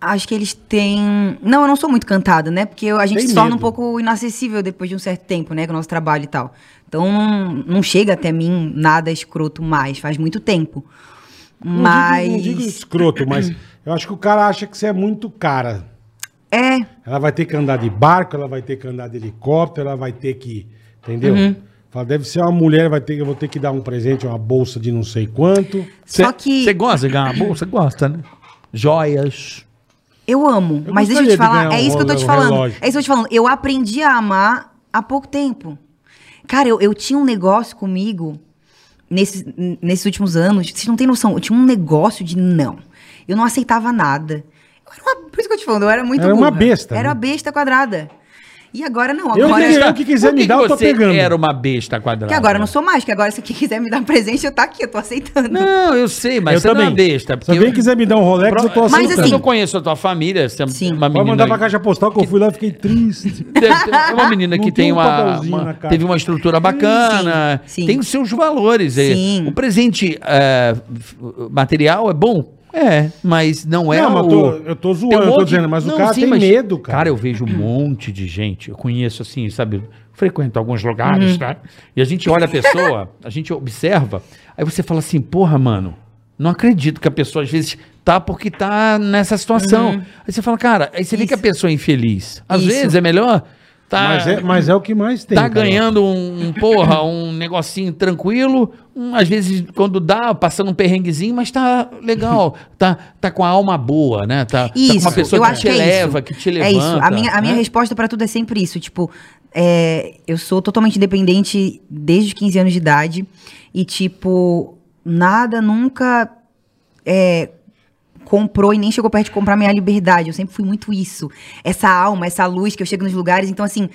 Acho que eles têm. Não, eu não sou muito cantada, né? Porque eu- a gente
Tem
se torna
medo.
um pouco inacessível depois de um certo tempo, né? Com o nosso trabalho e tal. Então não, não chega até mim nada escroto mais, faz muito tempo.
Não digo-
Mas.
Não digo escroto, mas eu acho que o cara acha que você é muito cara.
É,
Ela vai ter que andar de barco, ela vai ter que andar de helicóptero, ela vai ter que. Entendeu?
Uhum.
Fala, deve ser uma mulher, vai ter, eu vou ter que dar um presente, uma bolsa de não sei quanto.
Você,
só que
Você gosta de ganhar uma bolsa? Gosta, né? Joias.
eu amo.
Eu
mas deixa eu
gostaria
te
de
falar,
ganhar
é
um
isso que eu tô
rolo-
te
um
falando.
relógio.
É isso que eu tô te falando. Eu aprendi a amar há pouco tempo. Cara, eu, eu tinha um negócio comigo nesses, n- nesses últimos anos. Vocês não têm noção. Eu tinha um negócio de não. Eu não aceitava nada. Eu era uma- por isso que eu tô te falando, eu era muito
Era uma
burra.
besta,
Era
né?
uma besta quadrada. E agora não.
Eu
Agora,
queria- que quiser me dar, eu tô
você
pegando. é
era uma besta quadrada.
que agora eu não sou mais, que agora se quem quiser me dar presente, eu tá aqui, eu tô aceitando.
Não, eu sei,
Então,
mas
eu
você não é
também.
uma besta.
Se alguém quiser me dar um Rolex, eu tô
Mas
Mas
aceitando.
assim...
assim-
Eu conheço a tua família. Você é
Sim.
uma menina...
Pode mandar pra caixa postal que eu fui lá e fiquei triste.
Deve ter- É uma menina
Não
que
tem
tem
um
uma,
papelzinho
uma-
na cara.
teve uma estrutura bacana,
Sim, sim.
tem os seus valores. é.
Sim.
O presente é, f- material é bom? É, mas não é
Não, mas eu
o...
tô- eu tô zoando,
Tem
eu tô
monte-
dizendo, mas o cara tem medo, cara.
eu vejo um monte de gente, eu conheço assim, sabe, frequento alguns lugares,
Uhum.
tá? E a gente olha a pessoa, a gente observa, aí você fala assim, porra, mano, não acredito que a pessoa às vezes tá porque tá nessa situação.
Uhum.
Aí você fala, cara, aí você vê que a
Isso.
pessoa é infeliz. Às
Isso.
vezes é melhor
Ah.
tá
Mas, é, mas é o que mais tem.
tá
cara.
ganhando um, um, [laughs] porra, um negocinho tranquilo, um, às vezes quando dá, passando um perrenguezinho, mas tá [laughs] legal, tá, tá com a alma boa, né? Tá, tá com
Isso,
uma pessoa
eu
que
acho
te
que é
eleva,
isso.
que te
É
levanta.
isso. A minha, a minha
né?
resposta pra tudo é sempre isso. Tipo, é, eu sou totalmente independente desde os 15 anos de idade. E, tipo, nada nunca é, comprou e nem chegou perto de comprar minha liberdade. Eu sempre fui muito isso. Essa alma, essa luz que eu chego nos lugares. Então, assim,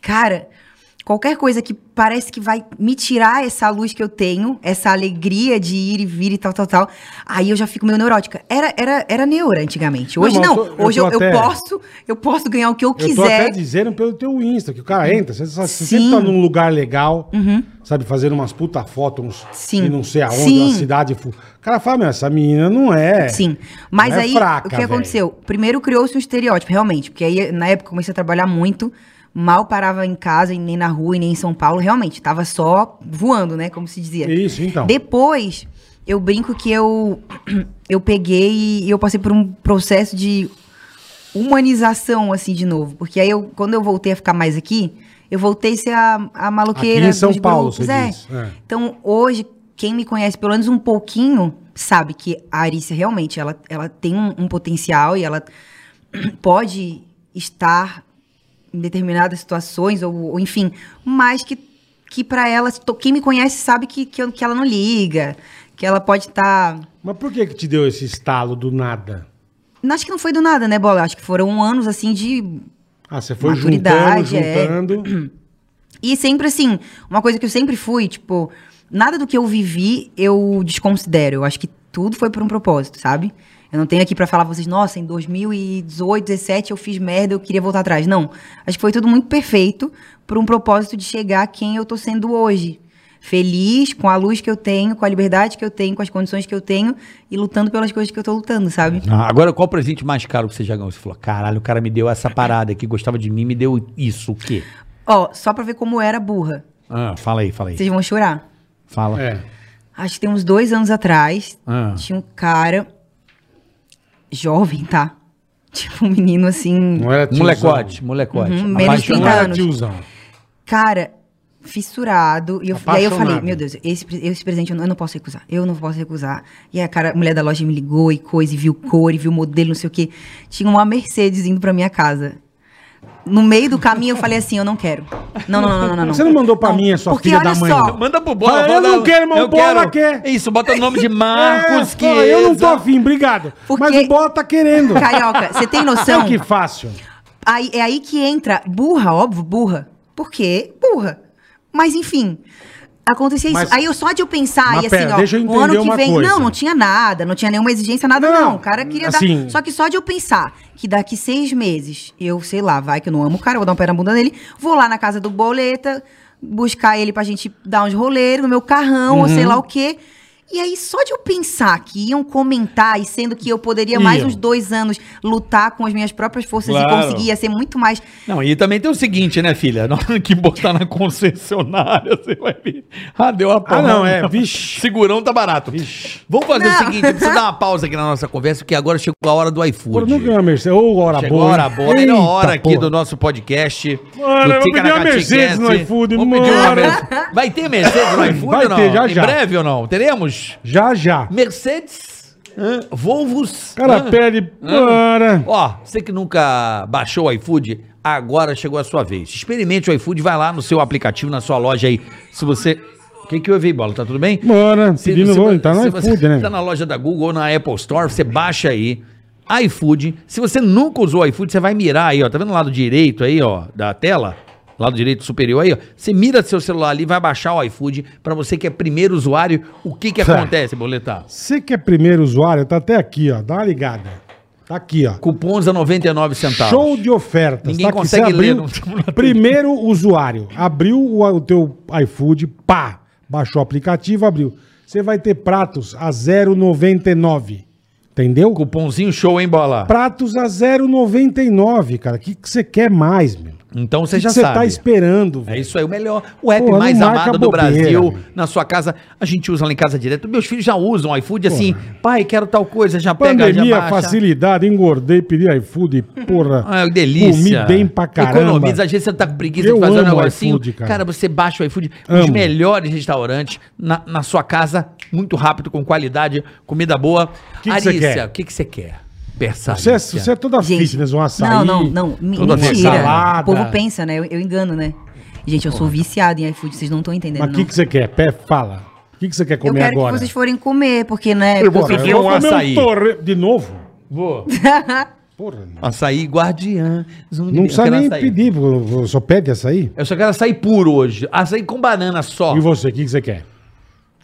cara, qualquer coisa que parece que vai me tirar essa luz que eu tenho, essa alegria de ir e vir e tal, tal, tal, aí eu já fico meio neurótica. Era, era, era neura antigamente.
Não,
Hoje
mas
não.
eu tô- eu
Hoje eu,
tô
eu
até-
posso eu posso ganhar o que eu
Eu tô até
quiser.
dizendo pelo teu Insta, que o cara entra, você, só- você
Sim.
sempre tá num lugar legal,
Uhum.
sabe, fazendo umas puta fotos, uns
Sim.
e não sei aonde,
Sim.
uma cidade. fu- O cara fala, meu, essa menina não é.
Sim. Mas
Não é
aí,
fraca,
o que
velho.
aconteceu? Primeiro criou-se um estereótipo, realmente. Porque aí, na época, eu comecei a trabalhar muito. Mal parava em casa, e nem na rua, e nem em São Paulo. Realmente, tava só voando, né? Como se dizia.
Isso, então.
Depois, eu brinco que eu, [clears throat] eu peguei e eu passei por um processo de humanização, assim, de novo. Porque aí, eu, quando eu voltei a ficar mais aqui, Eu voltei a ser a, a maluqueira
Aqui em São
dos
Paulo,
grupos,
você
é.
diz, é.
Então, hoje, quem me conhece pelo menos um pouquinho, sabe que a Arícia realmente, ela, ela tem um, um potencial e ela [clears throat] pode estar em determinadas situações, ou, ou enfim, mas que, que para ela, to- quem me conhece sabe que, que, eu- que ela não liga, que ela pode tá, estar...
Mas por que que te deu esse estalo do nada?
Acho que não foi do nada, né, Bola? Acho que foram anos, assim, de
Ah, você foi juntando,
Maturidade, é.
juntando.
E sempre assim, uma coisa que eu sempre fui, tipo, nada do que eu vivi eu desconsidero. Eu acho que tudo foi por um propósito, sabe? Eu não tenho aqui pra falar pra vocês, nossa, em 2018, 2017 eu fiz merda, eu queria voltar atrás. Não. Acho que foi tudo muito perfeito por um propósito de chegar a quem eu tô sendo hoje. Feliz com a luz que eu tenho, com a liberdade que eu tenho, com as condições que eu tenho e lutando pelas coisas que eu tô lutando, sabe?
Ah, agora, qual o presente mais caro que você já ganhou? Você falou, caralho, o cara me deu essa parada que gostava de mim, me deu isso, o quê?
Ó, só pra ver como eu era burra.
Ah, fala aí, fala aí.
Vocês vão chorar.
Fala.
É.
Acho que tem uns dois anos atrás,
Ah.
tinha um cara jovem, tá? [laughs] Tipo, um menino assim.
Não era tiozão.
Molecote, molecote.
Uhum, menos
Não
apaixonado.
trinta
era
anos.
tiozão.
Cara, fissurado. E, eu- e aí eu
Apaixonado.
falei, meu Deus, esse, pre- esse presente eu não, eu não posso recusar. Eu não posso recusar. E aí a cara, a mulher da loja me ligou e coisa, e viu cor, e viu modelo, não sei o quê. Tinha uma Mercedes indo pra minha casa. No meio do caminho eu falei assim, eu não quero. Não, não, não, não, não.
Você não mandou pra mim, é
minha
sua filha da mãe.
Manda pro
Fala,
Bola.
eu
Bola,
não quero, mas o Bola quer.
Isso, bota o nome de
Ah,
[laughs]
Marcos
É,
que...
fala, Eu não tô afim, obrigado.
Porque-
Mas o Bola tá querendo.
Carioca, você tem noção?
Olha é que fácil.
Aí, é aí que entra burra, óbvio, burra. Por quê? Burra. Mas enfim, acontecia isso.
Mas-
aí eu só de eu pensar,
Mas
e assim,
pera,
ó,
deixa eu
o
entender
ano que
uma
vem.
coisa.
Não, não tinha nada, não tinha nenhuma exigência, nada,
Não,
não. O cara queria
assim-
dar. Só que só de eu pensar que daqui seis meses, eu, sei lá, vai que eu não amo o cara, eu vou dar um pé na bunda nele, vou lá na casa do boleta, buscar ele pra gente dar uns rolê no meu carrão, ou
Uhum.
sei lá o quê. E aí, só de eu pensar que iam comentar, e sendo que eu poderia mais
Iam.
uns dois anos lutar com as minhas próprias forças
Claro.
e conseguir, ia ser muito mais.
Não, e também tem o seguinte, né, filha? [laughs] Na hora que botar na concessionária, [laughs] você vai ver. Ah, deu a porra.
não, é, vixe.
[laughs] Segurão tá barato. Vamos fazer o
Não.
seguinte, eu preciso dar uma pausa aqui na nossa conversa, porque agora chegou a hora do
Pô,
iFood.
não ganhou a Mercedes. Ô, hora
Chegou
boa.
a
hein?
hora boa, a melhor
Eita,
hora aqui
porra.
do nosso podcast.
Mano,
do
eu vou pedir uma
Ticaracati
Mercedes no
Cast.
iFood,
Vamos pedir uma
mano.
Mercedes. Vai ter Mercedes no iFood
Vai
ou não?
ter, já,
em
já.
breve ou não? Teremos
Já, já.
Mercedes, Volvos.
O cara
hã?
pede. Para.
Ó, você que nunca baixou o iFood, agora chegou a sua vez. Experimente o iFood, vai lá no seu aplicativo, na sua loja aí. Se você. O que, que eu vi, bola? Tá tudo bem?
Bora,
Se-
pedindo
se-
vou, tá no
se
iFood,
você
né?
Tá na loja da Google ou na Apple Store, você baixa aí iFood. Se você nunca usou o iFood, você vai mirar aí, ó. Tá vendo o lado direito aí, ó, da tela? Lado direito superior aí, ó. Você mira seu celular ali, vai baixar o iFood. Pra você que é primeiro usuário, o que
[laughs]
que
Tá.
acontece, boletar?
Você que é primeiro usuário, tá até aqui, ó. Dá uma ligada. Tá aqui, ó.
Cupons a 99 centavos.
Show de ofertas.
Ninguém
tá aqui.
consegue
Você
ler,
abriu-
não estamos na TV.
Primeiro usuário. Abriu o, o teu iFood, pá. Baixou o aplicativo, abriu. Você vai ter pratos a 0,99. Entendeu?
Cupomzinho show, hein, bola?
Pratos a 0,99, cara. O que que você quer mais, meu?
Então
O
você
que
já
que você
sabe.
tá esperando,
É
velho?
isso aí, o melhor. O app
Porra,
mais
não marca
amado do
bobeira,
Brasil,
velho.
na sua casa. A gente usa lá em casa direto. Meus filhos já usam iFood assim. Pai, quero tal coisa, já pega, já
né? Pandemia,
baixa.
facilidade, engordei, pedi iFood, porra.
Ah, que delícia.
Comi bem pra caramba.
Economiza, às vezes você tá com preguiça
Eu
de fazer um
amo o
negocinho.
iFood, cara.
cara. você baixa o iFood, os
Amo.
melhores restaurantes na, na sua casa, muito rápido, com qualidade, comida boa.
Que que você quer?
o que que você quer? Peça.
Você, é-
Arícia.
você é toda fitness, um açaí.
Não, não, não. me-
Toda
Mentira.
salada.
O povo pensa, né? Eu, eu engano, né? Gente, eu sou viciada em iFood, vocês não estão entendendo.
Mas o que,
É, não.
que você quer? Pé, fala. O que, que você quer
eu
comer
quero
agora?
que vocês forem comer, porque, né?
vou
porque-
pedir um açaí.
torre... De novo?
Vou.
[laughs] Porra, não.
Açaí guardiã.
Não precisa nem pedir, porque só pede açaí.
Eu só quero açaí puro hoje. Açaí com banana só.
E
O
você, o que, que você quer?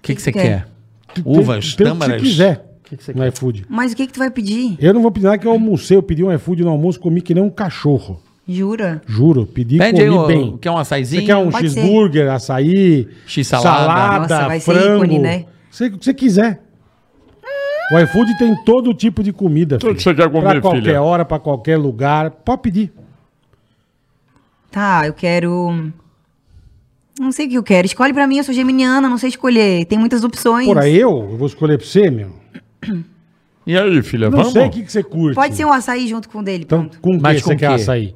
que, que você
que
quer?
quer?
Uvas,
Tem- tem o que
tâmaras.
você quiser
que que você
no iFood.
Mas o que que tu vai pedir?
Eu não vou pedir nada que eu almocei. Eu pedi um iFood no almoço, comi que nem um cachorro.
Jura?
Juro, pedi
Pede aí,
comi
ô,
bem.
quer um açaizinho?
Você quer um
Pode ser.
cheeseburger, açaí,
X-salada.
Nossa, vai ser
frango.
ícone, né?
Você- O que você quiser. O iFood tem todo tipo de comida.
Tudo
filho.
que você quer comer,
Pra qualquer
filha.
hora, pra qualquer lugar. Pode pedir.
Tá, eu quero. Não sei o que eu quero. Escolhe pra mim, eu sou geminiana, não sei escolher. Tem muitas opções.
Porra, eu, eu vou escolher pra você, meu.
E aí, filha,
Não
vamos?
sei o que, que você curte.
um Pode ser um açaí junto com o dele,
Então,
pronto.
com o que
Mas com
você quer
quê?
açaí?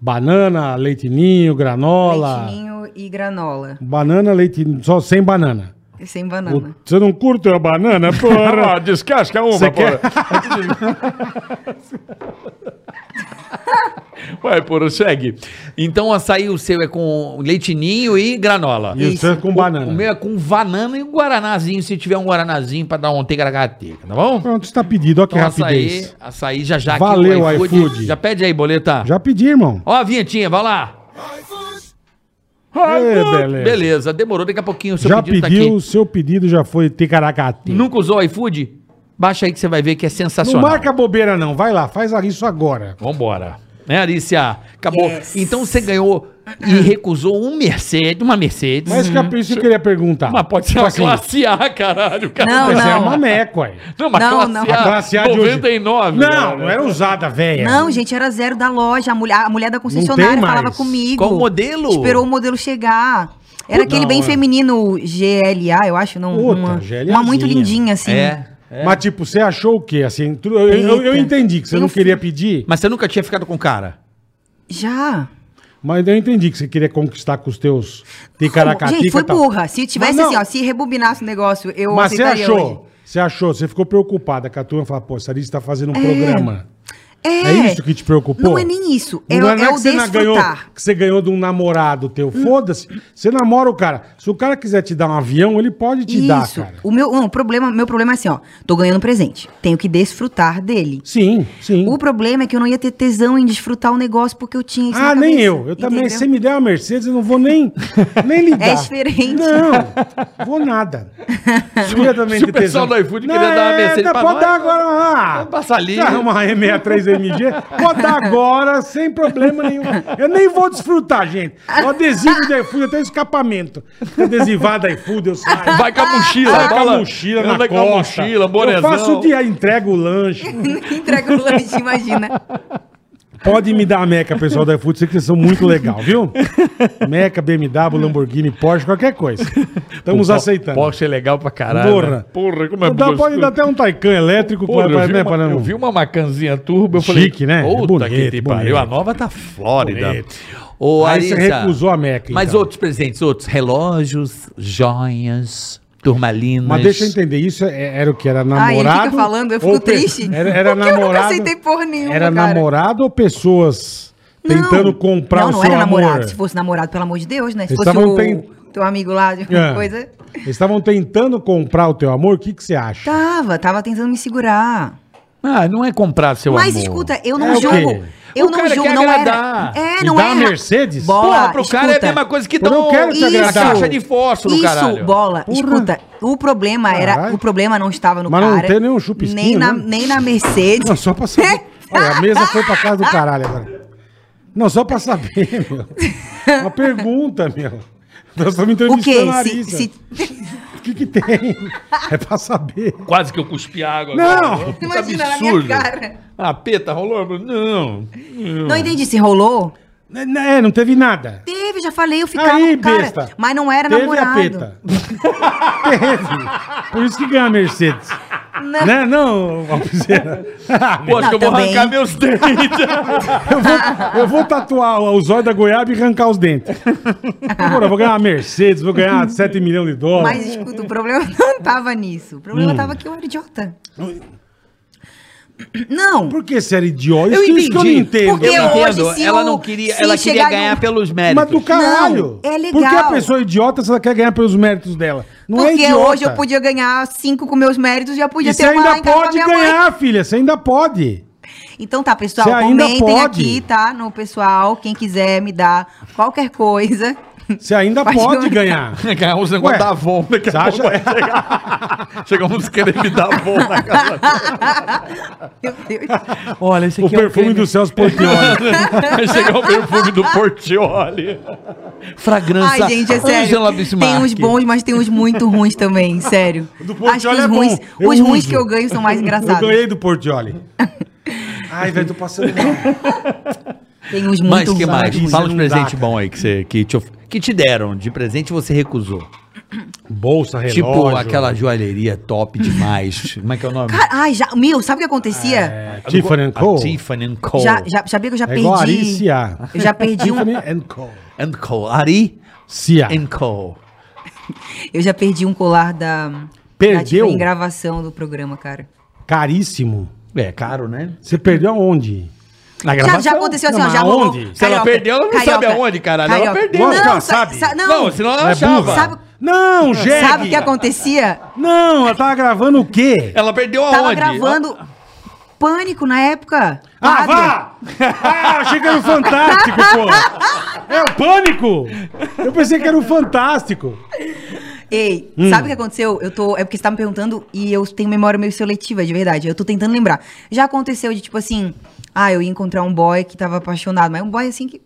Banana, leitinho, granola.
Leitinho e granola. É
Banana, leitinho, só sem banana.
Sem
O-
banana.
Você não curte a banana, porra?
[laughs] Ah, descasca uma,
Você
porra.
quer?
Vai, porra, segue.
Então o açaí o seu é com leitinho e granola.
E o seu é com banana.
O meu é com banana e um guaranazinho, se tiver um guaranazinho pra dar um tegaragateca, tá bom?
Pronto, está pedido, ó que
Então
rapidez.
açaí, açaí já já
Valeu,
no
iFood.
Já pede aí, boleta.
Já pedi, irmão.
Ó a vinhetinha, vai lá.
Ê, beleza.
Beleza, demorou, daqui a pouquinho o seu
Já
pedido tá
pediu,
aqui.
o seu pedido já foi ticaracate. Não,
Nunca usou o iFood? Baixa aí que você vai ver que é sensacional.
marca bobeira, não. Vai lá, faz isso agora.
Vambora. Né, Alicia? Acabou.
Yes.
Então você ganhou e recusou um Mercedes, uma Mercedes.
Mas que é isso que eu queria perguntar.
Uhum. Mas pode ser
Tipo
uma
assim,
classe A, caralho. cara.
Não,
Essa é
não.
uma meco aí.
Não, mas
Não,
classe
não.
A,
A classe A de hoje.
99.
Não,
né?
não era usada, velha.
Não, gente, era zero da loja. A mulher, a mulher da concessionária
tem mais.
falava comigo.
Qual modelo?
Esperou o modelo chegar. Era aquele
Não,
bem
é.
feminino GLA, eu acho, não.
Puta,
uma,
GLAzinha.
uma muito lindinha, assim.
É.
Mas tipo, você achou o quê? Assim, tu- eu, eu, eu
Eita.
entendi que você
Tem
não
um
queria pedir,
Mas você nunca tinha ficado com o cara?
Já.
mas eu entendi que você queria conquistar com os teus ticaracatica.
gente, foi
e tal.
burra. Se tivesse
Mas
assim,
não.
ó, se rebobinasse o negócio, eu
Mas você
aceitaria
achou,
hoje.
você achou, você ficou preocupada com a turma e falou, pô, essa Alice tá fazendo um programa.
É.
É isso que te preocupou?
Não é nem isso. É,
não
o- é
que
o
você não
desfrutar.
ganhou, que você ganhou de um namorado teu.
Hum.
Foda-se. Você namora o cara. Se o cara quiser te dar um avião, ele pode te dar, cara.
O meu, não, o problema, meu problema é assim, ó. Tô ganhando um presente. Tenho que desfrutar dele.
Sim, sim. Ah,
O problema é que eu não ia ter tesão em desfrutar o negócio porque eu tinha isso na
Ah, nem
cabeça,
eu. Eu também.
entendeu? [laughs]
Se me der uma Mercedes, eu não vou
[laughs]
nem, nem ligar.
É diferente.
Não, vou nada. Se,
se o pessoal do iFood queria dar uma Mercedes pra
é, tá, pode
nós,
dar agora uma.
vamos passar ali.
Tá, Uma E63MG. Pode dar agora, sem problema nenhum. Eu nem vou desfrutar, gente. O adesivo do iFood, eu tenho escapamento. Fica Adesivado iFood, eu saio.
Vai com a mochila.
Sai com
bola-
a mochila
anda
na
com a
costa.
mochila,
eu
bonezão.
faço o dia, entrego o lanche.
Entrega o lanche, imagina.
Pode me dar a Meca, pessoal da iFood, vocês que são muito legal, viu? Meca, BMW, Lamborghini, Porsche, qualquer coisa. Estamos
Pô,
aceitando.
Porsche é legal pra caralho. né?
Porra.
Porra, como é
Dá, pode
gostoso.
dar até um Taikan elétrico.
Porra,
pra-
eu, vi
né,
uma,
pra-
eu vi uma Macanzinha turbo, eu falei.
Chique, né?
Puta
Bonito,
que te
bonito.
pariu. A nova tá Flórida.
Bonito.
Ô,
Aí você
Arisa,
recusou a Meca,
Mas
então.
outros presentes, outros. Relógios, joias, turmalinas.
Mas deixa eu entender, isso é- era o que? Era
Ah,
namorado?
ele fica falando, eu fico
ou pe-
triste.
Era, era
[laughs] Porque eu
namorado.
nunca aceitei porra nenhuma,
Era
cara.
namorado ou pessoas
Não.
[laughs] tentando comprar
não,
o
não
seu
era
amor?
namorado. Se fosse namorado, pelo amor de Deus, né? Se
Eles
fosse
estavam
o
ten-
teu amigo lá, de alguma
É.
coisa.
Eles estavam tentando comprar o teu amor? O que, que você acha?
Tava, tava tentando me segurar.
Ah, não é comprar seu
Mas
amor.
escuta, eu
É
não
o quê?
julgo. Eu
O
não
cara
julgo,
quer
não era.
agradar.
É,
Me
não
dá
era.
a Mercedes?
Bola,
Porra, pro cara é a
escuta.
mesma coisa que
Eu não quero te
a
agradar.
caixa de fósforo,
Isso,
caralho.
bola.
Porra.
Escuta, o problema era,
Caralho.
o problema não estava no
Mas não
cara.
tem nenhum chupisquinho,
nem na,
né?
nem na Mercedes.
Não, só pra
[laughs]
saber. Olha, a mesa foi pra casa do caralho agora. Não, só pra saber, meu. Uma pergunta, meu. Nós estamos
o
entrevistando
quê?
a
Se,
Larissa.
se,
O que que tem? É pra saber.
Quase que eu cuspi água.
Não!
agora. Que
imagina na minha
é absurdo.
cara.
Ah, peta, rolou? Não.
Hum.
Não entendi se rolou.
É, não teve nada.
Teve, já falei, eu ficava
Aí,
com o cara.
besta.
Mas não era
Teve
namorado.
a
[laughs]
peta. Teve. Por isso que ganha a Mercedes.
Não.
Né? Não, Alpizeira.
Pô, acho
Não,
que eu vou
também.
arrancar meus dentes.
Eu vou, eu vou tatuar o- os olhos da goiaba e arrancar os dentes. Agora, eu vou ganhar uma Mercedes, vou ganhar 7 milhões de
Mas
dólares.
escuta, o problema [laughs] não tava nisso. O problema
Hum.
tava que eu era idiota. Não.
Por que você era idiota?
Eu
Isso que- isso que eu não
entendi.
entendo.
Porque
eu
hoje,
entendo.
se
ela
o-
não queria,
se
ela queria
chegar um- num-
ganhar pelos
Mas do
méritos.
caralho.
Não, é legal.
Porque a pessoa idiota, se ela quer ganhar pelos méritos dela. Não é
porque
idiota.
hoje eu podia ganhar cinco com meus méritos, já podia
E você
ter uma lá
ainda
em casa pra
pode
minha mãe.
ganhar, filha. Você ainda pode.
Então tá, pessoal,
Você ainda
comentem
pode.
aqui, tá? No pessoal, quem quiser me dar qualquer coisa.
Você ainda
Pode
pode
ganhar. [laughs]
ganhar.
[laughs] Ganhar uns negócios
Ué,
da Avon. né, Daqui
Você
a pouco
é
vai
acha?
chegar. Chegar uns querendo me dar Avon né, na casa.
[laughs] Meu Deus.
Olha,
é
esse é
um
um
O perfume do Celso Portioli.
Vai chegar o perfume do Portioli. Fragrância.
Ai, gente, é sério.
Angela
Tem
Bismarck.
uns bons, mas tem uns muito ruins também, sério.
Do Portioli
Acho que os
é bom,
ruins,
eu
os ruins
uso.
que eu ganho são mais
Eu
engraçados.
ganhei do Portioli. [laughs] Ai, velho, tô passando mal.
Tem uns muito
Mas que
ruins.
mais?
ruim.
Fala uns
Não dá, cara.
presente bom aí que, você, que, te, of- que te deram de presente e você recusou.
Bolsa, relógio.
tipo aquela joalheria top [laughs] demais. Como é que é o nome?
Cara, ai, já, meu, sabe o que acontecia?
É, Tiffany
A
Co.
Tiffany Co.
já, já, sabia que eu já
É igual Ari e
perdi.
Cia.
Eu
[laughs]
já perdi um,
Tiffany and Co.
And Co. Ari
Cia.
and Co.
eu já perdi um colar da da
Perdeu?
Tiffany em gravação do programa, cara.
Caríssimo.
É caro, né?
Você perdeu aonde?
Na
Já, já aconteceu assim,
Não,
ó, já
mas
rolou.
aonde?
Se ela perdeu, ela não sabe aonde, caralho, ela perdeu.
Lógico que ela
Não, sa-
sabe.
sa- não,
Não, senão ela
É
achava.
burra.
Sabe-
Não, gente.
sabe o que É acontecia?
Não, ela tava gravando o quê?
Ela perdeu aonde? Ah.
Tava gravando Pânico na época.
Ah,
Quadro.
vá! Ah, achei que era o Fantástico, pô. É o Pânico. Eu pensei que era o Fantástico.
Ei,
Hum.
sabe o que aconteceu? Eu tô. É porque você tá me perguntando e eu tenho memória meio seletiva, de verdade. Eu tô tentando lembrar. Já aconteceu de tipo assim. Ah, eu ia encontrar um boy que tava apaixonado, mas um boy assim que.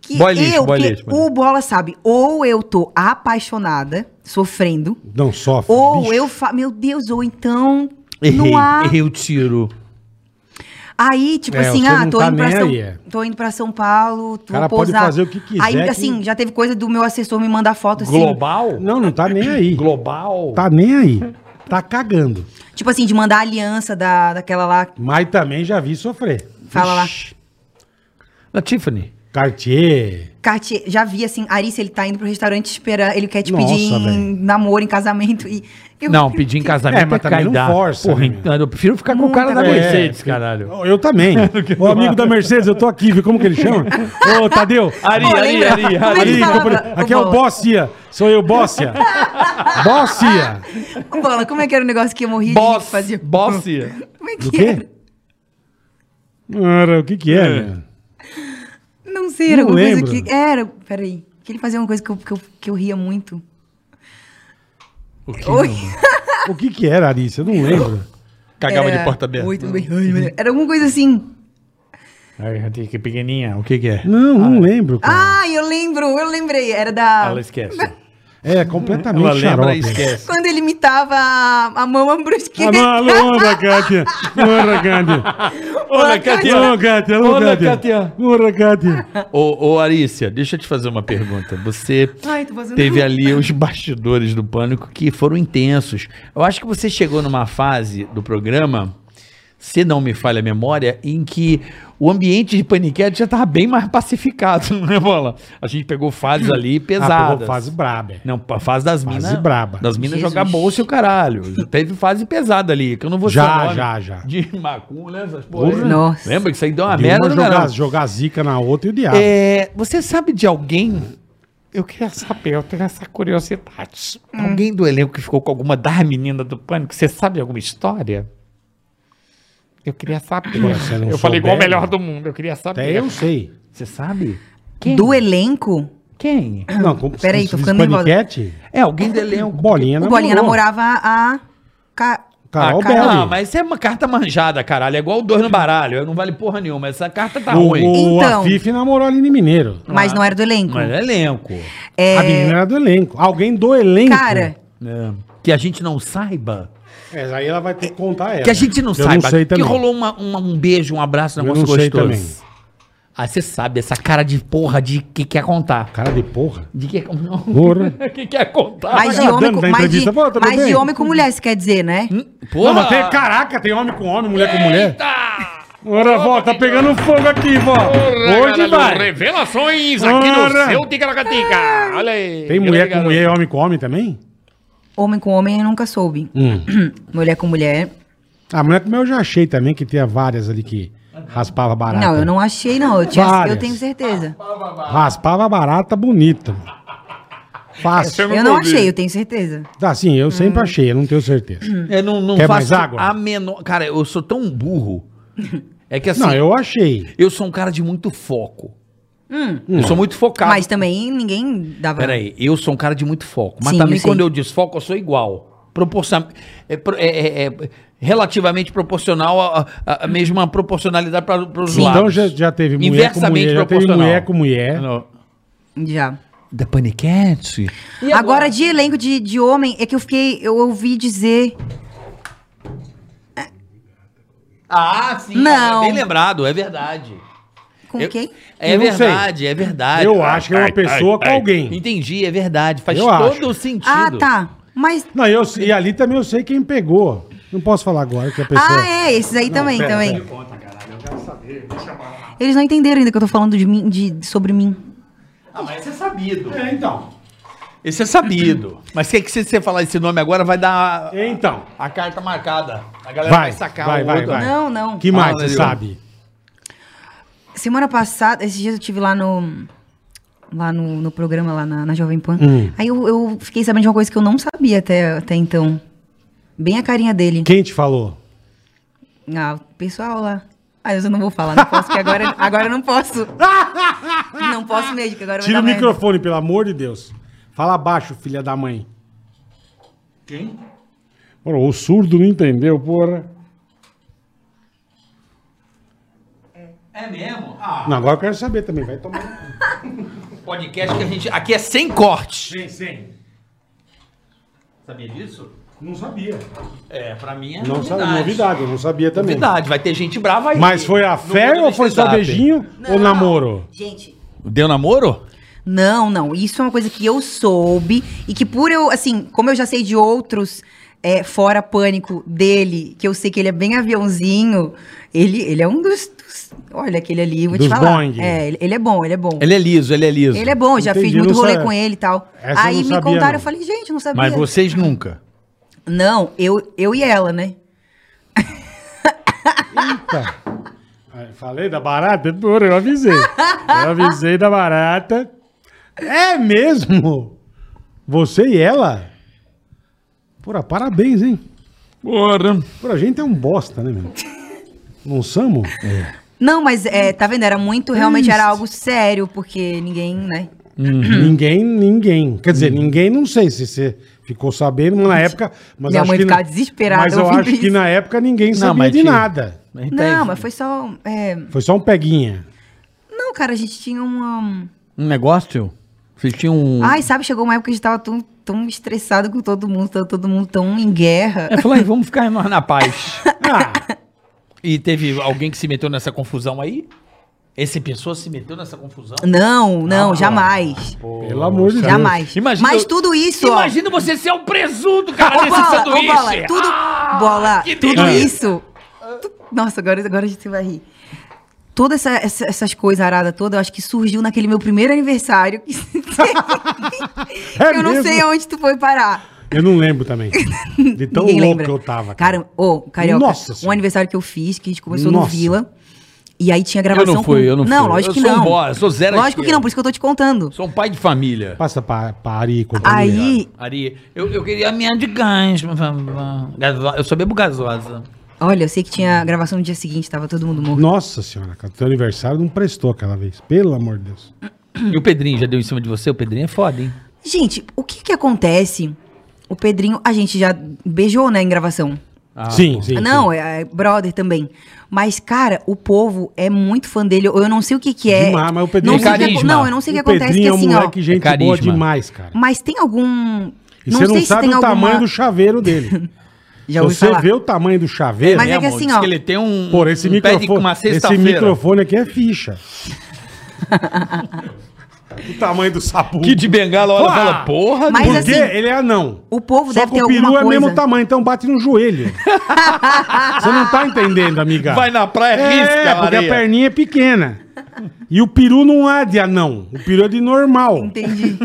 Que
Boy lixo,
eu,
boy
que
lixo, boy
o Bola sabe, ou eu tô apaixonada, sofrendo,
Não sofre.
ou
bicho.
eu fa... Meu Deus, ou então.
Errei,
no ar.
errei o tiro.
Aí, tipo
É,
assim,
você
ah,
não
tô,
tá
indo pra
nem
São,
aí, é.
tô indo pra São Paulo, tô
Cara, pode fazer o que quiser
Aí,
que-
assim, já teve coisa do meu assessor me mandar foto assim.
Global?
Não, não tá nem aí.
Global?
Tá nem aí. Tá cagando.
Tipo assim, de mandar a aliança da, daquela lá.
Mas também já vi sofrer.
Fala lá.
Na Tiffany.
Cartier.
Cartier, já vi assim, Arice, ele tá indo pro restaurante esperar, ele quer te
Nossa,
pedir em
velho.
namoro, em casamento. E eu-
Não, pedir em casamento
É, mas também não
caidar.
força,
Porra,
né, meu?
então, eu prefiro ficar com o cara
Tá
da
né?
É,
Mercedes,
porque-
caralho.
Eu, eu também. o amigo da Mercedes, eu tô aqui, viu como que ele chama? Ô, Tadeu.
Ari,
Pô,
Ari,
lembra?
Ari,
Como ele
Ari,
falava?
compre- aqui é o
Bola.
Bossia. Sou eu, Bossia. Bossia.
Ô, Bola, como é que era o negócio que eu morri
Boss,
de fazer?
boss.
Como é
Do
que era?
quê? Era, o que que é, meu?
Não sei, era
Não
alguma
lembro.
coisa que. Era, peraí. Que ele fazia uma coisa que eu, que eu, que eu ria muito. Oi.
O que que era, Ari? Você não lembra?
Cagava
Era
de porta aberta.
É, muito bem. Era alguma coisa assim.
Ai, que pequenininha, o que que é?
Não, não lembro, cara.
Ah, eu lembro, eu lembrei. Era da.
Ela esquece.
É, completamente
Ela lembra e
xarope.
esquece.
Quando ele imitava a, a mama brusquinha.
Ah, não, não, anda, Kátia. Anda, Kátia.
Olha,
Ô, Kátia, ô,
Olha,
Kátia. Ô, Kátia. Ah,
Ô, ô, Arícia, deixa eu te fazer uma pergunta. Você
Ai, tô fazendo.
um
teve ali os...
Os bastidores do pânico que foram intensos. Eu acho que você chegou numa fase do programa, se não me falha a memória, em que o ambiente de paniquete já tava bem mais pacificado, [laughs] não é, Bola? A gente pegou fases ali
Ah,
pesadas.
pegou fase braba. é.
Não, a fase das minas.
braba.
Das minas
Jesus.
jogar bolsa e o caralho. Teve fase pesada ali, que eu não vou
Já,
citar o nome.
já, já.
De macumba, né? Essas porra. aí.
Nossa.
Lembra que isso aí deu uma
De
merda
uma
do
jogar,
caralho.
jogar zica na outra e o diabo.
É, você sabe de alguém,
Eu queria saber, tá eu tenho essa curiosidade.
alguém do elenco que ficou com alguma das meninas do
Pânico, você sabe alguma história? Eu queria saber.
Ué, você não
eu falei igual o
souber?
melhor do mundo, eu queria
Até
saber.
eu sei.
Você sabe?
Do elenco,
Quem?
Não, como
Peraí,
como se
tô
diz
ficando nervosa.
paniquete,
É, alguém do elenco.
Bolinha
o Bolinha
namorou.
namorava a. Ca-
Carol
Ah, cara,
Belli.
[laughs] não, mas isso é uma carta manjada, caralho. É igual o dois no baralho. Não vale porra nenhuma. Essa carta tá
o,
ruim.
o
Então.
Afif namorou a Aline Mineiro.
Mas não era do elenco.
Mas é elenco.
A menina era do elenco. Alguém do elenco.
Cara,
É. Que a gente não saiba.
É, aí ela vai ter que contar ela.
Que a gente não
É, né? Eu
saiba.
não sei também.
Que rolou uma- uma- um beijo, um abraço, um
Eu
negócio
não sei
gostoso.
também.
Ah, você sabe, essa cara de porra de que quer contar.
Cara de porra.
De que, [laughs] não,
Porra.
que quer contar.
mas
tá
de homem
dando
com
da
mas de,
entrevista. Pô, tudo
mas
bem?
de homem com mulher, você quer dizer, né?
Porra.
Não, mas tem, caraca, tem homem com homem, mulher com mulher. Ora, vó, tá pegando fogo aqui, vó. Hoje vai.
Revelações aqui
Ora.
no seu Ticaracatica. Olha aí.
Tem mulher com
Obrigado.
mulher e homem com homem também?
Homem com homem eu nunca soube.
Hum.
[clears throat] mulher com mulher.
A Ah, mulher com mulher eu já achei também, que tinha várias ali que raspava barata.
Não, eu não achei, não. Eu, tinha-
Várias.
eu tenho certeza.
Raspava barata bonita. Fácil.
Eu não achei, Hum. eu tenho certeza.
Tá, sim, eu sempre achei, eu não tenho certeza.
Eu não, não
Quer
faço
mais água?
a menor. Cara, eu sou tão burro. É que assim,
Não,
eu...
eu achei.
sou um cara de muito foco. Eu sou muito focado.
Hum. Mas também ninguém dava.
Peraí, eu sou um cara de muito foco. Mas
Sim,
também
eu sei.
quando eu desfoco, eu sou igual. Proporcion... É, pro- é- é- é relativamente proporcional a, a- a mesma proporcionalidade para os
Sim.
lados.
Então já, já teve mulher com
Inversamente
mulher, já teve
proporcional.
mulher com mulher.
Já.
Da paniquete?
Agora, de elenco de, de homem, é que eu fiquei. Eu ouvi dizer.
Ah, sim.
Não. Ah,
Bem lembrado, é verdade.
é Com
Eu-
quem?
É
Eu não sei.
verdade, é verdade.
Eu acho que é uma pessoa com alguém.
Entendi, é verdade. Faz
Eu
todo
acho.
o sentido.
Ah, tá. Mas.
Não, eu, e ali também eu sei quem pegou. Não posso falar agora que a pessoa.
Ah, é, esses aí também,
pera,
também. Eles não entenderam ainda que eu tô falando de mim, de, sobre mim.
Ah, mas esse é sabido.
é. então.
Esse é sabido. [clears throat] Mas se, se você falar esse nome agora, vai dar
é.
a,
Então.
a carta marcada. A galera vai,
Vai,
sacar
vai,
o
vai,
outro.
vai.
Não, não.
Que mais
Fala,
você
Leo.
sabe?
Semana passada, esses dias eu tive lá no. Lá no, no programa, lá na, na Jovem Pan.
Hum.
Aí eu, eu fiquei sabendo de uma coisa que eu não sabia até, até então. Bem a carinha dele.
Quem te falou?
Ah, o pessoal lá. Ah, eu não vou falar, não posso, porque
[laughs]
agora, agora eu não posso. Não posso mesmo, que agora vai
Tira
dar
o
merda.
microfone, pelo amor de Deus. Fala baixo, filha da mãe. Quem? o surdo não entendeu, porra.
É mesmo? Ah,
Não, agora eu quero saber também. Vai tomar.
podcast que a gente. Aqui é sem corte.
Sim, sim.
Sabia disso?
Não sabia.
É, pra mim é
Não sabia. Novidade, eu não sabia também.
Novidade, vai ter gente brava aí.
Mas foi a
No
fé
mundo
ou
do
foi só
stand-up.
beijinho ou namoro?
Gente.
Deu namoro?
Não, não. Isso é uma coisa que eu soube e que por eu, assim, como eu já sei de outros é, fora pânico dele, que eu sei que ele é bem aviãozinho, ele, ele é um dos, dos- Olha aquele ali, eu vou
Dos
te falar.
Boeing.
É, ele, ele é bom, ele é bom. Ele,
Ele é liso, ele é liso.
é bom, eu já
Entendi,
fiz muito
não
rolê
sa-
com ele e tal.
Essa eu
Aí
não
me
sabia,
contaram,
não.
eu falei, gente, não sabia.
Mas vocês nunca.
Não, eu, eu e ela, né?
Eita. Aí, Falei da barata? Porra, eu avisei. Eu avisei da barata. É mesmo? Você e ela? Porra, parabéns, hein?
Bora.
Porra, a gente é um bosta, né, meu? Não somos?
Não, mas é, tá vendo? Era muito, realmente era algo sério, porque ninguém, né?
Ninguém, ninguém. Quer dizer, ninguém, não sei se você ficou sabendo mas na época. Mas
Uhum. Minha
acho
mãe
que
ficava
na-
desesperada
Mas eu
ouvindo
acho que
isso.
na época ninguém sabia
mas
de
tinha-
nada.
Não, mas foi só. é,
Foi só um peguinha.
Não, cara, a gente tinha uma.
Um negócio? Vocês tinham um.
Ai, sabe, chegou uma época que a gente tava tão, tão estressado com todo mundo, tava todo mundo tão em
[laughs]
guerra.
É, falou aí, vamos ficar nós na
[laughs]
paz.
Ah,
E teve alguém que se meteu nessa confusão aí? Essa pessoa se meteu nessa confusão?
Ah,
Não, não, jamais.
pelo amor de Deus.
jamais.
Imagina-
Mas tudo isso, ó.
Imagina você ser um presunto, cara,
Ô,
desse
bola, ô,
sanduíche.
bola, tudo, bola,
que
tudo
Ah, delícia.
isso. tu- nossa, agora, agora a gente vai rir. Todas essa, essa- essas coisas aradas toda, eu acho que surgiu naquele meu primeiro aniversário. [laughs] que
É
eu não
mesmo?
sei aonde tu foi parar.
Eu não lembro
[laughs]
também. De tão
Ninguém
louco
lembra.
que eu tava.
Cara, ô, Carioca,
Nossa
um
Senhora.
aniversário que eu fiz, que a gente começou no
Nossa.
Vila. E aí tinha gravação
Eu não fui,
com...
eu não
Não,
fui.
lógico
Eu
que
sou
não.
um boy, eu sou zero à
lógico que
esquerda.
não, por isso que eu tô te contando.
Sou um pai de família.
Passa pra, pra Ari e companhia.
Aí,
Ari, eu, eu queria a minha de gás. por favor. Gaso- Eu só bebo gasosa.
olha, eu sei que tinha gravação no dia seguinte, tava todo mundo morto.
Nossa senhora, cara, teu aniversário não prestou aquela vez. Pelo amor de Deus.
E o Pedrinho já deu em cima de você? O Pedrinho é foda, hein?
Gente, o que que acontece? O Pedrinho, a gente já beijou, né, em gravação.
Ah,
sim, sim.
não, é, é brother também. Mas, cara, o povo é muito fã dele. Eu eu não sei o que que é.
Demais, mas o Pedrinho
não sei o que-
carisma.
Não, eu não sei o que
o
acontece, que
Pedrinho é um
assim, ó.
moleque gente
É
boa
carisma.
demais, cara.
Mas tem algum...
E você não
sei se
sabe
tem
o tamanho
alguma-
do chaveiro dele.
[laughs] Já
Se
ouvi
você
falar.
vê o tamanho do chaveiro,
Mas é que
Mesmo,
assim,
diz
ó,
ele tem um.
Por esse
um pé de-
microfone.
Uma
esse
sexta-feira.
microfone aqui é
[laughs]
ficha. o tamanho do sapo.
Que de bengala olha e
Ah!
fala, porra,
Mas
Porque
assim,
ele é anão.
o povo
Só
deve
que
ter
o peru
alguma
é mesmo
coisa.
tamanho, então bate no
[laughs]
joelho. Você não tá entendendo, amiga.
vai na praia,
é,
risca,
porque
Maria.
a perninha é pequena. E o peru não é de anão. O peru é de normal.
Entendi.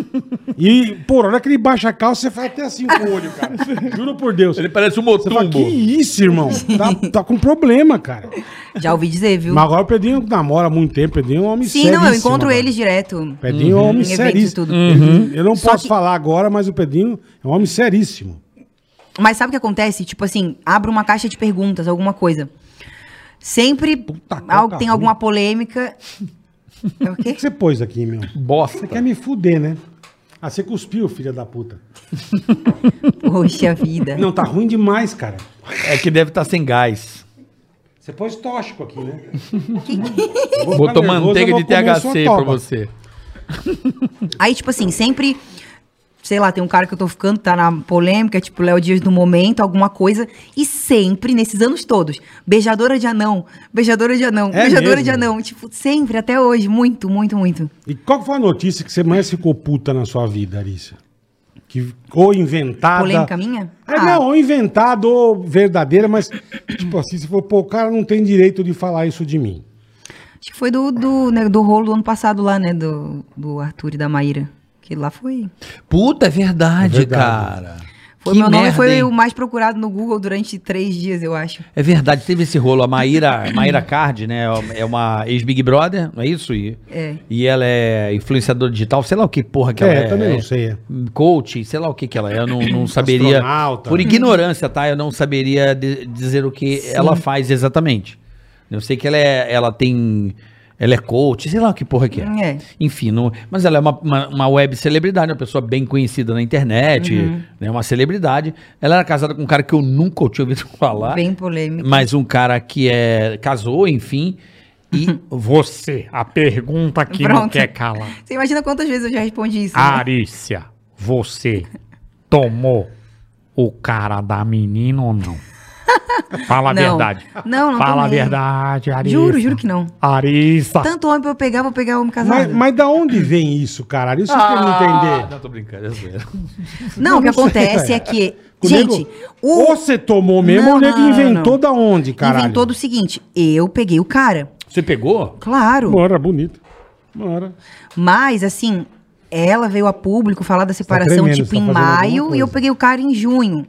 E, pô, na hora que ele baixa a calça, você faz até assim com o olho,
[laughs]
cara. Juro por Deus.
Ele parece um
Você fala, que
motumbo.
isso, irmão? Tá, tá com problema, cara.
Já ouvi dizer, viu?
Mas agora o Pedrinho namora há muito tempo, o Pedrinho é um homem
Sim, não, eu
seríssimo
encontro
agora.
eles direto. Uhum.
O
Uhum.
Pedrinho é um
Em
homem
eventos e
seríssimo.
tudo.
Ele- Eu não
Só
posso
que-
falar agora, mas o Pedrinho é um homem seríssimo.
Mas sabe o que acontece? Tipo assim, abre uma caixa de perguntas, alguma coisa. Sempre
coca
algo, tem
ruim.
alguma polêmica. É o
O
quê? [laughs]
que você pôs aqui, meu?
Bosta.
Você quer me fuder, né? Ah, você cuspiu, filha da puta.
Poxa vida.
Não, tá ruim demais, cara.
É que deve estar sem gás.
Você pôs tóxico aqui, né?
Botou manteiga de THC pra você.
Aí, tipo assim, sempre sei lá, tem um cara que eu tô ficando, tá na polêmica, tipo Léo Dias do momento, alguma coisa. E sempre, nesses anos todos, beijadora de anão, beijadora de anão,
É
beijadora
mesmo?
de anão. Tipo, sempre, até hoje. Muito, muito, muito.
E qual foi a notícia que você mais ficou puta na sua vida, Arícia? Que, ou inventada.
Polêmica minha?
Ah, tá. É,
Ah.
não, ou inventada ou verdadeira, mas, tipo assim, se for, pô, o cara não tem direito de falar isso de mim.
Acho que foi do, do, né, do rolo do ano passado lá, né? Do, do Arthur e da Maíra. Que lá foi.
Puta, é verdade,
É verdade.
cara.
Foi
Que
meu nome
merda,
foi
hein?
o mais procurado no Google durante três dias, eu acho.
É verdade, teve esse rolo. A Maíra, Maíra Card, né? É uma ex-Big Brother, não é isso? E,
É.
e ela é influenciadora digital, sei lá o que porra que ela é.
É, também não sei, é.
Coach, sei lá o que que ela é. Eu não, não saberia.
Astronauta.
Por ignorância, tá? Eu não saberia de- dizer o que ela faz exatamente. Eu sei que ela é. Ela tem. Ela é coach, sei lá o que porra que é.
É.
Enfim, não- mas ela é uma, uma, uma web celebridade, uma pessoa bem conhecida na internet,
Uhum.
né, uma celebridade. Ela era casada com um cara que eu nunca tinha ouvido [laughs] falar,
Bem polêmica.
mas um cara que é casou, enfim. E
Uhum.
Você, a pergunta que não
Pronto.
quer calar.
Você imagina quantas vezes eu já respondi isso? né?
Ah,
Arícia, você tomou o cara da menina ou não? Fala a
Não.
verdade.
Não, não
Fala a
tomei.
verdade, Arícia.
Juro, juro que não.
Arícia.
Tanto homem pra eu pegar, vou pegar homem
Mas,
casado.
mas da onde vem isso, cara? Isso que eu
Ah,
quero entender.
[laughs] não, tô brincando, é zoeira.
Não, o que
não sei,
acontece
velho.
é que.
Comigo,
gente,
ou
o.
você tomou mesmo,
Não,
ou o nego
não, não,
inventou
não.
da onde, caralho?
Inventou do seguinte: eu peguei o cara.
Você pegou?
Claro.
Bora, bonito. Bora.
Mas, assim, ela veio a público falar da separação,
tremendo,
tipo,
você tá
em
fazendo alguma
maio, e
coisa.
eu peguei o cara em junho.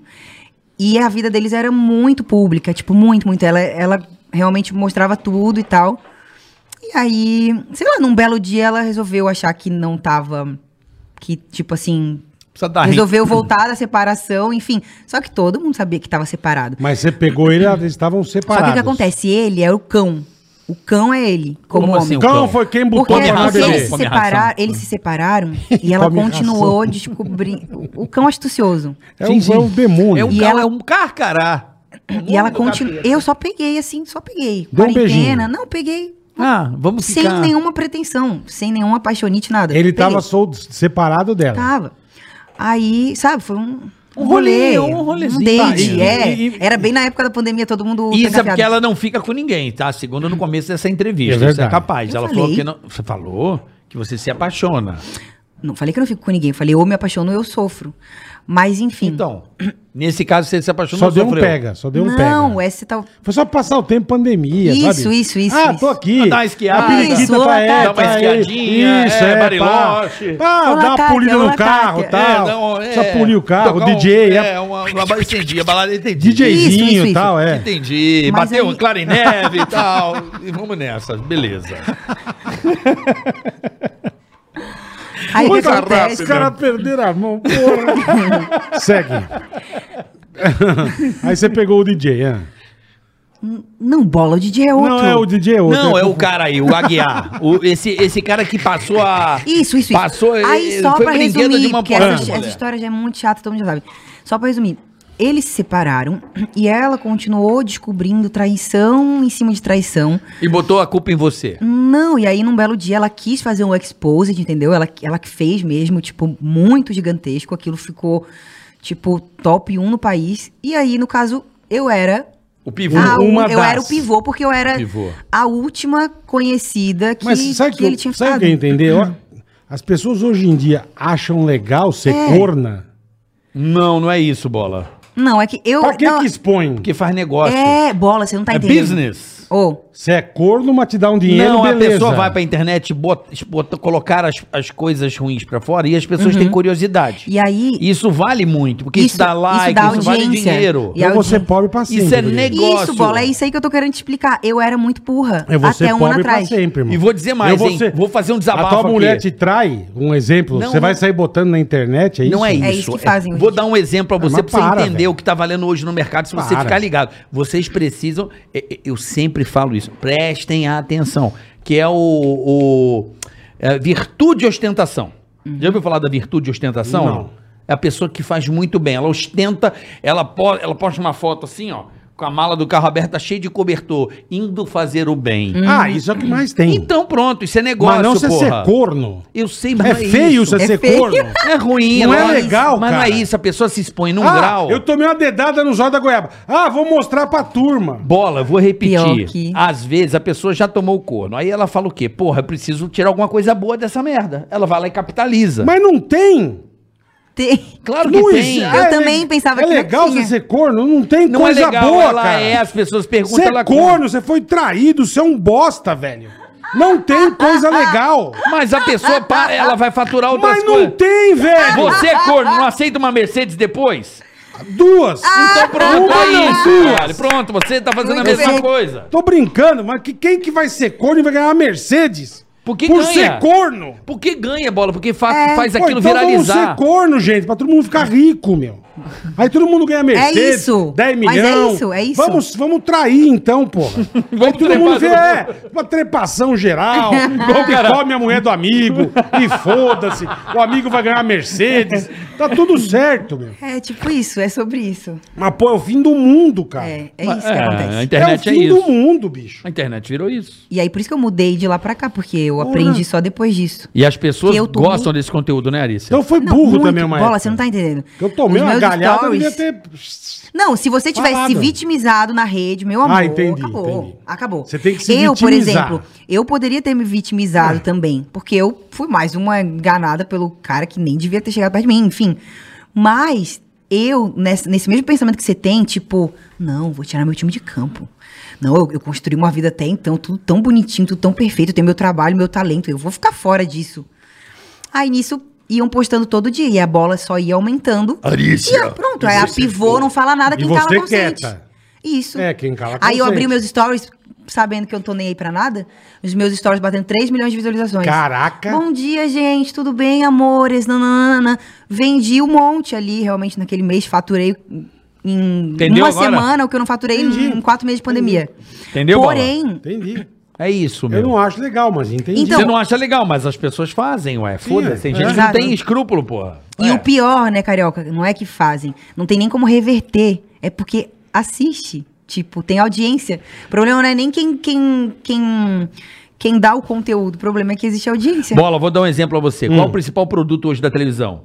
E a vida deles era muito pública, tipo, muito, muito. Ela, ela realmente mostrava tudo e tal. E aí, sei lá, num belo dia ela resolveu achar que não tava. Que, tipo assim.
Precisa
Ah,
dar
Resolveu voltar da separação, enfim. Só que todo mundo sabia que tava separado.
Mas você pegou ele, eles estavam
Só
separados.
que o que acontece? Ele é o cão. O cão é ele, como,
Como
homem.
assim,
O cão foi quem botou
Porque é
pra lá
razão,
porque
beber.
eles se,
come ração.
separaram, eles se separaram e ela
Come
continuou descobrindo. O cão astucioso.
É um, é um demônio.
É um,
E
ca-
ela-
é um carcará.
E ela continuou. Eu só peguei, assim, só peguei.
Deu um
Quarentena.
beijinho.
não, peguei.
Ah, vamos
Sem
ficar...
nenhuma pretensão. Sem nenhuma apaixonite, nada.
Ele
Peguei.
tava sol- separado dela.
Tava. Aí, sabe, foi um.
Um rolê, um rolezinho.
date,
Tá, e-
é.
e-
Era bem na época da pandemia, todo mundo.
Isso é
trancafiado.
porque ela não fica com ninguém, tá? Segundo no começo dessa
É
entrevista.
verdade.
isso é capaz.
Eu
ela falou
falei.
que não. Você falou que você se apaixona.
Não falei que eu não fico com ninguém. Falei, ou me apaixono ou eu sofro. Mas, enfim.
Então, nesse caso, você se apaixonou.
Só deu um
sofreu.
pega, só deu um pega.
não, é essa tal.
Foi só passar o tempo pandemia,
Isso,
sabe?
isso, isso,
Ah,
isso.
tô aqui.
Ah, dá uma esquiada.
A periquita
Isso,
tá
olá,
aí,
Tati.
Dá uma
tá aí.
esquiadinha,
Isso,
é,
é,
Bariloche.
Pá. Ah,
Olá,
dá uma
Tati,
polida
olá,
no carro e
Tati.
tal.
não, é,
Só polir o carro,
tocar um-
DJ,
é,
é,
uma, uma balada entendi, a balada entendi.
Isso, isso,
DJzinho e
isso.
tal, é.
Entendi.
Mas
Bateu um
aí-
claro em neve e tal. E vamos nessa, beleza.
Aí o que
Coisa
acontece?
Então, Os caras perderam a mão, porra. Segue. Aí você pegou o DJ, é.
Não, bola, o DJ é outro.
Não, é o DJ, é outro.
Não, é o cara aí, o Aguiar. O- esse, esse cara que passou a.
Isso, isso, isso.
Passou. eh,
Aí só
foi
pra
brinquedo
resumir,
de uma
porque
porrada
essa,
de
essa
mulher.
história já é muito chata, todo mundo já sabe. Só pra resumir. Eles se separaram e ela continuou descobrindo traição em cima de traição.
E botou a culpa em você.
Não, e aí num belo dia ela quis fazer um exposed, entendeu? Ela, ela que fez mesmo, tipo, muito gigantesco. Aquilo ficou, tipo, top 1 no país. E aí, no caso, eu era.
O pivô.
a u-
uma
eu
das.
era Ah, o pivô, porque eu era
Um- Pivô.
a última conhecida que,
Mas sabe
que
que, eu-
ele tinha
sabe o
ficado.
que eu entender? As pessoas hoje em dia acham legal ser
É.
corna.
Não, não é isso, bola.
Não, é que eu.
Pra que
não,
que expõe?
Porque faz negócio. É,
É, bola, você não tá entendendo.
business.
Ô,
Se é corno, mas te dá um dinheiro,
não,
beleza.
a pessoa vai pra internet bota, bota- colocar as, as coisas ruins pra fora e as pessoas têm curiosidade.
e aí.
Isso vale muito, porque isso,
Isso-
dá
isso
like, isso,
dá
vale
audiência.
dinheiro.
E
Então
a
você é
audiência-
pobre pra sempre.
Isso é
Rodrigo.
negócio.
Isso, bola, é isso aí que eu tô querendo te explicar. Eu era muito burra.
É você
até um ano
pobre pra
atrás.
sempre, irmão.
E vou dizer mais, hein? Vou fazer um desabafo
A tua
aqui.
mulher te trai, um exemplo,
Não,
você vai
não.
sair botando na internet, é isso?
Não é isso.
É isso que fazem hoje.
Vou dar um exemplo pra
Ah,
você,
mas
pra você
para,
entender
velho.
o que tá valendo hoje no mercado, se você
Para.
ficar ligado. Vocês precisam, é, é, eu sempre falo isso, prestem atenção, que é o, o- é, virtude e ostentação.
Uhum.
Já ouviu falar da virtude e ostentação?
Não.
É a pessoa que faz muito bem, ela ostenta, ela, po- ela posta uma foto assim, ó, com a mala do carro aberta, cheia de cobertor, indo fazer o bem.
Ah, isso é o que mais tem.
Então pronto, isso é negócio,
Mas não você
porra.
ser corno.
Eu sei,
É
mas não
feio
isso.
você
É
ser
feio.
[laughs]
corno.
É ruim,
Não é
lógico.
legal,
Mas não é
cara.
isso, a pessoa se expõe num
Ah,
Um grau.
eu tomei uma dedada no zóio da goiaba. Ah, vou mostrar pra turma.
Bola, vou repetir.
Pior que-
Às vezes a pessoa já tomou o corno. Aí ela fala o quê? Porra, eu preciso tirar alguma coisa boa dessa merda. Ela vai lá e capitaliza.
Mas não tem.
Tem. [laughs]
claro que
Não
tem.
existe.
Eu também pensava
é
que não
legal
tinha.
você ser corno, não tem
Não
coisa
é legal,
boa,
ela
cara.
é, as pessoas perguntam,
Você é
ela
corno, você foi traído, você é um bosta, velho. Não tem coisa legal.
Mas a pessoa, para, ela vai faturar outras
Mas não
coisas.
tem, velho.
Você, é corno, não aceita uma Mercedes depois?
Duas.
Então pronto,
Uma
é
não,
isso,
duas.
caralho. Pronto, você tá fazendo a
Muito
mesma
bem.
coisa.
Tô brincando, mas que, quem que vai ser corno e vai ganhar uma Mercedes?
Por que ganha?
ser corno.
Por que ganha bola? Porque fa- faz
Pô,
aquilo
então
viralizar.
vamos ser corno, gente, pra todo mundo ficar rico, meu. Aí todo mundo ganha Mercedes,
É isso.
10
Mas é
milhões.
isso, é isso.
Vamos, vamos trair, então,
[laughs]
porra. Aí
Vamos
todo
trepar
mundo vê,
todo
é, uma trepação
[laughs]
geral, que come a mulher do amigo, e foda-se, o amigo vai ganhar a Mercedes. Tá tudo certo, meu.
É tipo isso, é sobre isso.
Mas, pô, é o fim do mundo, cara.
É,
É,
é isso que
É,
acontece.
a internet
o
é,
fim do
isso.
mundo, bicho.
A internet virou isso.
E aí, por isso que eu mudei de lá pra cá, porque eu
Porra.
aprendi só depois disso.
E as pessoas
Que eu tô
gostam
muito-
desse conteúdo, né, Arícia?
Então foi
Não,
burro
muito.
também, uma
Bola,
época.
você não tá entendendo.
Eu tomei
Os
uma
meus
galhada, eu devia
stories-
ter...
Não, se você tivesse
Falado.
se vitimizado na rede, meu amor,
Ah, entendi,
acabou.
entendi.
Acabou.
Você tem que se
Eu, por
vitimizar. É.
exemplo, eu poderia ter me vitimizado também, porque eu fui mais uma enganada pelo cara que nem devia ter chegado perto de mim, enfim. Mas eu, nesse, nesse mesmo pensamento que você tem, tipo, não, vou tirar meu time de campo. Não, eu, eu construí uma vida até então, tudo tão bonitinho, tudo tão perfeito, eu tenho meu trabalho, meu talento, eu vou ficar fora disso. Aí nisso iam postando todo dia e a bola só ia aumentando.
Arícia,
E eu, pronto, aí a pivô não fala nada,
E
quem
você
cala consente.
quieta.
Isso.
É, quem cala
Aí eu
consente.
abri meus stories sabendo que eu não tô nem aí pra nada. Os meus stories batendo 3 milhões de visualizações.
Caraca.
Bom dia, gente, tudo bem, amores? Nananana. Vendi um monte ali, realmente, naquele mês. Faturei em
Entendeu
uma
agora?
semana o que eu não faturei
Entendi.
em quatro meses de pandemia.
Entendeu, Bola?
Porém,
Entendi.
É isso, meu.
Eu não acho legal, mas entendi.
Então-
Você não acha legal, mas as pessoas fazem, ué. Foda-se. Tem
é.
gente que não
Exato.
tem escrúpulo, porra.
E
É.
o pior, né, Carioca? Não é que fazem. Não tem nem como reverter. É porque assiste. Tipo, tem audiência. O problema não é nem quem, quem, quem, quem dá o conteúdo. O problema é que existe audiência.
Bola, vou dar um exemplo a você.
Hum.
Qual o principal produto hoje da televisão?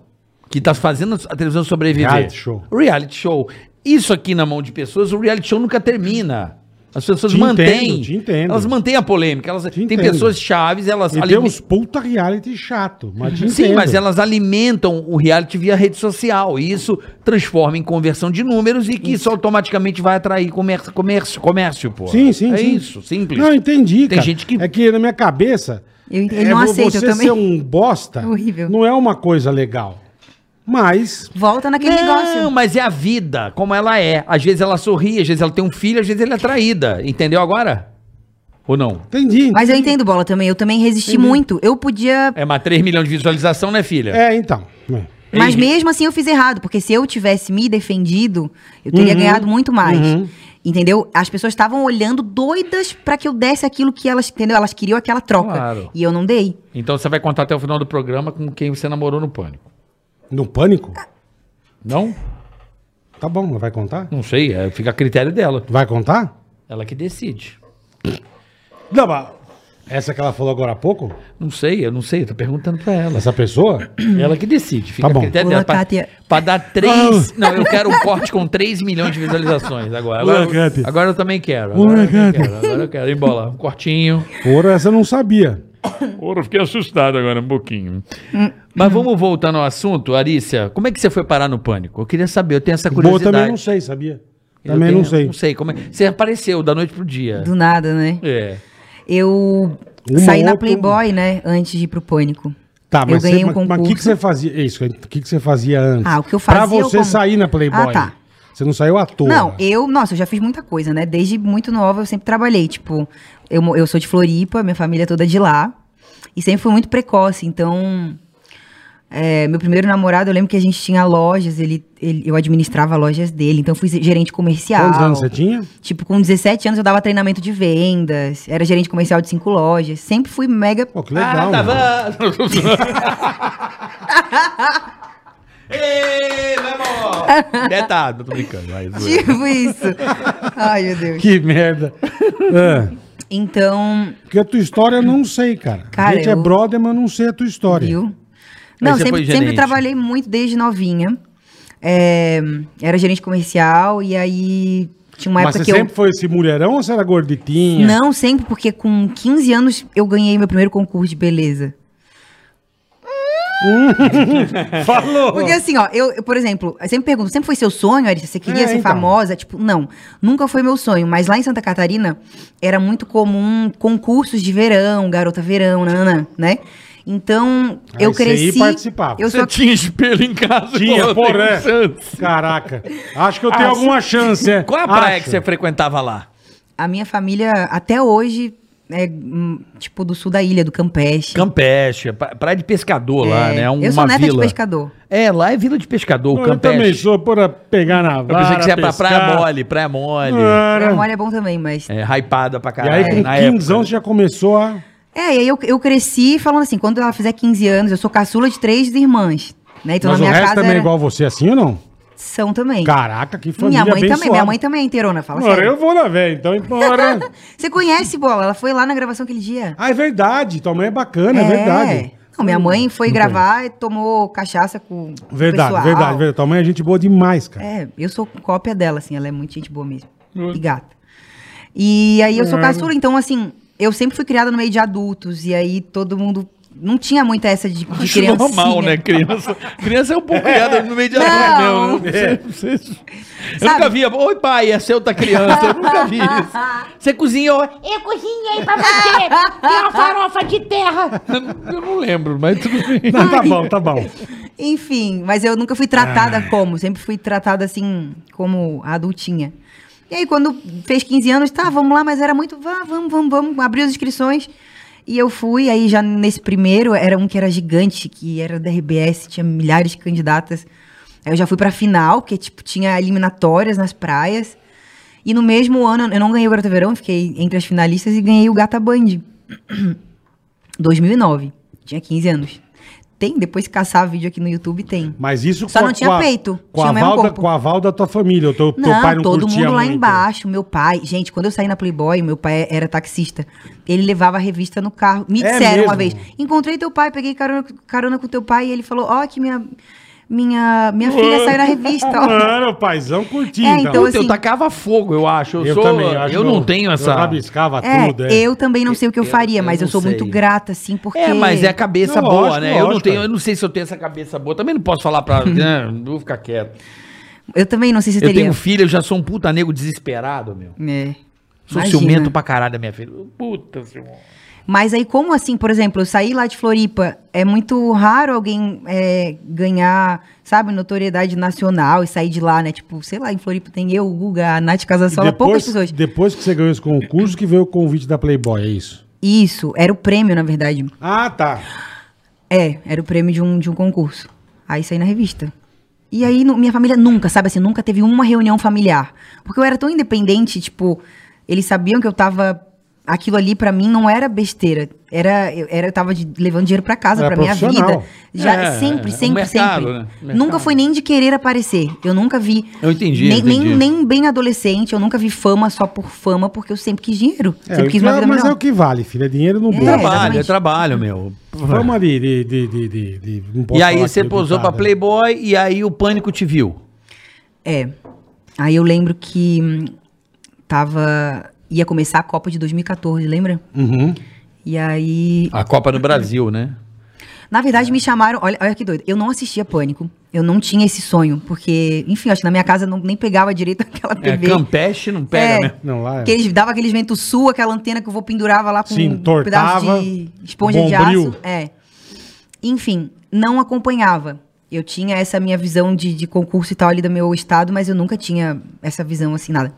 Que tá fazendo a televisão sobreviver?
Reality show.
Reality show. Isso aqui na mão de pessoas, o reality show nunca termina. As pessoas
Te
mantêm.
entendo, te entendo.
Elas mantêm a polêmica. Elas, tem
entendo.
pessoas chaves, elas
E tem
alimentam-
uns puta reality chato. Mas te
Sim,
entendo.
mas elas alimentam o reality via rede social. E isso transforma em conversão de números e que isso automaticamente vai atrair comércio, comércio, comércio, pô.
Sim, sim,
É
sim.
isso, simples.
Não, entendi,
Tem
cara.
gente que-
É que na minha cabeça...
Eu ent- eu
é
não
vo-
aceito, eu
Você
também.
ser um bosta
Horrível.
não é uma coisa legal. Mas...
Volta naquele
Não,
negócio.
mas é a vida, como ela é. Às vezes ela sorri, às vezes ela tem um filho, às vezes ela é traída. Entendeu agora? Ou não?
Entendi.
Mas eu entendo, Bola, também. Eu também resisti muito. Eu podia...
É mais 3 milhões de visualização, né, filha?
É, então. É.
Mas mesmo assim eu fiz errado. Porque se eu tivesse me defendido, eu teria
Uhum.
ganhado muito mais. Entendeu? As pessoas estavam olhando doidas pra que eu desse aquilo que elas... Entendeu? Elas queriam aquela troca.
Claro.
E eu não dei.
Então você vai contar até o final do programa com quem você namorou no pânico.
No pânico?
Não?
Tá bom, não vai contar?
Não sei, é- fica a critério dela.
Vai contar?
Ela que decide.
Não, mas... Essa que ela falou agora há pouco?
Não sei, eu não sei, eu tô perguntando pra ela.
Essa pessoa?
Ela que decide, fica
Tá bom. Ah.
a critério
Ô,
dela. Pra,
Cátia.
pra dar três. Não, eu quero um corte com 3 milhões de visualizações agora. Agora,
Ô,
eu,
Cátia.
agora eu também quero.
Ô,
Agora eu também
Cátia.
quero. Agora eu quero. Embola, um cortinho.
Porra, essa eu não sabia.
Porra, eu fiquei assustado agora um pouquinho.
Mas vamos voltando ao assunto, Arícia. Como é que você foi parar no pânico? Eu queria saber, eu tenho essa
Boa, eu
curiosidade.
também não sei, sabia?
Eu
Também não
tenho-
sei.
Não sei como é. Você apareceu da noite pro dia.
Do nada, né?
É.
Eu
Uma
saí na
outra-
Playboy, né? Antes de ir pro Pânico.
Tá, mas
eu ganhei
você-
um
mas- mas
concurso.
o que, que você fazia? É Isso, o que, que você fazia antes?
Ah, o que eu
Pra
fazia, eu
você
como-
sair na Playboy.
Ah, tá.
Você não saiu à toa.
Não, eu, nossa, eu já fiz muita coisa, né? Desde muito nova eu sempre trabalhei. Tipo, eu, mo- eu sou de Floripa, minha família é toda de lá. E sempre fui muito precoce, então. é, meu primeiro namorado, eu lembro que a gente tinha lojas, ele, ele- eu administrava lojas dele, então eu fui gerente comercial.
Quantos anos você tinha?
Tipo, com 17 anos eu dava treinamento de vendas, era gerente comercial de cinco lojas. Sempre fui
[laughs]
mega
Pô, que legal.
ah,
mano.
tava... Ê, meu amor! Deitado, tô brincando. vai, zoeira.
[laughs]
Tipo isso. Ai, meu Deus.
Que
[laughs]
merda. É.
Então,
Porque a tua história eu não sei, cara.
Cara,
a gente é
eu-
brother, mas eu não sei a tua história.
Viu? Não,
você foi
sempre, sempre
gerente.
trabalhei muito desde novinha. É, era gerente comercial e aí tinha uma
mas
época
você
que eu.
sempre foi esse mulherão ou você era gorditinha?
Não, sempre, porque com 15 anos eu ganhei meu primeiro concurso de beleza.
Falou!
Porque assim, ó, eu, eu, por exemplo, eu sempre pergunto, sempre foi seu sonho, Arista? Você queria
É,
ser
então.
famosa? Tipo, não, nunca foi meu sonho. Mas lá em Santa Catarina era muito comum concursos de verão, garota verão, nanana, né? Então,
Aí
eu
você
cresci.
ia e participava.
Eu
Você
sou
tinha espelho em casa?
Tinha,
Pô, eu tenho
porra. é.
chance.
Caraca. Acho que eu tenho
Ah,
alguma chance, é.
Qual a praia
Acho.
que você frequentava lá?
A minha família, até hoje, é hum, tipo do sul da ilha, do Campeche.
Campeche, pra- praia de pescador lá,
É,
né? É
eu sou
uma
neta
vila.
de pescador.
É, lá é vila de pescador,
Pô,
o
Eu também
Campeche.
sou por pegar na
Eu
vara,
pensei que você ia pra
pescar.
Praia Mole, Praia Mole.
Praia
Era.
mole é bom também, mas. É,
É, hypada pra
E
caralho.
aí com
na
15
época.
anos você já começou a...
É, e aí eu, eu cresci falando assim, quando ela fizer 15 anos, eu sou caçula de três irmãs. Né? Então
mas
na
o
minha
resto
casa
também é
era-
igual você, assim ou não?
são também.
Caraca, que família
minha mãe
abençoada.
também, minha mãe também é inteirona, fala
Ora,
sério.
eu vou na véia, então
[laughs]
embora.
Você conhece Bola? Ela foi lá na gravação aquele dia.
ah, é verdade, tua mãe é bacana, é, verdade.
Não, minha mãe foi
Não
gravar e tomou cachaça com o
Verdade,
pessoal.
verdade, verdade. Tua mãe é gente boa demais, cara.
É, eu sou cópia dela, assim, ela é muito gente boa mesmo. E gata. E aí eu sou
É.
caçula, então, assim, eu sempre fui criada no meio de adultos, e aí todo mundo. Não tinha muita essa de, de
Acho
criancinha.
normal, né? Criança, criança é um pouco criada no meio de adulto,
Não.
meu, né? Você- você- Eu
Sabe?
nunca vi. Oi, pai, é seu da criança. Eu nunca vi isso.
[laughs]
Você cozinhou.
Eu cozinhei pra você! Tem uma farofa de terra!
Eu não lembro, mas tudo
É.
bem.
Não, tá
então,
bom, tá bom.
Enfim, mas eu nunca fui tratada como, sempre fui tratada assim, como a adultinha. E aí, quando fez 15 anos, tá, vamos lá, mas era muito, vá, vamos, vamos, vamos, abriu as inscrições. E eu fui, aí já nesse primeiro, era um que era gigante, que era da RBS, tinha milhares de candidatas. Aí eu já fui pra final, porque, tipo, tinha eliminatórias nas praias. E no mesmo ano, eu não ganhei o Grata Verão, fiquei entre as finalistas e ganhei o Gata Band. 2009. Tinha 15 anos. Tem, depois se caçar vídeo aqui no YouTube, tem.
Mas isso
Só não tinha
a-
peito,
Com a,
tinha o mesmo
valda,
corpo.
com a val da tua família. O teu, teu
Não,
pai não
todo
curtia
mundo lá
muito. [laughs]
embaixo, meu pai. Gente, quando eu saí na Playboy, meu pai era taxista. Ele levava a revista no carro. Me
É
disseram uma vez.
mesmo?
Encontrei teu pai, peguei carona, carona com teu pai e ele falou: Ó, que minha, minha, minha filha saiu na revista. ó."
Mano, o paizão curtia.
tá É,
então.
então,
Puta, eu
assim-
tacava fogo, eu acho. Eu,
eu
sou,
também. acho
eu
que
não tenho essa.
Eu rabiscava
É,
tudo. É.
eu também não sei o que eu,
Eu-
faria,
eu
mas eu,
não
sou muito
sei.
grata, assim, porque.
É, mas é a cabeça
Não,
boa,
lógico,
né? eu não
lógico,
tenho,
cara.
eu não sei se eu tenho essa cabeça boa. Também não posso falar [laughs] pra. né, Vou ficar quieto.
Eu também não sei se
Eu
teria.
tenho filho, eu já sou um puta nego desesperado, meu.
É.
Sou
Imagina.
ciumento pra caralho da minha filha.
É,
Puta, ciumento.
Mas aí, como assim, por exemplo, eu saí lá de Floripa, é muito raro alguém é, ganhar, sabe, notoriedade nacional e sair de lá, né? Tipo, sei lá, em Floripa tem eu, o Guga, a Nath Casasola, poucas
Depois,
pessoas.
depois que você ganhou esse concurso, que veio o convite da Playboy, é isso?
Isso, era o prêmio, na verdade.
Ah, tá.
É, era o prêmio de um, de um concurso. Aí saí na revista. E aí, nu- minha família nunca, sabe assim, nunca teve uma reunião familiar. Porque eu era tão independente, tipo, eles sabiam que eu tava. Aquilo ali pra mim não era besteira. Era, eu, era, eu tava de- levando dinheiro pra casa,
Era
pra minha vida.
profissional.
Já,
É,
sempre,
é,
sempre,
um mercado,
sempre.
né? Mercado.
Nunca foi nem de querer aparecer. Eu nunca vi.
Eu entendi, eu
Nem,
entendi.
nem- nem bem adolescente, eu nunca vi fama só por fama, porque eu sempre quis dinheiro.
É,
sempre
o
quis
que-
uma vida
mas é
melhor.
o que vale, filho. É dinheiro no
É,
bolso.
trabalho, é
exatamente.
trabalho, meu.
Vamos ali. De, de, de, de, de- não posso
E aí
falar
você tá
aqui do
posou pra
cara.
Playboy e aí o pânico te viu.
É. Aí eu lembro que hum, tava. ia começar a Copa de 2014, lembra?
Uhum.
E aí.
A Copa do Brasil, né?
Na verdade, me chamaram. Olha, olha que doido. Eu não assistia Pânico. Eu não tinha esse sonho. Porque, enfim, acho que na minha casa não, nem pegava direito [laughs] aquela
É,
TV.
Campeche não pega,
É.
né?
Não, lá é-
Que eles dava aqueles vento sul, aquela antena que o vô pendurava lá com um
Sim, tortava,
de esponja de
bombril.
aço. É. Enfim, não acompanhava. Eu tinha essa minha visão de, de concurso e tal ali do meu estado, mas eu nunca tinha essa visão assim, nada.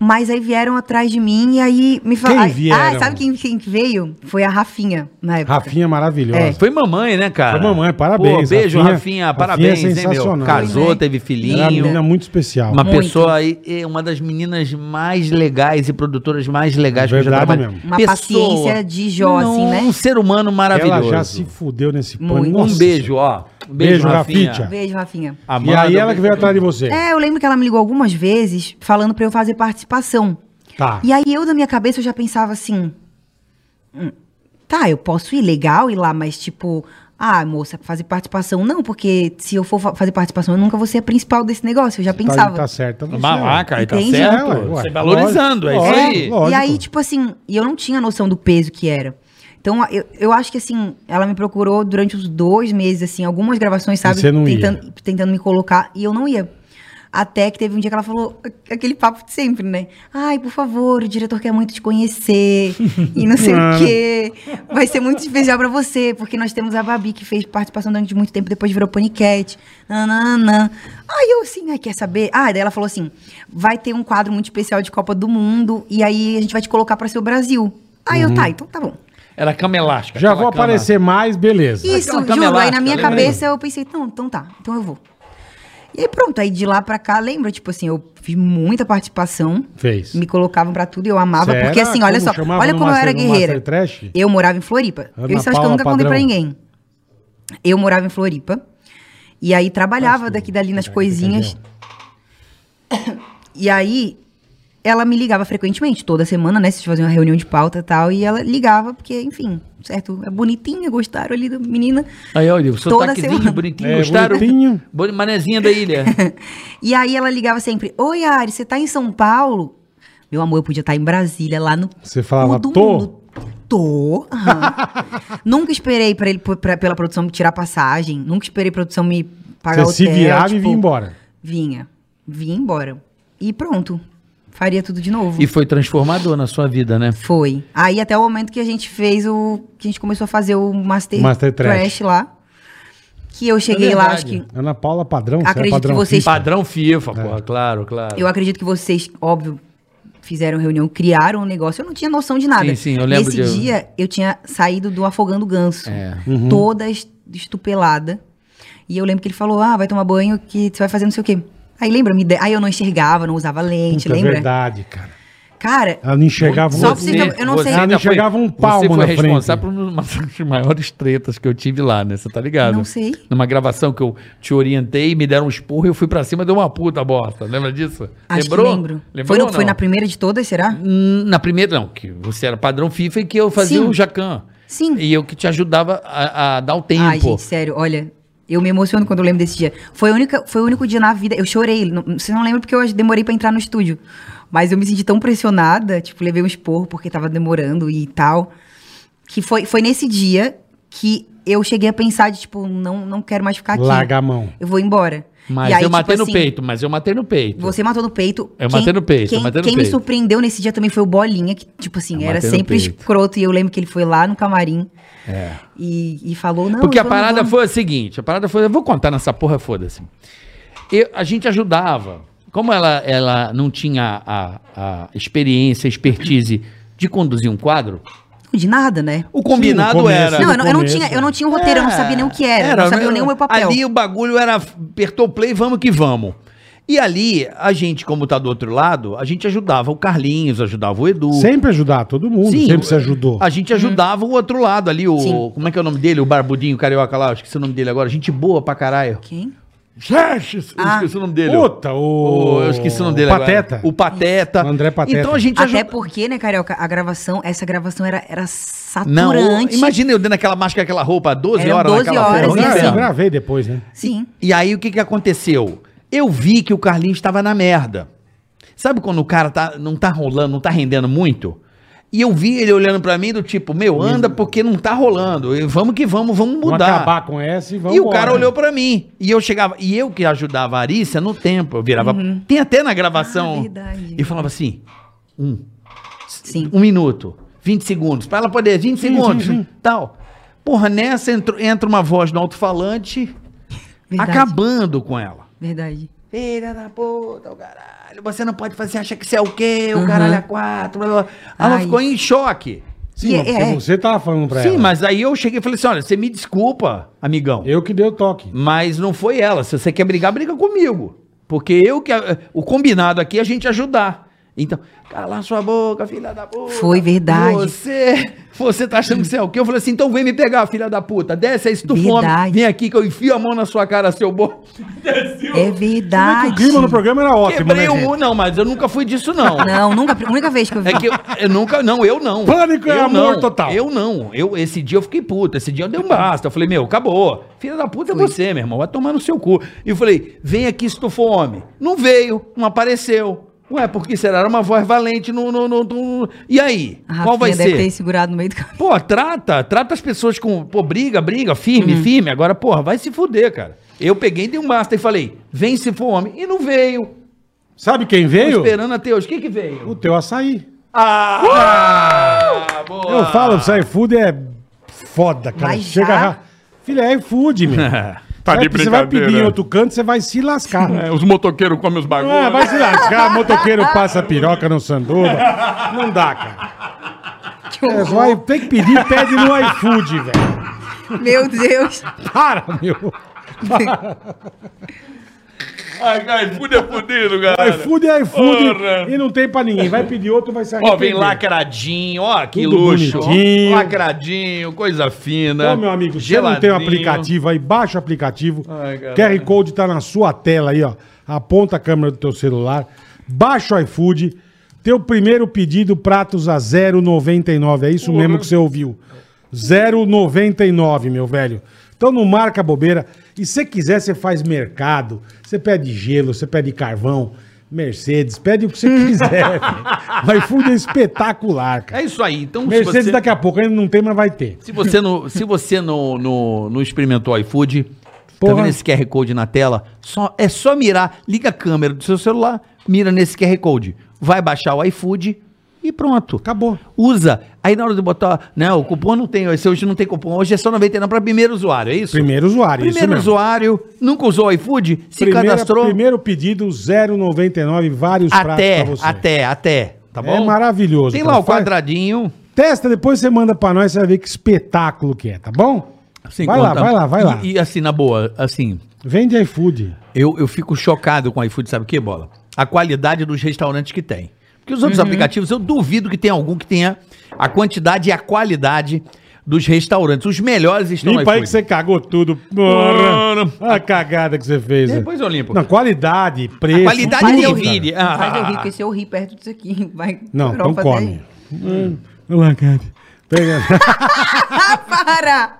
Mas aí vieram atrás de mim e aí me falaram.
vieram?
Ah, sabe quem, quem veio? Foi a Rafinha na época.
Rafinha é maravilhosa.
É.
Foi mamãe, né, cara?
Foi mamãe, parabéns,
beijo,
Rafinha.
Rafinha,
Rafinha
parabéns,
é
hein, meu?
sensacional.
Casou,
Pois é.
teve
Era uma
filhinho.
menina muito especial.
Uma
Muito.
pessoa aí, é uma das meninas mais legais e produtoras mais legais
Verdade
trabalhei.
mesmo.
Uma paciência de Jó,
Não,
assim, né?
Um ser humano
Ela
maravilhoso.
um
já se fudeu nesse pano.
Muito.
Um beijo, ó.
Beijo, Rafinha.
Beijo, Rafinha.
E aí
um
ela que veio atrás de você.
É, eu lembro que ela me ligou algumas vezes falando pra eu fazer participação.
Tá.
E aí eu, na minha cabeça, eu já pensava assim. "Hum, Tá, eu posso ir legal ir lá, mas tipo, ah, moça, fazer participação não, porque se eu for fa- fazer participação, eu nunca vou ser a principal desse negócio. Eu já
Tá,
pensava.
tá certa você.
Malaca, aí tá
Entende?
É,
certo.
ué, ué.
Você valorizando, é isso
Lógico,
aí.
lógico.
E aí, tipo assim, e eu não tinha noção do peso que era. Então, eu, eu acho que assim, ela me procurou durante uns dois meses, assim, algumas gravações, sabe?
você não ia.
tentando, tentando me colocar, e eu não ia. Até que teve um dia que ela falou a- aquele papo de sempre, né? Ai, por favor, o diretor quer muito te conhecer e não sei o quê. Vai ser muito especial pra você, porque nós temos a Babi que fez participação durante muito tempo, depois virou Panicat. Nananã. Aí eu assim, ai, quer saber? Ah, daí ela falou assim: vai ter um quadro muito especial de Copa do Mundo e aí a gente vai te colocar pra ser o Brasil. Aí eu, tá, então tá bom.
Era é cama elástica.
Já
aquela
vou
cama.
aparecer mais, beleza.
Isso,
Aquela
juro.
cama
aí
elástica,
na minha
tá
lembra?
cabeça eu pensei, não, então tá, então eu vou. E aí pronto, aí de lá pra cá, lembra, tipo assim, eu fiz muita participação.
Fez.
Me colocavam pra tudo e eu amava,
Você
porque
era
assim, olha
como
só,
chamava
olha
no
como eu era
Master- no Master
guerreira.
Trash?
Eu morava em Floripa.
Ana
eu isso acho que eu
Paula
nunca contei pra
Padrão.
ninguém. Eu morava em Floripa. E aí trabalhava daqui dali nas coisinhas. [coughs] E aí, ela me ligava frequentemente, toda semana, né? Se fazia uma reunião de pauta e tal. E ela ligava, porque, enfim, certo? É bonitinha, gostaram ali da menina.
Aí, olha, o sotaquezinho
semana.
bonitinho,
É,
gostaram?
bonitinho.
Bo- Manezinha da ilha.
[laughs] E aí ela ligava sempre: Oi, Ari, você tá em São Paulo? Meu amor, eu podia estar em Brasília, lá no.
Você falava,
cu do
"Tô"?
mundo. Tô.
[laughs]
aham. nunca esperei pra ele, pra- pela produção me tirar passagem. Nunca esperei a produção me pagar
Você se
hotel,
virava e
tipo,
vinha embora.
Vinha. Vinha embora. E pronto. Faria tudo de novo.
E foi transformador na sua vida, né?
Foi. Aí até o momento que a gente fez o. Que a gente começou a fazer o Master,
Master Trash.
Trash lá. Que eu cheguei lá, acho
verdade.
que.
Ana Paula Padrão,
Acredito que
padrão
vocês-
FIFA?
Padrão FIFA,
É.
porra, claro, claro.
Eu acredito que vocês, óbvio, fizeram reunião, criaram um negócio. Eu não tinha noção de nada.
Sim, sim, eu lembro
Nesse
de eu- É.
dia, eu tinha saído do Afogando Ganso.
Uhum.
Toda est- estupelada. E eu lembro que ele falou, ah, vai tomar banho que você vai fazer não sei o quê. Aí lembra, me de... aí eu não enxergava, não usava lente,
Puta,
lembra?
É verdade, cara.
Cara,
Ah.
Ela não enxergava
Só pra vocês terem- eu não sei.
ainda
Ela enxergava um palmo
Você foi
na frente.
responsável por uma das [laughs] maiores tretas que eu tive lá, né? Você tá ligado?
Não sei.
Numa gravação que eu te orientei, me deram um esporro e eu fui pra cima e deu uma puta bosta. Lembra disso?
acho
Lembrou?
que lembro.
Lembrou
foi, no-
ou não?
foi na primeira de todas, será?
Hum, Na primeira, não, que você era padrão FIFA e que eu fazia
Sim.
o Jacan.
Sim.
E eu que te ajudava a, a dar o tempo.
Ai, gente, sério, olha. Eu me emociono quando eu lembro desse dia. Foi, a única, foi o único dia na vida. Eu chorei. não- Vocês não lembram porque eu demorei pra entrar no estúdio. Mas eu me senti tão pressionada, tipo, levei um esporro porque tava demorando e tal. Que foi, foi nesse dia que eu cheguei a pensar de, tipo, não, não quero mais ficar aqui.
Larga a mão.
Eu vou embora.
Mas
E aí,
eu matei
tipo
no
assim,
peito, mas eu matei no peito.
Você matou no peito.
Eu matei no peito, eu
Quem,
matei no
quem
peito.
me surpreendeu nesse dia também foi o Bolinha, que, tipo assim,
Eu
era
matei no
sempre
peito. É.
escroto. E eu lembro que ele foi lá no camarim e, e falou, não.
Porque a
vamos,
parada
vamos.
foi a seguinte, a parada foi, eu vou contar nessa porra, foda-se. Eu- A gente ajudava. Como ela, ela não tinha a, a experiência, a expertise de conduzir um quadro,
De nada, né?
o
Sim,
combinado
no começo.
era...
Não, eu não, eu não
começo.
tinha, eu não tinha um roteiro, eu não sabia nem o que era. eu não sabia nem o meu papel.
Ali o bagulho era, apertou o play, vamos que vamos. E ali, a gente, como tá do outro lado, a gente ajudava o Carlinhos, ajudava o Edu.
Sempre ajudar todo mundo.
Sim,
sempre se ajudou.
A gente ajudava o outro lado ali, o.
Sim.
Como é que é o nome dele? O Barbudinho Carioca lá, eu esqueci o nome dele agora. Gente boa pra caralho.
Quem?
Gente, eu
Ah.
esqueci o nome dele.
Puta, o-
Eu esqueci o nome
o
dele
Pateta.
agora. O Pateta.
O André Pateta.
Então a gente
Até
ajuda-
porque, né, Carioca, a gravação, essa gravação era, era
Não,
saturante.
imagina eu dentro daquela máscara, aquela roupa, 12
Eram
horas
12
naquela
horas,
eu,
porra, um
e
gra-
assim-
eu
inferno.
gravei depois, né?
Sim.
E aí o que, que aconteceu? Eu vi que o Carlinhos estava na merda. Sabe quando o cara tá, não tá rolando, não tá rendendo muito? E eu vi ele olhando pra mim do tipo, meu, anda porque não tá rolando. E Vamos que vamos, vamos
Vamos
mudar.
acabar com essa e vamos
e o
né?
cara olhou pra mim. E eu chegava, e eu que ajudava a Arícia no tempo, eu virava, tem até na gravação.
Uhum. Ah, verdade.
E falava assim: "Um,
Sim.
um minuto, 20 segundos, pra ela poder, 20 segundos, tal. Porra, nessa entra, entra uma voz no alto-falante
Verdade.
acabando com ela.
Verdade.
Filha da puta, o caralho, você não pode fazer, acha que você é o quê?
Uhum.
O caralho é quatro, blá, blá, blá. Ela
Ai.
ficou em choque.
Sim, mas
E-
porque
é.
você tava falando pra
Sim,
ela.
mas aí eu cheguei e falei assim: olha, você me desculpa, amigão.
Eu que dei o toque.
Mas não foi ela. Se você quer brigar, briga comigo. Porque eu que. O combinado aqui é a gente ajudar. Então, cala sua boca, filha da puta.
Foi verdade.
Você, você tá achando que você é o quê? Eu falei assim, então vem me pegar, filha da puta. Desce aí se tu fome.
Verdade.
Vem aqui que eu enfio a mão na sua cara, seu bom.
É verdade.
O clima no programa era ótimo,
Quebrei
né,
o
gente?
mundo. Não, mas eu nunca fui disso, não.
[laughs] Não, nunca, a única vez que eu vi.
É que eu, eu nunca, não, eu não.
Pânico é
eu
amor
não,
total.
Eu não. Eu, esse dia eu fiquei puto. Esse dia eu dei um basta. Eu falei, meu, acabou. Filha da puta é você, meu irmão. Vai tomar no seu cu. E eu falei, vem aqui se tu for homem. Não veio, não apareceu. Ué, porque será? Era uma voz valente no. no, no- no- E aí?
A
qual vai
Rafinha deve ter
ser?
segurado no meio do caminho.
Pô, trata, trata as pessoas com. Pô, briga, briga, firme,
Uhum.
firme. Agora, porra, vai se fuder, cara. Eu peguei e dei um basta e falei, vem se for homem. E não veio.
Sabe quem
Tô
veio?
esperando até hoje. O que que veio?
O teu açaí.
Ah! boa.
Eu falo, isso aí, food é foda, cara.
Mas
Chega
já?
ra- Filha, é iFood,
[laughs]
meu.
Tá
Vai
de
que você vai pedir em
brincadeira.
outro canto, você vai se
[laughs]
lascar.
É, os motoqueiros comem os bagulhos.
Ah, vai se lascar, motoqueiro passa piroca no sanduba. Não dá, cara. É, vai, tem que pedir, pede no iFood, velho.
[laughs]
Meu Deus.
Para, meu.
Ai, cara, iFood é fudido, cara.
iFood é iFood
Porra.
e não tem pra ninguém. Vai pedir outro, vai se
Ó, vem
arrepender.
lacradinho, ó, que
Tudo
luxo.
bonitinho.
Lacradinho, coisa fina.
Né?
Ô, meu amigo, se você não tem um
geladinho.
aplicativo aí, baixa o aplicativo.
Ai, caralho.
QR Code tá na sua tela aí, ó. Aponta a câmera do teu celular. Baixa o iFood. Teu primeiro pedido, pratos a 0,99. É isso mesmo que você ouviu. 0,99, meu velho. Então não marca bobeira. E se quiser, você faz mercado. Você pede gelo, você pede carvão, Mercedes. Pede o que você quiser. velho. o iFood é espetacular, cara.
É isso aí. Então,
Mercedes
se você,
daqui a pouco ainda não tem, mas vai ter.
se você não, se você não, não, não experimentou o iFood,
Porra.
tá vendo esse QR Code na tela? Só, é só mirar, liga a câmera do seu celular, mira nesse QR Code. Vai baixar o iFood e pronto.
Acabou.
Usa. Aí na hora de botar, né, o cupom não tem, esse hoje não tem cupom, hoje é só 99 para primeiro usuário, é isso?
Primeiro usuário, isso
Primeiro
mesmo.
usuário, nunca usou o iFood, se
Primeira-
cadastrou
Primeiro pedido, 0,99, vários
até,
pratos pra você.
até, até, tá bom?
É maravilhoso.
Tem
cara.
lá o
Faz-
quadradinho.
Testa, depois você manda pra nós, você vai ver que espetáculo que é, tá bom?
Sem
vai lá,
assim, conta-
vai lá, vai lá.
E, e assim, na boa, assim,
Vende iFood.
eu, eu fico chocado com o iFood, sabe o que, Bola? A qualidade dos restaurantes que tem. Porque os outros aplicativos, eu duvido que tenha algum que tenha a quantidade e a qualidade dos restaurantes. Os melhores estão
Limpa aí que você cagou tudo. Porra. Olha a cagada que você fez.
Depois eu limpo.
Não, qualidade, preço.
qualidade
tudo,
de eu
cara.
vi. Ah.
Faz eu rir, porque se eu rir perto disso aqui, vai.
Não, então
Europa
come. Hum. Olha lá, cara. Pega. [laughs]
daí. Para!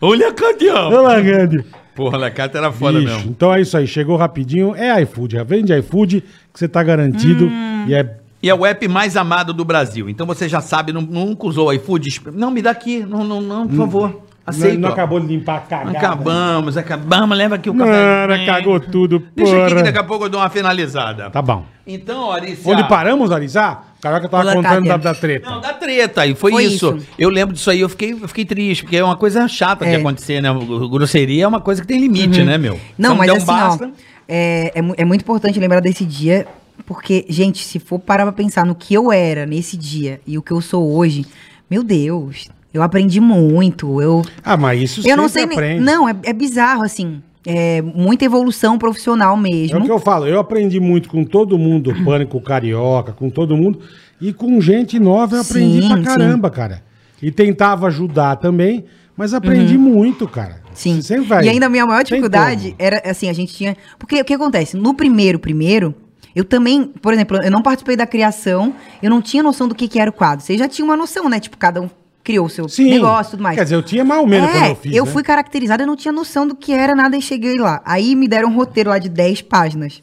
Olha, campeão.
Olha lá, cara.
Porra, Lecata era foda
Ixi, Então é isso aí, chegou rapidinho. É iFood, já vende iFood que você tá garantido.
Hum.
E é
E é o app mais amado do Brasil. Então você já sabe, não- nunca usou o iFood? Exper- Não, me dá aqui. Não, não, não, por favor. Aceito.
Hum. Não, não
ó.
acabou de limpar a cagada.
Acabamos, acabamos. Leva aqui o
Cara,
café.
cagou tudo,
Deixa aqui que
porra.
daqui a pouco eu dou uma finalizada.
Tá bom.
Então, Arice.
Onde paramos, Arizá? Caraca, eu tava
Olá,
contando da,
Cátia.
da treta.
Não, da treta. E foi,
Foi
isso.
isso.
Eu lembro disso aí, eu fiquei, eu fiquei triste, porque é uma coisa chata de
É. Uhum.
acontecer, né? O- o Grosseria é uma coisa que tem limite, né, meu?
Não,
Então,
mas
deu um
assim, ó.
basta.
É, é, mu- é muito importante lembrar desse dia, porque, gente, se for parar pra pensar no que eu era nesse dia e o que eu sou hoje, meu Deus, eu aprendi muito. Eu,
Ah, mas isso
eu não sei
sempre
nem.
aprende.
Não, é, é bizarro, assim. É muita evolução profissional
É o
mesmo.
que eu falo, eu aprendi muito com todo
[clears throat]
mundo, do pânico carioca, com todo mundo. E com gente nova eu aprendi
Sim,
pra
sim.
caramba, cara. E tentava ajudar também, mas aprendi muito, cara.
Uhum. Sim.
Você vai-
E ainda a minha maior
tem
dificuldade
como.
era assim, a gente tinha. Porque o que acontece? No primeiro, primeiro, eu também, por exemplo, eu não participei da criação, eu não tinha noção do que, que era o quadro. Vocês já tinham uma noção, né? Tipo, cada um criou o seu
Sim.
negócio e tudo mais.
Quer dizer, eu tinha mais ou menos
é,
quando
eu,
eu fiz. né?
fui caracterizada, eu não tinha noção do que era nada e cheguei lá. Aí me deram um roteiro lá de 10 páginas.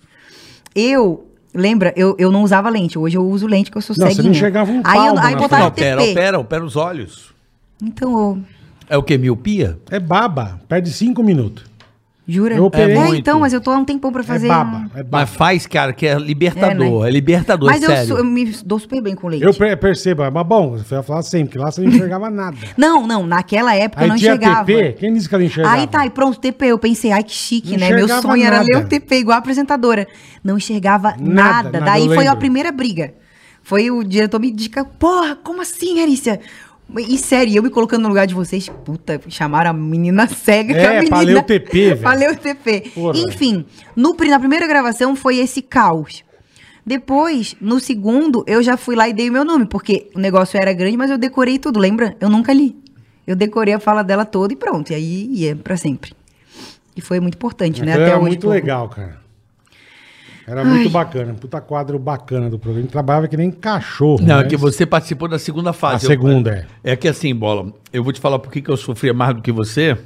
Eu, lembra, eu, eu não usava lente. Hoje eu uso lente que eu sou
Não, você
ceguinha.
não enxergava um
aí,
palmo
eu, aí
na
botaram
frente.
TP.
opera, opera, opera os olhos.
Então, eu,
É o quê? Miopia?
É baba, perde cinco minutos.
jura?
Eu operei.
é,
muito.
então, mas eu tô há um tempão pra fazer.
é baba,
um-
é baba.
Mas faz, cara, que é libertador. É,
É,
libertador,
Mas eu,
sério.
sou- eu me dou super bem com leite.
Eu per- percebo, mas bom, você vai falar sempre, que lá você não enxergava
[laughs]
nada.
Não, não, naquela época eu
Aí
não
tinha
enxergava.
TP, quem disse que ela enxergava?
Aí tá, e pronto, TP. Eu pensei, ai que chique,
Não
né? Meu
enxergava
sonho era
nada.
ler o TP igual a apresentadora. Não enxergava
Nada,
nada.
nada, eu
Daí foi a
lembro.
primeira briga. Foi o diretor me dica, porra, como assim, Arícia? E sério, eu me colocando no lugar de vocês, puta, chamaram a menina cega que
É,
a menina.
pra ler o TP, velho.
Pra ler o TP.
Porra.
Enfim, no, pri- na primeira gravação foi esse caos. Depois, no segundo, eu já fui lá e dei o meu nome, porque o negócio era grande, mas eu decorei tudo, lembra? Eu nunca li. Eu decorei a fala dela toda e pronto. E aí ia pra sempre. E foi muito importante, né?
Então
Até
era
hoje.
muito
pô.
legal, cara. Era muito bacana. um Puta quadro bacana do programa. A gente trabalhava que nem cachorro. né?
Não, é
mas-
que você participou da segunda fase.
A segunda, é.
É que assim, Bola, eu vou te falar por que que eu sofria mais do que você.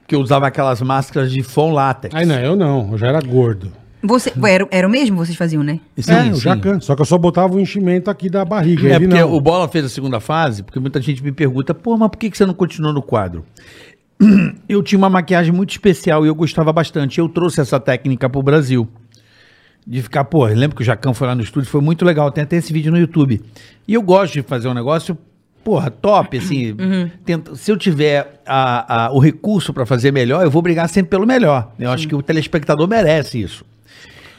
Porque eu usava aquelas máscaras de fom látex.
Aí não, eu não. Eu já era gordo.
Você, era, era o mesmo que vocês faziam, né?
Sim,
é, eu
sim.
já canto. Só que eu só botava o enchimento aqui da barriga.
É
ele
porque
não.
o Bola fez a segunda fase, porque muita gente me pergunta, pô, mas por que que você não continuou no quadro? [clears throat] Eu tinha uma maquiagem muito especial e eu gostava bastante. Eu trouxe essa técnica pro Brasil. De ficar, pô, eu lembro que o Jacão foi lá no estúdio, foi muito legal. Tem até esse vídeo no YouTube. E eu gosto de fazer um negócio, porra,
[clears throat]
top, assim.
Uhum.
tenta- se eu tiver a- a- o recurso pra fazer melhor, eu vou brigar sempre pelo melhor. Eu acho que o telespectador merece isso.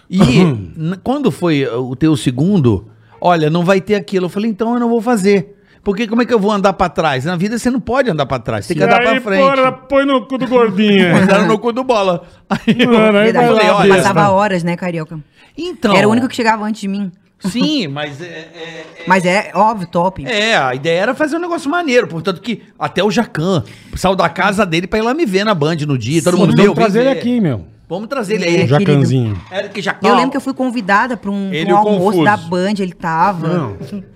E
[clears throat]
n- quando foi uh, o teu segundo, olha, não vai ter aquilo. Eu falei, então eu não vou fazer. Porque como é que eu vou andar pra trás? Na vida você não pode andar pra trás, tem que andar pra
Aí,
frente.
bora, põe no cu do gordinho.
[laughs] Mandaram no cu do bola. Aí eu,
Mano, aí
eu
Verdade.
falei,
lá,
olha,
besta.
Passava horas, né, Carioca?
então.
Era o único que chegava antes de mim.
Sim, mas é,
Mas é óbvio, top.
é- é, a ideia era fazer um negócio maneiro. Portanto, que até o Jacan saiu da casa dele pra ir lá me ver na Band no dia. Todo
Sim.
mundo
Vamos
veio.
Vamos trazer ele aqui, meu.
Vamos trazer ele
É,
aí.
Jacanzinho.
Eric Jacan.
Eu lembro que eu fui convidada pra um, pra
Ele e
um
o
almoço
Confuso.
da Band, ele tava.
Não.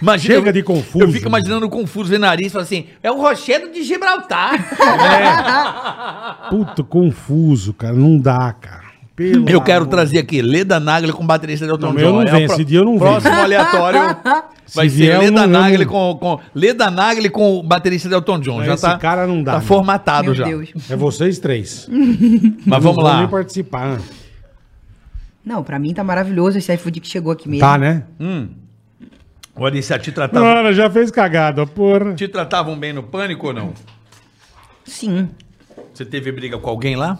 Imagina,
Chega
eu-
de confuso.
Eu fico imaginando o confuso vendo nariz e fala assim: é o Rochedo de Gibraltar.
É. Puto, confuso, cara. Não dá, cara.
[laughs]
Pelo
Eu quero
amor.
trazer aqui Leda Nagli com baterista de Elton
Não, eu não
É
venho,
o pro-
esse dia eu não
Próximo
venho.
aleatório
[laughs]
vai
Se
ser
vier, eu
Leda
não- eu
Nagli
não-
com, com Leda Nagli com o baterista de Elton John.
Não,
já
esse
tá,
cara não dá,
tá
né?
formatado
Meu
já.
Deus.
É vocês três.
Uhum. Tá,
Mas
Não
vamos
vou nem
lá.
participar.
Não, pra mim tá maravilhoso esse iFood que chegou aqui mesmo.
Tá, né?
Olha, isso, te
Tá.
tratavam,
Mano, já fez cagada, porra.
te tratavam bem no pânico ou não?
Sim.
Você teve briga com alguém lá?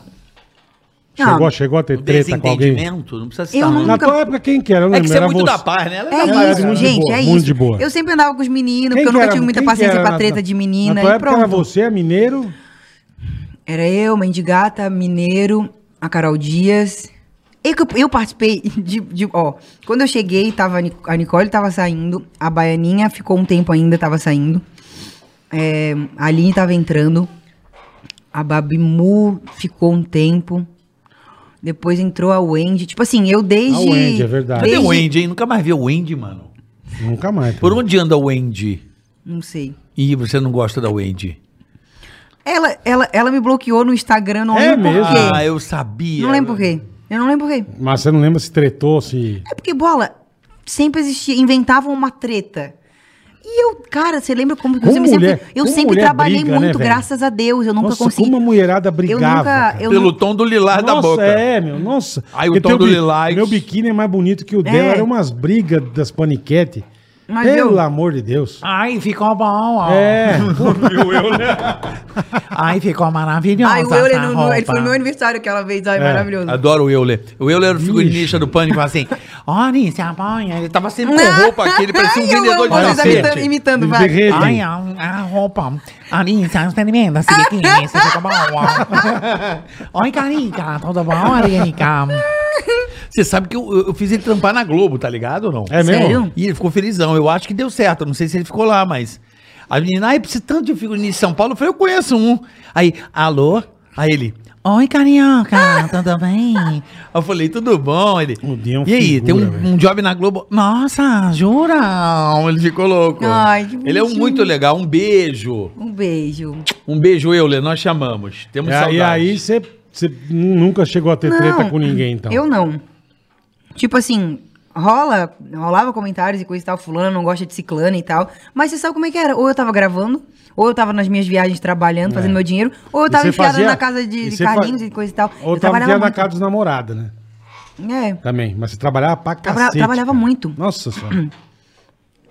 Um
Não,
Chegou, chegou a ter treta com alguém.
não precisa
Eu
citar.
não-
nome.
Na tua época, quem que era? Eu não
É que
lembro,
você é
era
muito
você.
da paz, né? Ela
É
Ela era
isso,
muito Tá de
gente,
boa,
é
muito
isso.
de boa.
Eu sempre andava com os meninos,
Quem
porque eu
que
nunca
era-
tive muita
quem que
paciência
era
pra
na-
treta de menina.
Na tua
E
época era
pronto.
você, é mineiro?
Era eu, Mendigata, Mineiro, a Carol Dias. Eu, que- eu participei [laughs] de, de- Ó, quando eu cheguei, tava, a Nic- a Nicole tava saindo, a Baianinha ficou um tempo ainda, tava saindo. É, a Aline tava entrando. A Babimu ficou um tempo. Depois entrou a Wendy. Tipo assim, eu desde.
A Wendy, é verdade.
Cadê
Desde,
o Wendy, hein? Nunca mais vi o Wendy, mano.
Nunca mais.
Por onde anda o Wendy?
Não sei.
E você não gosta da Wendy?
Ela, ela, ela me bloqueou no Instagram, não
É
lembro por
mesmo?
quê.
Ah, eu sabia.
Não lembro por quê. Eu não lembro por quê.
Mas você não lembra se tretou, se...
É porque, bola, sempre existia, inventavam uma treta. E eu, cara, você lembra como,
Como
eu sempre-
mulher-
eu
como
sempre
mulher
trabalhei
briga, né,
muito,
velho?
graças a Deus, eu nunca
Nossa,
consegui.
como a mulherada brigava.
eu nunca,
cara.
eu
Pelo
nunca-
tom do lilar da boca.
é, meu, nossa.
Aí o
Porque
tom
teu
do
bi-
lilás.
Meu biquíni é mais bonito que o dela,
É.
era umas brigas das paniquete.
Mas
Pelo
eu- Ah.
amor de Deus.
Ai, ficou bom, ó.
É,
Ai, ficou maravilhoso.
Ai, o Euler, no- no- ele foi no meu aniversário aquela vez,
É.
ai, maravilhoso.
Adoro o Euler. O Euler era o figurinista do pânico, fala assim.
Olha, se apanha. Ele tava
Sempre com roupa aqui, ele parecia um
Ai, [laughs] eu
vendedor de
amo vocês
tapete.
imitando- imitando,
Eles
vai.
derretem.
Ai, a, a roupa. Ali, tá experimenta, se biquíni, se ficou bom. ó. Oi, Carica, tudo bom, Arica?
Você sabe que eu, eu- eu fiz ele trampar na Globo, tá ligado ou não?
é mesmo?
Sério?
E ele ficou felizão. Eu acho que deu certo. Eu não sei se ele ficou lá, mas. A menina, ai, precisa tanto de figurinista em São Paulo. Eu falei, eu conheço um. Aí, alô? Aí ele.
Oi,
[laughs]
Carioca, tudo bem?
Eu falei, tudo bom? Ele.
O Dinho é um
e aí,
figura,
tem
velho."
um, um job na Globo.
Nossa, jura?
Ele ficou louco.
Ai, que
ele é um
bonitinho.
muito legal. Um beijo.
Um beijo.
Um beijo, Euler. Nós chamamos. Temos
É,
saudade.
e aí você você nunca chegou a ter treta com ninguém, então.
Eu não. Tipo assim, rola, rolava comentários e coisa e tal, fulano não gosta de ciclana e tal. Mas você sabe como é que era? Ou eu tava gravando, ou eu tava nas minhas viagens trabalhando, fazendo meu dinheiro, ou eu
É. E
tava
você
enfiada
fazia-
na casa de, de
você
Carlinhos
fa-
e coisa e tal.
Ou tava
eu trabalhava
dia na
muito.
casa dos namorados, né?
É,
Também. Mas você trabalhava pra
Trabalha-
cacete.
trabalhava
cara.
muito. Hum.
Nossa senhora.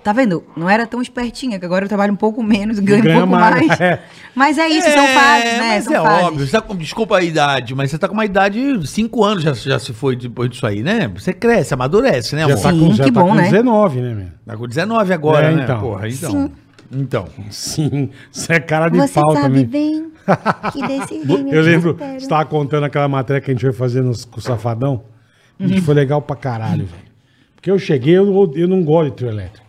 tá vendo? Não era tão espertinha, que agora eu trabalho um pouco menos, ganho um
Ganha
pouco
mais,
mais.
é.
[laughs] Mas é isso, são fases, né?
Mas
São
é
fases.
óbvio. Você tá com- desculpa a idade, mas você tá com uma idade, cinco anos já, já se foi depois disso aí, né? Você cresce, amadurece, né,
Já
amor?
tá com,
Sim,
já
que
tá
bom,
com
né?
19, né, meu? [laughs]
Tá com 19 agora,
É,
né?
então.
Porra, então.
Tá
Então.
Sim. Você é cara de
Você
pau
sabe
também. [laughs]
bem que desse ringue
Eu lembro,
espero.
você tava contando aquela matéria que a gente foi fazer nos- com o Safadão. Bicho, foi legal pra caralho, velho. Que eu cheguei, eu, eu não gosto de trio elétrico.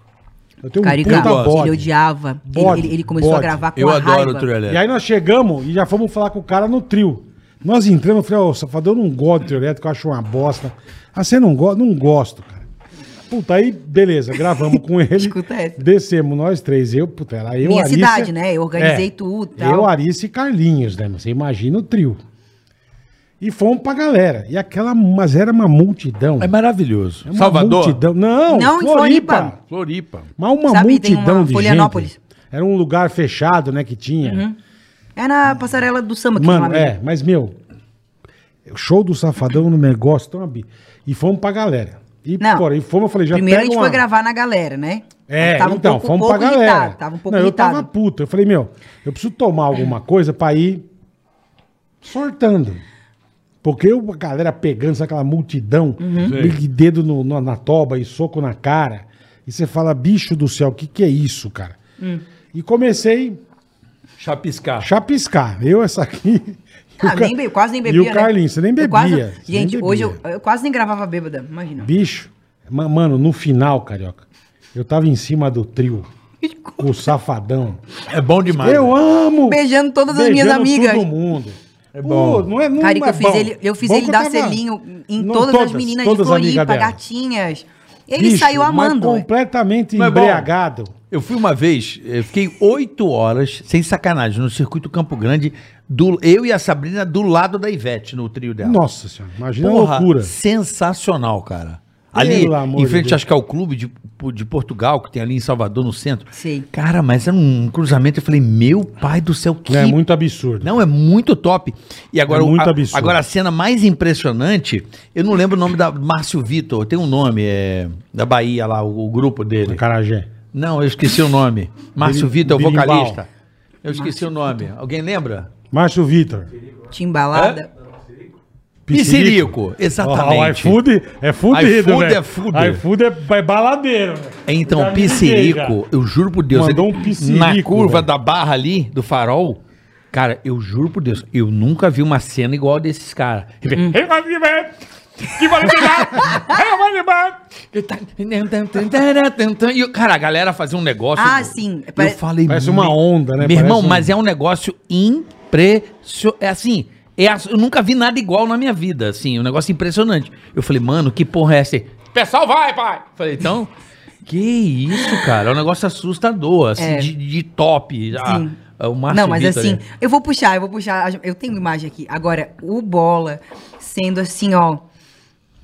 Eu tenho um
Carica,
puta bode.
ele odiava. Ele-
Bode,
ele, ele começou
bode.
a gravar com
Eu
a
adoro
raiva.
o trio
E
elétrico.
aí nós chegamos e já fomos falar com o cara no trio. Nós entramos, eu falei, ô, safadão, eu não gosto de trio elétrico, eu acho uma bosta. Ah, você não gosta? Não gosto, cara. Puta, aí, beleza, gravamos
[laughs]
com ele.
Escuta essa.
Descemos nós três, eu, puta, era eu,
Minha
Arícia-
cidade, né? Eu organizei tudo, tal.
Eu, Arícia e Carlinhos, né? Você imagina o trio. E fomos pra galera. E aquela, mas era uma multidão.
É maravilhoso.
Uma
Salvador,
Multidão. Não,
Não, em Floripa.
Floripa.
Mas uma
Sabe, tem
multidão
uma
de
Florianópolis.
gente. Era um lugar fechado, né, que tinha.
É na passarela do samba que
Mano,
tem um lá
é, mas, meu, o show do Safadão no negócio, tão abi- E fomos pra galera. E,
Não.
porra, e fomos, eu falei, já
Primeiro a
pega
gente
uma-
foi gravar na galera, né?
É,
Tava um
então,
pouco-
fomos
pouco
pra galera.
irritado, Tava um pouco
Não, eu
irritado.
tava puto. Eu falei, meu, eu preciso tomar alguma coisa pra ir sortando. Porque eu, a galera pegando sabe, aquela multidão,
Uhum.
de dedo no- no- na toba e soco na cara. E você fala, bicho do céu, o que, que é isso, cara?
Hum.
E comecei a
Chapiscar. [laughs]
chapiscar. Eu, essa aqui. [laughs] e o
Ah,
Ca-
nem be- quase nem
E
bebia. né?
o Carlinhos, você nem
Eu
bebia.
quase-
você nem
Gente,
bebia.
hoje eu, eu quase nem gravava bêbada, imagina.
Bicho, ma- mano, no final, carioca, eu tava em cima do trio. Com o safadão.
É bom demais.
Eu amo!
Beijando todas as minhas amigas.
Todo mundo. É
bom.
não é, não
Cara, que
é
eu fiz
bom.
ele, eu fiz
Bom
ele
que eu
dar
tava-
selinho em
Não,
todas, as meninas
todas
de
as amigas
Floripa,
dela.
gatinhas. Ele
Bicho,
saiu
mas
amando. ué.
completamente
Mas é bom.
embriagado.
Eu fui uma vez, eu fiquei oito horas, sem sacanagem, no circuito Campo Grande, do, eu e a Sabrina do lado da Ivete, no trio dela.
Nossa senhora, imagina
Porra,
a loucura.
sensacional, cara.
Pelo
Ali,
amor
em
de
frente,
Deus.
acho que é o clube de, de Portugal, que tem ali em Salvador, no centro.
Sei.
Cara, mas era um cruzamento, eu falei, meu pai do céu, que
É muito absurdo.
não, é muito top. E agora,
É muito
a,
absurdo.
agora a cena mais impressionante, eu não lembro o nome da Márcio Vitor, tem um nome, é, da Bahia lá, o, o grupo dele.
Acarajé.
Não, eu esqueci o nome. Márcio
Bili-
Vitor, é
Bilimbal.
vocalista. Eu esqueci o nome. Alguém lembra?
Márcio Vitor.
Timbalada.
Pissirico,
Ó, o
exatamente.
iFood é fudido,
iFood
velho.
é fudido.
iFood é, é baladeiro. velho. Já
Então,
me liguei, já.
Pissirico, eu juro por Deus.
Mandou
ele-
um pissirico,
Na curva
velho.
da barra ali, do farol. Cara, eu juro por Deus, eu nunca vi uma cena igual a desses caras.
Hum.
Hum.
tá- [laughs] E, eu- cara, a galera fazia um negócio.
Ah, sim.
Eu
Pare-
falei,
Parece uma
"Me-
onda, né?
Meu irmão,
Parece um-
mas é um negócio impressionante. É assim, é ass- eu nunca vi nada igual na minha vida, assim, um negócio impressionante. Eu falei, mano, que porra é essa? aí? Pessoal, vai, pai! Falei, então, que isso, cara? É um negócio assustador, assim,
É.
de, de top. Ah,
Sim.
o Márcio
Não, mas
Vitor,
assim,
né?
é.
eu vou puxar, eu vou puxar. Eu tenho imagem aqui. Agora, o Bola sendo assim, ó.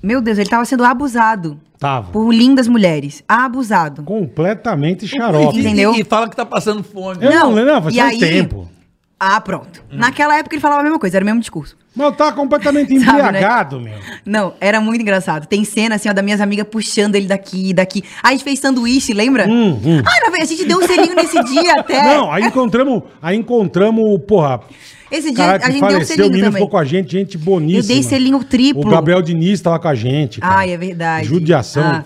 Meu Deus, ele tava sendo abusado
Tava.
por lindas mulheres. Abusado.
Completamente
E-
xarope.
Entendi. entendeu?
E, e fala que tá passando fome.
Eu não,
Não,
lembro, não, faz
e aí-
tempo.
Ah, pronto.
Hum.
Naquela época ele falava a mesma coisa, era o mesmo discurso.
Mas eu tava tá completamente
[laughs] Sabe, né?
embriagado, meu.
Não, era muito engraçado. Tem cena assim, ó, da minhas amigas puxando ele daqui e daqui. Aí a gente fez sanduíche, lembra? Ah, não, a gente deu um selinho
[laughs]
nesse dia até.
Hum, Não, aí encontramos, aí encontramos, porra,
Esse dia
cara
É. a
que
gente deu um
faleceu, o
selinho
menino
também.
ficou com a gente, gente boníssima.
Eu dei selinho triplo.
O Gabriel Diniz tava com a gente, cara.
Ai, é verdade.
Judiação.
Ah.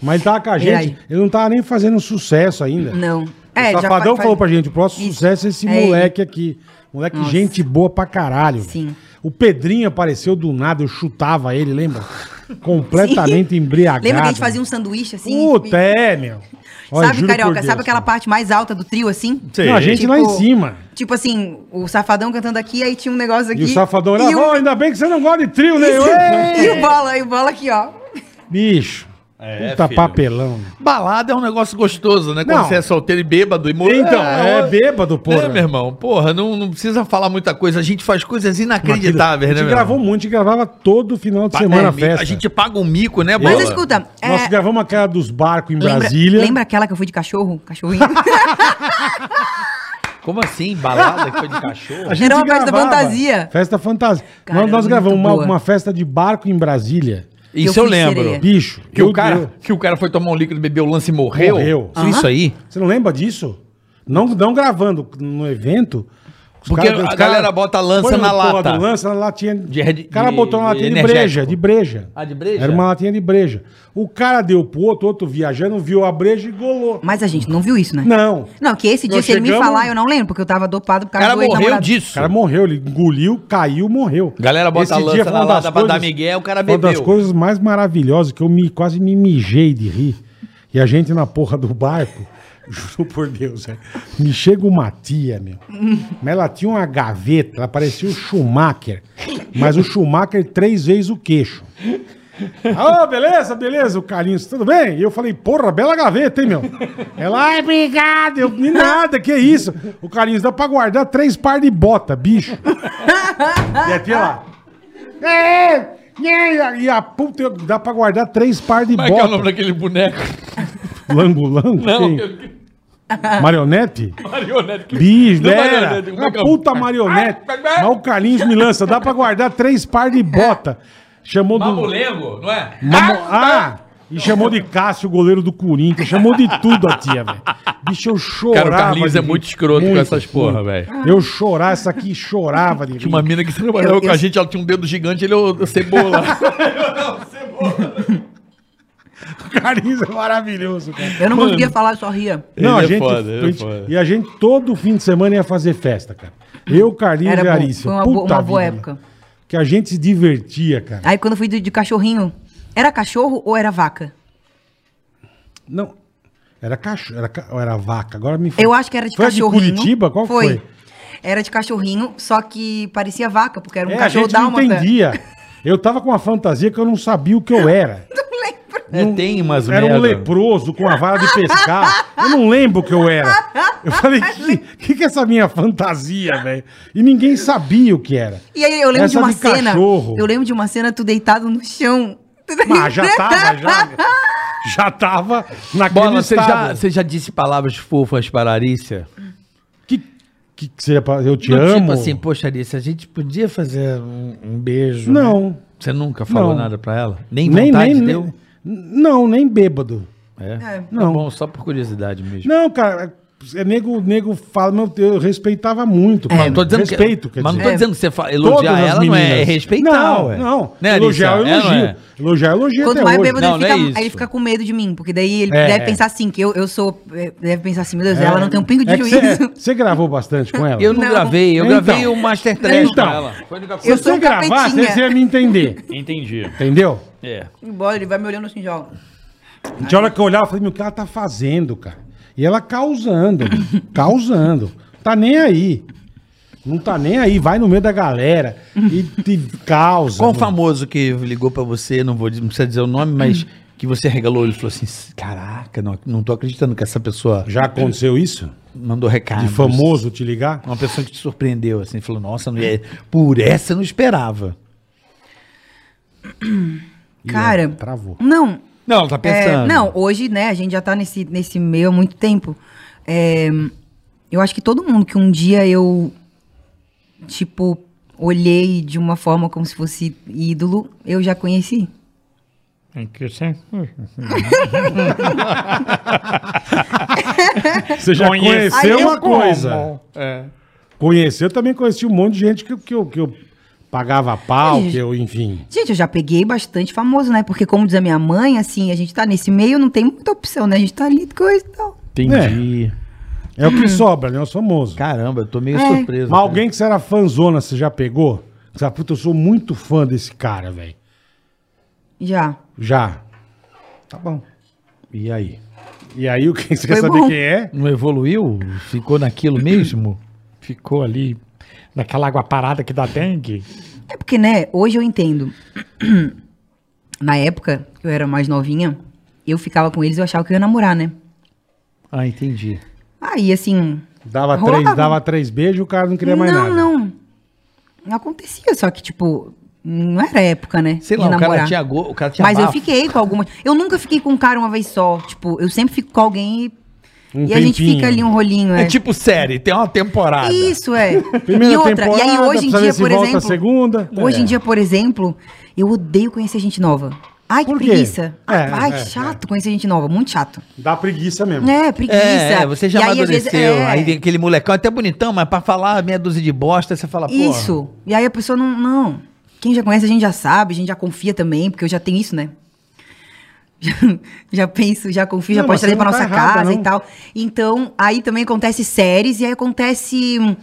Mas ele tava com a gente,
Verdade.
ele não tava nem fazendo sucesso ainda.
Não. É,
o
já
Safadão
fa- faz-
falou pra gente, o próximo
Isso.
sucesso é esse
É ele.
moleque aqui. Moleque,
Nossa.
gente boa pra caralho.
Sim.
velho. O Pedrinho apareceu do nada, eu chutava ele, lembra? Completamente embriagado.
Lembra que a gente fazia um sanduíche assim?
Puta, é, meu. Olha,
sabe,
juro por
Carioca,
Deus,
sabe aquela
cara.
parte mais alta do trio, assim?
Não, a gente lá em cima.
Tipo assim, o Safadão cantando aqui, aí tinha um negócio aqui.
E o safadão era,
e
"Ô,
o, [laughs]
ainda bem que você não gosta de trio, né? Eu,
e
"Ei!"
o Bola, e o Bola aqui, ó.
Bicho,
É,
puta
filho.
papelão.
Balada é um negócio gostoso, né?
Não.
Quando você é solteiro e bêbado e morto.
Então, é, bêbado, porra.
Né, meu irmão? Porra, não, não precisa falar muita coisa. A gente faz coisas
a
inacreditáveis, né,
gente
meu
gravou
irmão?
muito, a gente gravava todo final de semana
É,
a festa.
A gente paga um mico, né,
Mas
Bola?
escuta, é,
Nós gravamos aquela dos barcos em
lembra,
Brasília.
lembra aquela que eu fui de cachorro? Cachorrinho? [laughs]
Como assim? Balada que foi de cachorro?
A gente
Era uma festa fantasia.
Festa fantasia.
Cara,
nós, nós
era
gravamos
muito
uma,
boa. É.
uma festa de barco em Brasília.
[laughs] Isso
Eu
eu,
fui
lembro.
sereia.
Bicho,
Que o,
meu
cara,
Deus.
que o cara foi tomar um líquido, bebeu o lance e morreu.
Morreu.
Isso aí?
Você não lembra disso? Não, não gravando no evento,
Porque
caras-
a
os
galera
caras-
bota a lança
Põe no
na lata.
pódio, Lança na latinha.
De- de-
o cara botou uma
de
latinha de,
energético.
breja, de breja.
Ah, de breja?
Era uma latinha de breja. O cara deu pro outro, outro viajando, viu a breja e golou.
Mas a gente não viu isso, né?
Não.
Não, que esse dia,
Nós
se ele me
chegamos-
falar, eu não lembro, porque eu tava dopado por
O
causa
cara
do
morreu
ex-namorado.
O
disso.
cara morreu, ele engoliu, caiu, morreu.
Galera bota a lança
foi
na
uma das
lata pra dar migué, o cara
Uma das
bebeu.
coisas mais maravilhosas que eu me, quase me mijei de rir. E a gente na porra do barco, [laughs] juro por Deus, é, me chega uma tia, meu. Mas ela tinha uma gaveta, ela parecia o Schumacher. Mas o Schumacher três vezes o queixo. Ah, beleza, beleza, o Carlinhos, tudo bem? E eu falei, porra, bela gaveta, hein, meu? Ela, ai, obrigado, eu, "De nada, que isso? O Carlinhos, dá pra guardar três par de bota, bicho. e a tia lá, "É, é, é", e a puta, eu, dá pra guardar três par de
Como é que é o nome
bota.
daquele boneco?
Lango-lango?
Não,
quem?
[laughs]
Marionete?
né?
Bicho,
Não, é-
era.
marionete, como
Uma
é que é?
puta marionete. Mas o Carlinhos me lança, dá pra guardar três par de bota. Chamou do...
Mamulengo, não é?
Mamo- Ah! E chamou de Cássio, goleiro do Corinthians. Chamou de tudo a tia, velho. Bicho, eu chorava.
Cara, o Carlinhos
de
é
rir.
muito escroto com essas porra, velho.
Eu chorava, essa aqui chorava de
Tinha uma
rir.
mina que trabalhava
Eu-
com
eu-
a gente, ela tinha um dedo gigante, ele é o o
[laughs]
cebola.
O Carlinhos é maravilhoso, cara.
Eu não
Mano,
conseguia falar, eu só ria.
Não, a
Ele é
gente,
foda, ele é
a gente-
foda.
E a gente todo fim de semana ia fazer festa, cara. Eu, Carlinhos
Era
e
bom,
Arícia.
foi uma boa-
Puta
uma boa
vida,
época.
né? Que a gente se divertia, cara.
Aí quando eu fui de, de cachorrinho, era cachorro ou era vaca?
Não. Era cachorro, era, ca- ou era vaca. Agora me
Eu acho que era de
Foi a
cachorrinho.
de Curitiba? Qual foi?
Era de cachorrinho, só que parecia vaca, porque era um
É, a
cachorro
gente não
dálmata. [laughs]
entendia. Eu tava com uma fantasia que eu não sabia o que eu era.
É, tem umas
Era um
merda.
leproso com uma vara de pescar. Eu não lembro o que eu era. Eu falei, que, que que é essa minha fantasia, velho? E ninguém sabia o que era.
E aí eu lembro
Essa
de uma
de
cena.
cachorro.
Eu lembro de uma cena tu deitado no chão.
[laughs] Mas
[laughs]
já tava,
[laughs]
já, já tava naquele
Bola, você já,
estado.
você já disse palavras fofas para a Arícia?
Que, que, que seria pra- Eu te
Do
amo?
Tipo assim, poxa, Arícia, a gente podia fazer um, um beijo. né?
não,
Você nunca falou
Não.
nada pra ela? Nem
nem,
vontade
nem,
deu?
nem, não, nem bêbado.
É. Tá
Não.
bom, só por curiosidade mesmo.
Não, cara, é nego, nego fala, meu, eu respeitava muito. cara.
É, Não tô dizendo
Respeito,
que,
quer
Mas não
dizer.
tô dizendo que você fala, elogiar
Todas as
ela não é, é
meninas.
respeitar,
Não,
ué.
não.
Né, Arícia?
elogiar, eu
Ela não
elogio.
é.
Elogiar, eu elogio
Quanto
até
mais
hoje.
bêbado
Não,
ele
não é
fica,
isso.
aí ele fica com medo de mim, porque daí ele
É,
deve
é.
pensar assim, que eu, eu sou. é, Deve pensar assim, meu Deus, ela não tem um pingo de
É que
juízo.
cê- Você gravou bastante
[laughs]
com ela?
Eu não,
Não.
gravei, eu
Então.
gravei o Master Trash
Então.
pra ela. Foi no
Se
[laughs]
capítulo.
eu sou
você
um
gravar, você
capetinha.
você ia me entender.
Entendi.
Entendeu?
É.
Embora ele vai me olhando assim, ó.
Tinha hora que eu olhava e falei, meu, o que ela tá fazendo, cara? E ela causando,
[laughs]
causando. Tá nem aí. Não tá nem aí, vai no meio da galera e te causa.
Qual
meu.
famoso que ligou pra você, não vou dizer- não precisa dizer o
[clears throat]
nome, mas que você regalou ele falou assim: Caraca, não, não tô acreditando que essa pessoa
Já aconteceu isso?
mandou recado.
De famoso te ligar?
Uma pessoa que te surpreendeu, assim, falou, nossa, não ia- por essa eu não esperava.
Ih, é,
Cara.
Travou.
Não,
Não, ela tá
É, não, hoje, né, a gente já tá nesse, nesse meio há muito tempo. É, eu acho que todo mundo que um dia eu, tipo, olhei de uma forma como se fosse ídolo, eu já conheci.
Você já conheceu
Aí eu
uma coisa.
É.
Conheceu, também conheci um monte de gente que, eu- que, eu, que eu pagava pau,
Ai,
que eu, enfim.
Gente, eu já peguei bastante famoso, né? Porque, como diz a minha mãe, assim, a gente tá nesse meio, não tem muita opção, né? A gente tá ali com coisa e tal.
Entendi.
É o que sobra, né? Os famosos.
Caramba, eu tô meio
É.
surpreso.
né?
Mas alguém que você era fãzona, você já pegou? Você fala, puta, eu sou muito fã desse cara, velho.
Já.
Já. Tá bom.
E aí?
E aí, o que [laughs] você
Foi
quer saber
bom.
quem é?
Não evoluiu? Ficou
[clears throat]
naquilo mesmo?
Ficou ali naquela água parada que dá dengue.
É porque, né, hoje eu entendo. [clears throat] Na época, que eu era mais novinha, eu ficava com eles e eu achava que eu ia namorar, né?
Ah, entendi.
Aí, assim,
Dava
Rolava.
três, dava três beijos o cara não queria mais
não,
nada.
Não, não. Acontecia, só que, tipo, não era época, né?
Sei lá, o cara, tinha go... o cara tinha
Mas eu
bafo.
fiquei com algumas. Eu nunca fiquei com um cara uma vez só. Tipo, eu sempre fico com alguém e.
Um
e a gente
tempinho.
fica ali um rolinho, é.
É tipo série, tem uma temporada.
[laughs]
Isso, é.
Primeira
e outra, e
temporada,
aí hoje
precisa
em
ver
dia,
se
por
volta a
exemplo.
segunda.
Hoje
É.
em dia, por exemplo, eu odeio conhecer gente nova. Ai, que
Por quê?
preguiça.
É,
Ah, Ai,
é,
chato conhecer gente nova, muito chato.
Dá preguiça mesmo.
É, preguiça.
É, você já
E aí, às
amadureceu.
vezes, é,
Aí vem aquele molecão até bonitão, mas pra falar meia dúzia de bosta, você
Ah,
fala, pô.
Isso. E aí a pessoa não, não. Quem já conhece, a gente já sabe, a gente já confia também, porque eu já tenho isso, né? [laughs] Já, já penso, já confio, já
Não, mas
pode
você
trazer pra
não tá
nossa
errada,
casa
não.
e tal. Então, aí também acontece séries e aí acontece. hum,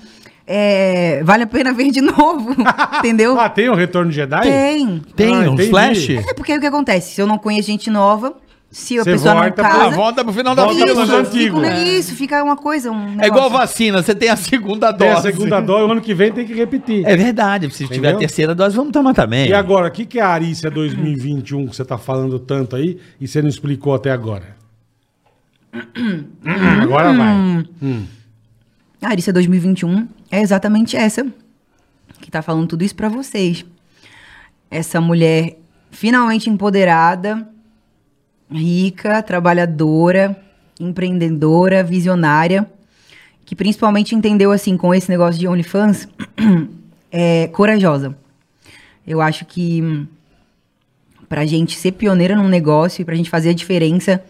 é, vale a pena ver de [laughs] novo, entendeu?
Ah, tem o Retorno de Jedi?
Tem.
Tem
Ah,
um
entendi.
flash?
É porque aí o que acontece? Se eu não conheço gente nova, se a
Você
pessoa não
volta pra-
casa.
volta pro final
Volta
isso,
pelos
fica um
antigos.
ne- isso, fica uma coisa. Um
É igual
negócio.
vacina, você tem a segunda
Tem a
dose.
segunda dose, o ano que vem tem que repetir.
É verdade, se tiver a
Entendeu?
terceira dose, vamos tomar também.
E agora, o que, que é a Arícia 2021 que você tá falando tanto aí e você não explicou até
[coughs]
agora? agora vai.
A Arícia 2021 é exatamente essa que tá falando tudo isso pra vocês. Essa mulher finalmente empoderada, rica, trabalhadora, empreendedora, visionária, que principalmente entendeu assim com esse negócio de OnlyFans, [clears throat] é corajosa. Eu acho que hum, pra gente ser pioneira num negócio e pra gente fazer a diferença,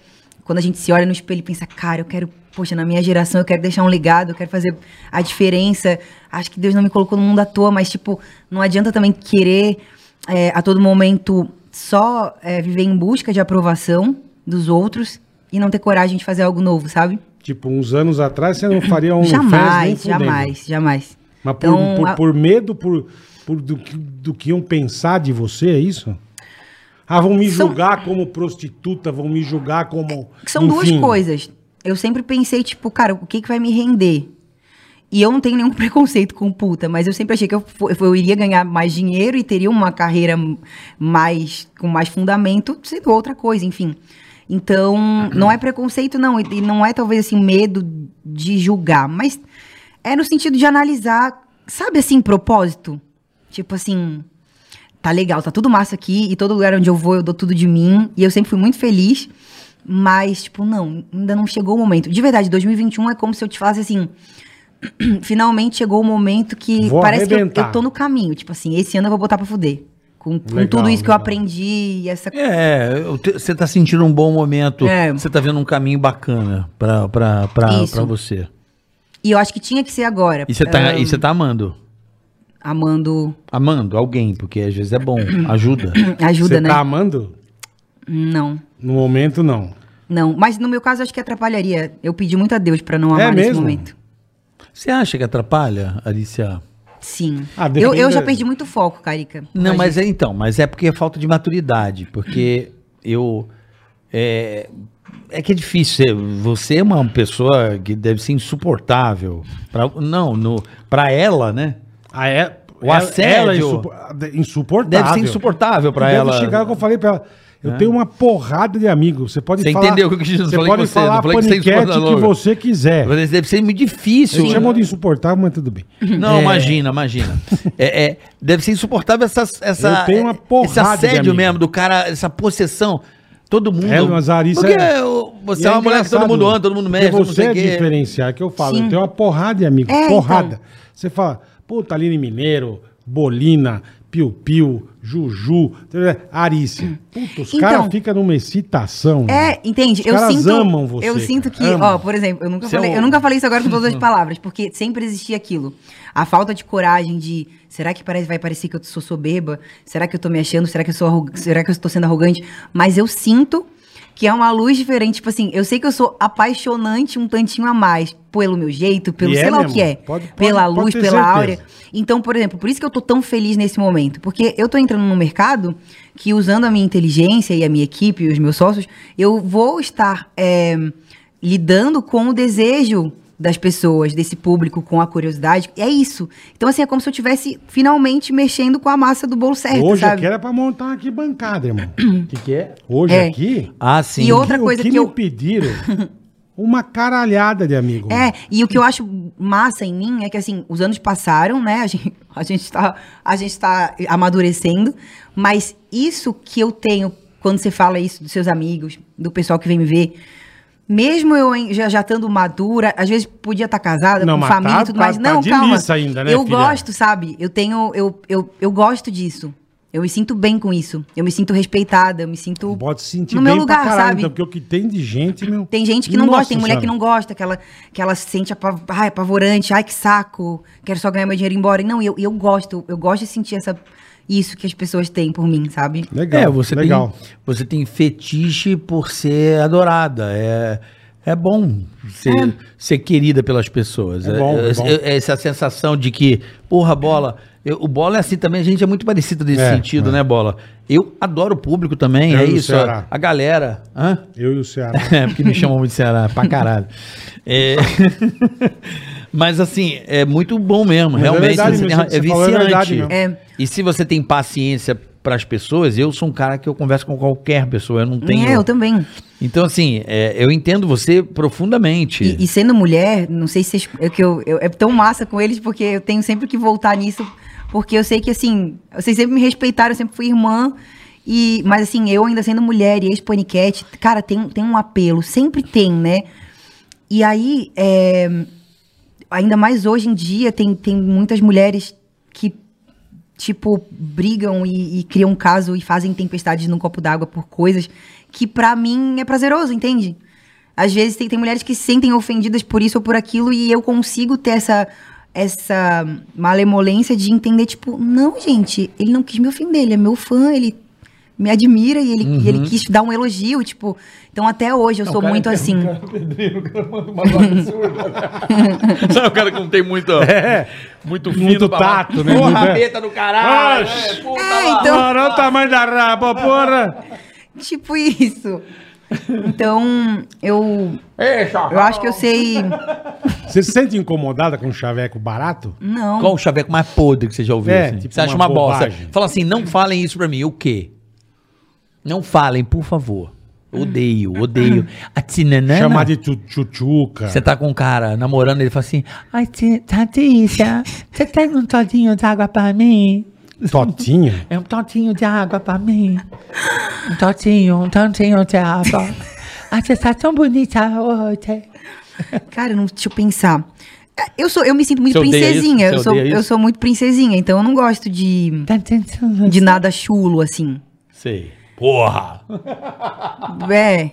quando a gente se olha no espelho e pensa, cara, eu quero, poxa, na minha geração eu quero deixar um legado, eu quero fazer a diferença. Acho que Deus não me colocou no mundo à toa, mas, tipo, não adianta também querer é, a todo momento só é, viver em busca de aprovação dos outros e não ter coragem de fazer algo novo, sabe?
Tipo, uns anos atrás você não faria um
jamais, jamais, jamais.
Mas por,
Então,
por-
a-
por medo por, por do, que- do que iam pensar de você, é isso? Ah, vão me
São-
julgar como prostituta, vão me julgar como.
Que são
enfim.
duas coisas. Eu sempre pensei, tipo, cara, o que, que vai me render? E eu não tenho nenhum [laughs] preconceito com puta, mas eu sempre achei que eu, fo- eu iria ganhar mais dinheiro e teria uma carreira m- mais com mais fundamento, sendo outra coisa, enfim. Então, não é preconceito, não. E e não é, talvez, assim, medo de julgar, mas é no sentido de analisar, sabe, assim, propósito? Tipo assim, tá legal, tá tudo massa aqui, e todo lugar onde eu vou eu dou tudo de mim, e eu sempre fui muito feliz, mas, tipo, não, ainda não chegou o momento. De verdade, 2021 é como se eu te falasse assim, [clears throat] finalmente chegou o momento que
Vou
parece que eu- eu,
arrebentar.
tô no caminho, tipo assim, esse ano eu vou botar pra fuder. Com, com
Legal,
tudo isso que eu
legal.
aprendi, e essa
É, eu te- você tá sentindo um bom momento.
É.
Você tá vendo um caminho bacana pra, pra, pra,
Isso.
pra você.
E eu acho que tinha que ser agora.
E você tá,
É.
e você tá amando.
Amando
Amando alguém, porque às vezes é bom, ajuda.
ajuda,
Você
né?
tá amando?
Não.
No momento, não.
Não, mas no meu caso acho que atrapalharia. Eu pedi muito a Deus pra não
É
amar nesse
mesmo?
momento.
Você acha que atrapalha, Alicia?
Sim.
Ah,
eu,
depende
eu já
da-
perdi muito foco, Carica.
Não,
Imagina.
mas é então, mas é porque é falta de maturidade, porque eu é, é que é difícil. você- Você é uma pessoa que deve ser insuportável. Pra, não, no, pra ela, né?
Ah, é,
O
ela-
assédio
ela é insupo- insuportável.
Deve ser insuportável pra
Deve
ela. É.
chegar o que eu falei pra ela. Eu tenho uma porrada de amigos. Você pode
Você
falar.
entendeu o que eu quis dizer? Não
Você
falei
pode
que você- não
falar
falei que você é
paniquete que,
insuportável. é
você quiser.
Mas Deve ser muito
Você
difícil.
chamou É. de É. insuportável, mas tudo bem.
[laughs] Não, imagina, imagina. É, é, deve ser insuportável essa, essa,
Eu tenho uma
esse
porrada de
assédio
amigo.
mesmo do cara, essa possessão. Todo mundo.
É, mas a Larissa
Porque
é-
o-
E
você é uma mulher que todo
engraçado,
mundo ama, todo mundo
porque
mexe, todo mundo
Você
sei
é
o quê.
diferenciar, que eu falo.
Sim.
Eu tenho uma porrada de amigos.
É,
porrada. Você fala, pô, Taline Mineiro, Bolina, Piu Piu, Juju, Arícia. Puta, os
Então-
caras ficam numa excitação. né?
É, entende?
Os
eu
caras
sinto.
amam você,
eu
cara,
sinto que,
amam.
ó, por exemplo, eu nunca,
Você é
falei,
um-
eu nunca falei isso agora com
[laughs] Uhum.
todas as palavras, porque sempre existia aquilo. A falta de coragem de. Será que parece, vai parecer que eu sou soberba? Será que eu tô me achando? Será que eu sou arro- Será que eu estou sendo arrogante? Mas eu sinto que é uma luz diferente. Tipo assim, eu sei que eu sou apaixonante um tantinho a mais. Pelo meu jeito, pelo
E é
sei lá o
mesmo.
que é.
Pode- pode-
pela
pode
luz,
ter
pela
certeza.
áurea. Então, por exemplo, por isso que eu tô tão feliz nesse momento, porque eu tô entrando num mercado que usando a minha inteligência e a minha equipe e os meus sócios, eu vou estar é, lidando com o desejo das pessoas, desse público, com a curiosidade. É isso. Então, assim, é como se eu estivesse finalmente mexendo com a massa do bolo certo,
Hoje
É, sabe?
aqui era pra montar uma arquibancada,
[clears throat]
irmão.
O que, que é?
Hoje
É.
aqui.
Ah, sim.
E outra
o
coisa
que,
que
me
eu- [laughs]
pediram uma caralhada de amigo.
É, e o que eu acho massa em mim é que, assim, os anos passaram, né? A gente, [laughs] a gente, tá, a gente tá amadurecendo, mas isso que eu tenho quando você fala isso dos seus amigos, do pessoal que vem me ver, mesmo eu em- já, já estando madura, às vezes podia estar casada,
Não,
com
mas
família
tá-
e tudo
tá-
mais.
tá
Não,
de
calma.
liça ainda, né,
eu
filha?
gosto, sabe? Eu tenho, eu, eu, eu gosto disso. Eu me sinto bem com isso. Eu me sinto respeitada, eu me sinto.
Pode se sentir
No
bem
meu lugar,
pra caralho,
sabe?
então, porque o que tem de gente, meu.
Tem gente que não
Nossa
gosta, tem mulher
Senhora.
que não gosta, que ela, que ela se sente apa- ai, apavorante, ai que saco, quero só ganhar meu dinheiro e ir embora. Não, eu, eu gosto, eu gosto de sentir essa, isso que as pessoas têm por mim, sabe?
Legal.
é, você
legal.
tem você tem fetiche por ser adorada. É é bom ser, ser querida pelas pessoas.
É bom, é bom.
é- é essa sensação de que, porra, bola. eu- o bola é assim também, a gente é muito parecido nesse
É,
sentido,
é.
né, bola? Eu adoro o público também,
Eu
é
e o
isso.
Ceará.
A, a galera. Hã?
Eu e o Ceará.
[laughs] É, porque me chamam muito de Ceará, pra caralho. É, [laughs] Mas assim, é muito bom mesmo,
Mas é
realmente.
verdade
você tem
mesmo,
ra-
você
é
falou, é
viciante.
verdade mesmo.
É.
E se você tem paciência pras pessoas, eu sou um cara que eu converso com qualquer pessoa, eu não tenho.
É, eu também.
Então assim, é, eu entendo você profundamente.
E, e sendo mulher, não sei se vocês, é que eu, eu- é tão massa com eles porque eu tenho sempre que voltar nisso, porque eu sei que assim, vocês sempre me respeitaram, eu sempre fui irmã. E, mas assim, eu ainda sendo mulher e ex-paniquete, cara, tem, tem um apelo, sempre tem, né? E aí, é, ainda mais hoje em dia, tem, tem muitas mulheres que, tipo, brigam e, e criam um caso e fazem tempestades num copo d'água por coisas que, pra mim, é prazeroso, entende? Às vezes tem, tem mulheres que se sentem ofendidas por isso ou por aquilo e eu consigo ter essa, essa malemolência de entender, tipo, não, gente, ele não quis me ofender, ele é meu fã, ele me admira e ele, e ele quis dar um elogio, tipo. Então até hoje eu sou muito assim.
[laughs]
É
Sabe
um
o cara que não tem muito,
É,
muito fino
Muito
pra lá?
tato, né?
Porra,
Muito-
rabeta do caralho.
Oxe.
né? Puta
[laughs] É,
lá.
então. [laughs]
Olha o tamanho da raba, porra!
Tipo isso. Então, eu.
Ei, chaval.
Eu acho que eu sei.
Você se sente incomodada com um chaveco barato?
Não.
Qual o chaveco mais podre que você já ouviu?
É,
assim?
tipo
você acha
uma
uma, bosta.
bobagem.
Fala assim, não falem isso pra mim. O quê? Não falem, por favor. Odeio, odeio. A tsinanana-
Chamar de tchu- tchutchuca.
Você tá com um cara namorando, ele fala assim: Ai, Ti- Tatícia, você tem um todinho de água pra mim?
Totinha.
É um totinho de água pra mim. Um totinho, um totinho de água. Ai, você tá tão bonita hoje.
Cara, não, deixa eu pensar. É, Eu, sou, eu me sinto muito
Você odeia
princesinha.
isso?
Eu
Você
sou,
odeia
eu
isso?
sou muito princesinha, então eu não gosto de,
Tá tentando-
de nada chulo, assim.
Sei. Porra!
É,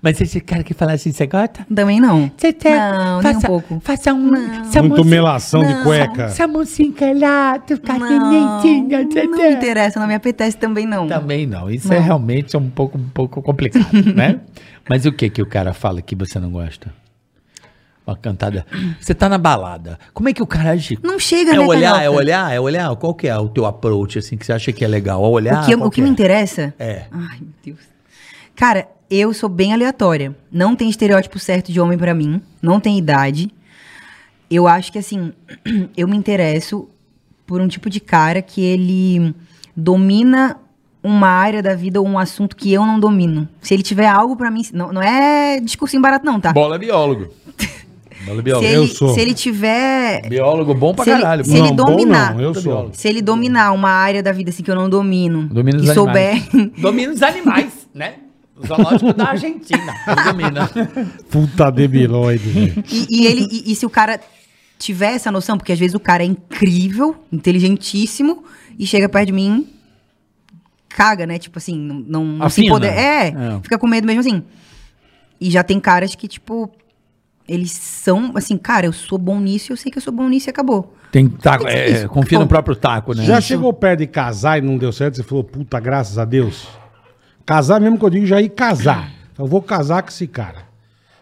Mas esse cara que fala assim, você gosta?
também não.
Você tem.
Não, nem
faça,
um pouco.
Faça um.
é
essa
Muito
música-
melação de cueca.
Essa mocinha lá, tu tá
Não,
bonitinha, você
não me
tem.
interessa, não me apetece também não.
Também não. Isso é realmente um pouco, um pouco complicado,
[laughs]
né? Mas o que que o cara fala que você não gosta? Uma cantada. Você tá na balada. Como é que o cara age?
Não chega,
É
né,
olhar,
Carioca?
é olhar, é olhar. Qual que é o teu approach, assim, que você acha que é legal? É olhar?
o que, eu-
qual
o que
é?
me interessa
É.
Ai, meu Deus. Cara, eu sou bem aleatória. Não tem estereótipo certo de homem pra mim. Não tem idade. Eu acho que, assim, [clears throat] eu me interesso por um tipo de cara que ele domina uma área da vida ou um assunto que eu não domino. Se ele tiver algo pra mim. Não, não é discursinho barato, não, tá?
Bola é biólogo.
[laughs]
Bola é
se,
biólogo.
ele,
eu sou.
se ele tiver.
Biólogo bom pra
se ele- [laughs]
caralho.
se ele
bom
dominar.
não, eu sou.
Se ele dominar uma área da vida assim que eu não domino.
Domina os
e souber.
animais. Domina os animais, né? O zoológico da
[laughs]
Argentina. Ele domina.
Puta debilóide, velho.
E, e ele, e, e se o cara tiver essa noção, porque às vezes o cara é incrível, inteligentíssimo, e chega perto de mim, caga, né? Tipo assim, não, não, não se
Afina.
poder. É,
É.
fica com medo mesmo assim. E já tem caras que, tipo, eles são assim, cara, eu sou bom nisso, eu sei que eu sou bom nisso e acabou.
Tem taco. É,
Isso.
confia no próprio taco, né?
Então-
Já chegou perto de casar e não deu certo? Você falou, puta, graças a Deus. Casar mesmo que eu digo, já ir casar. Eu vou casar com esse cara.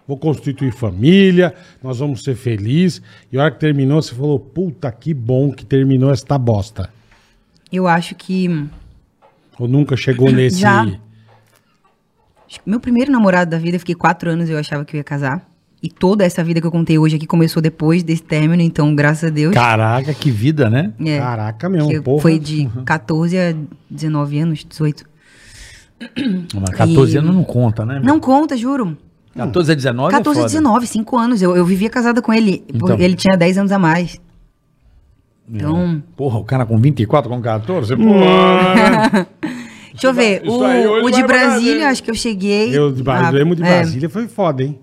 Vou constituir família, nós vamos ser felizes. E a hora que terminou, você falou, puta, que bom que terminou esta bosta.
Eu acho que.
Ou nunca chegou nesse...
[laughs] Já. acho que Meu primeiro namorado da vida, eu fiquei quatro anos, eu achava que eu ia casar. E toda essa vida que eu contei hoje aqui começou depois desse término, então, graças a Deus.
Caraca, que vida, né?
é.
Caraca, mesmo,
Que
porra. Uhum.
Foi de 14 a 19 anos, 18.
Mas 14
E-
anos não conta, né? é
Não conta, juro.
14 a 19
14 a 19, 5 anos. Eu, eu vivia casada com ele.
Então.
porque Ele tinha 10 anos a mais. Então,
Porra, o cara com 24, com 14? Pô,
Hum.
[laughs] deixa eu ver.
isso aí hoje
O, o de
vai pra
Brasília,
cadeia.
acho que eu cheguei.
Eu de, Bra-
a-
eu lembro de
é,
Brasília, foi foda, hein?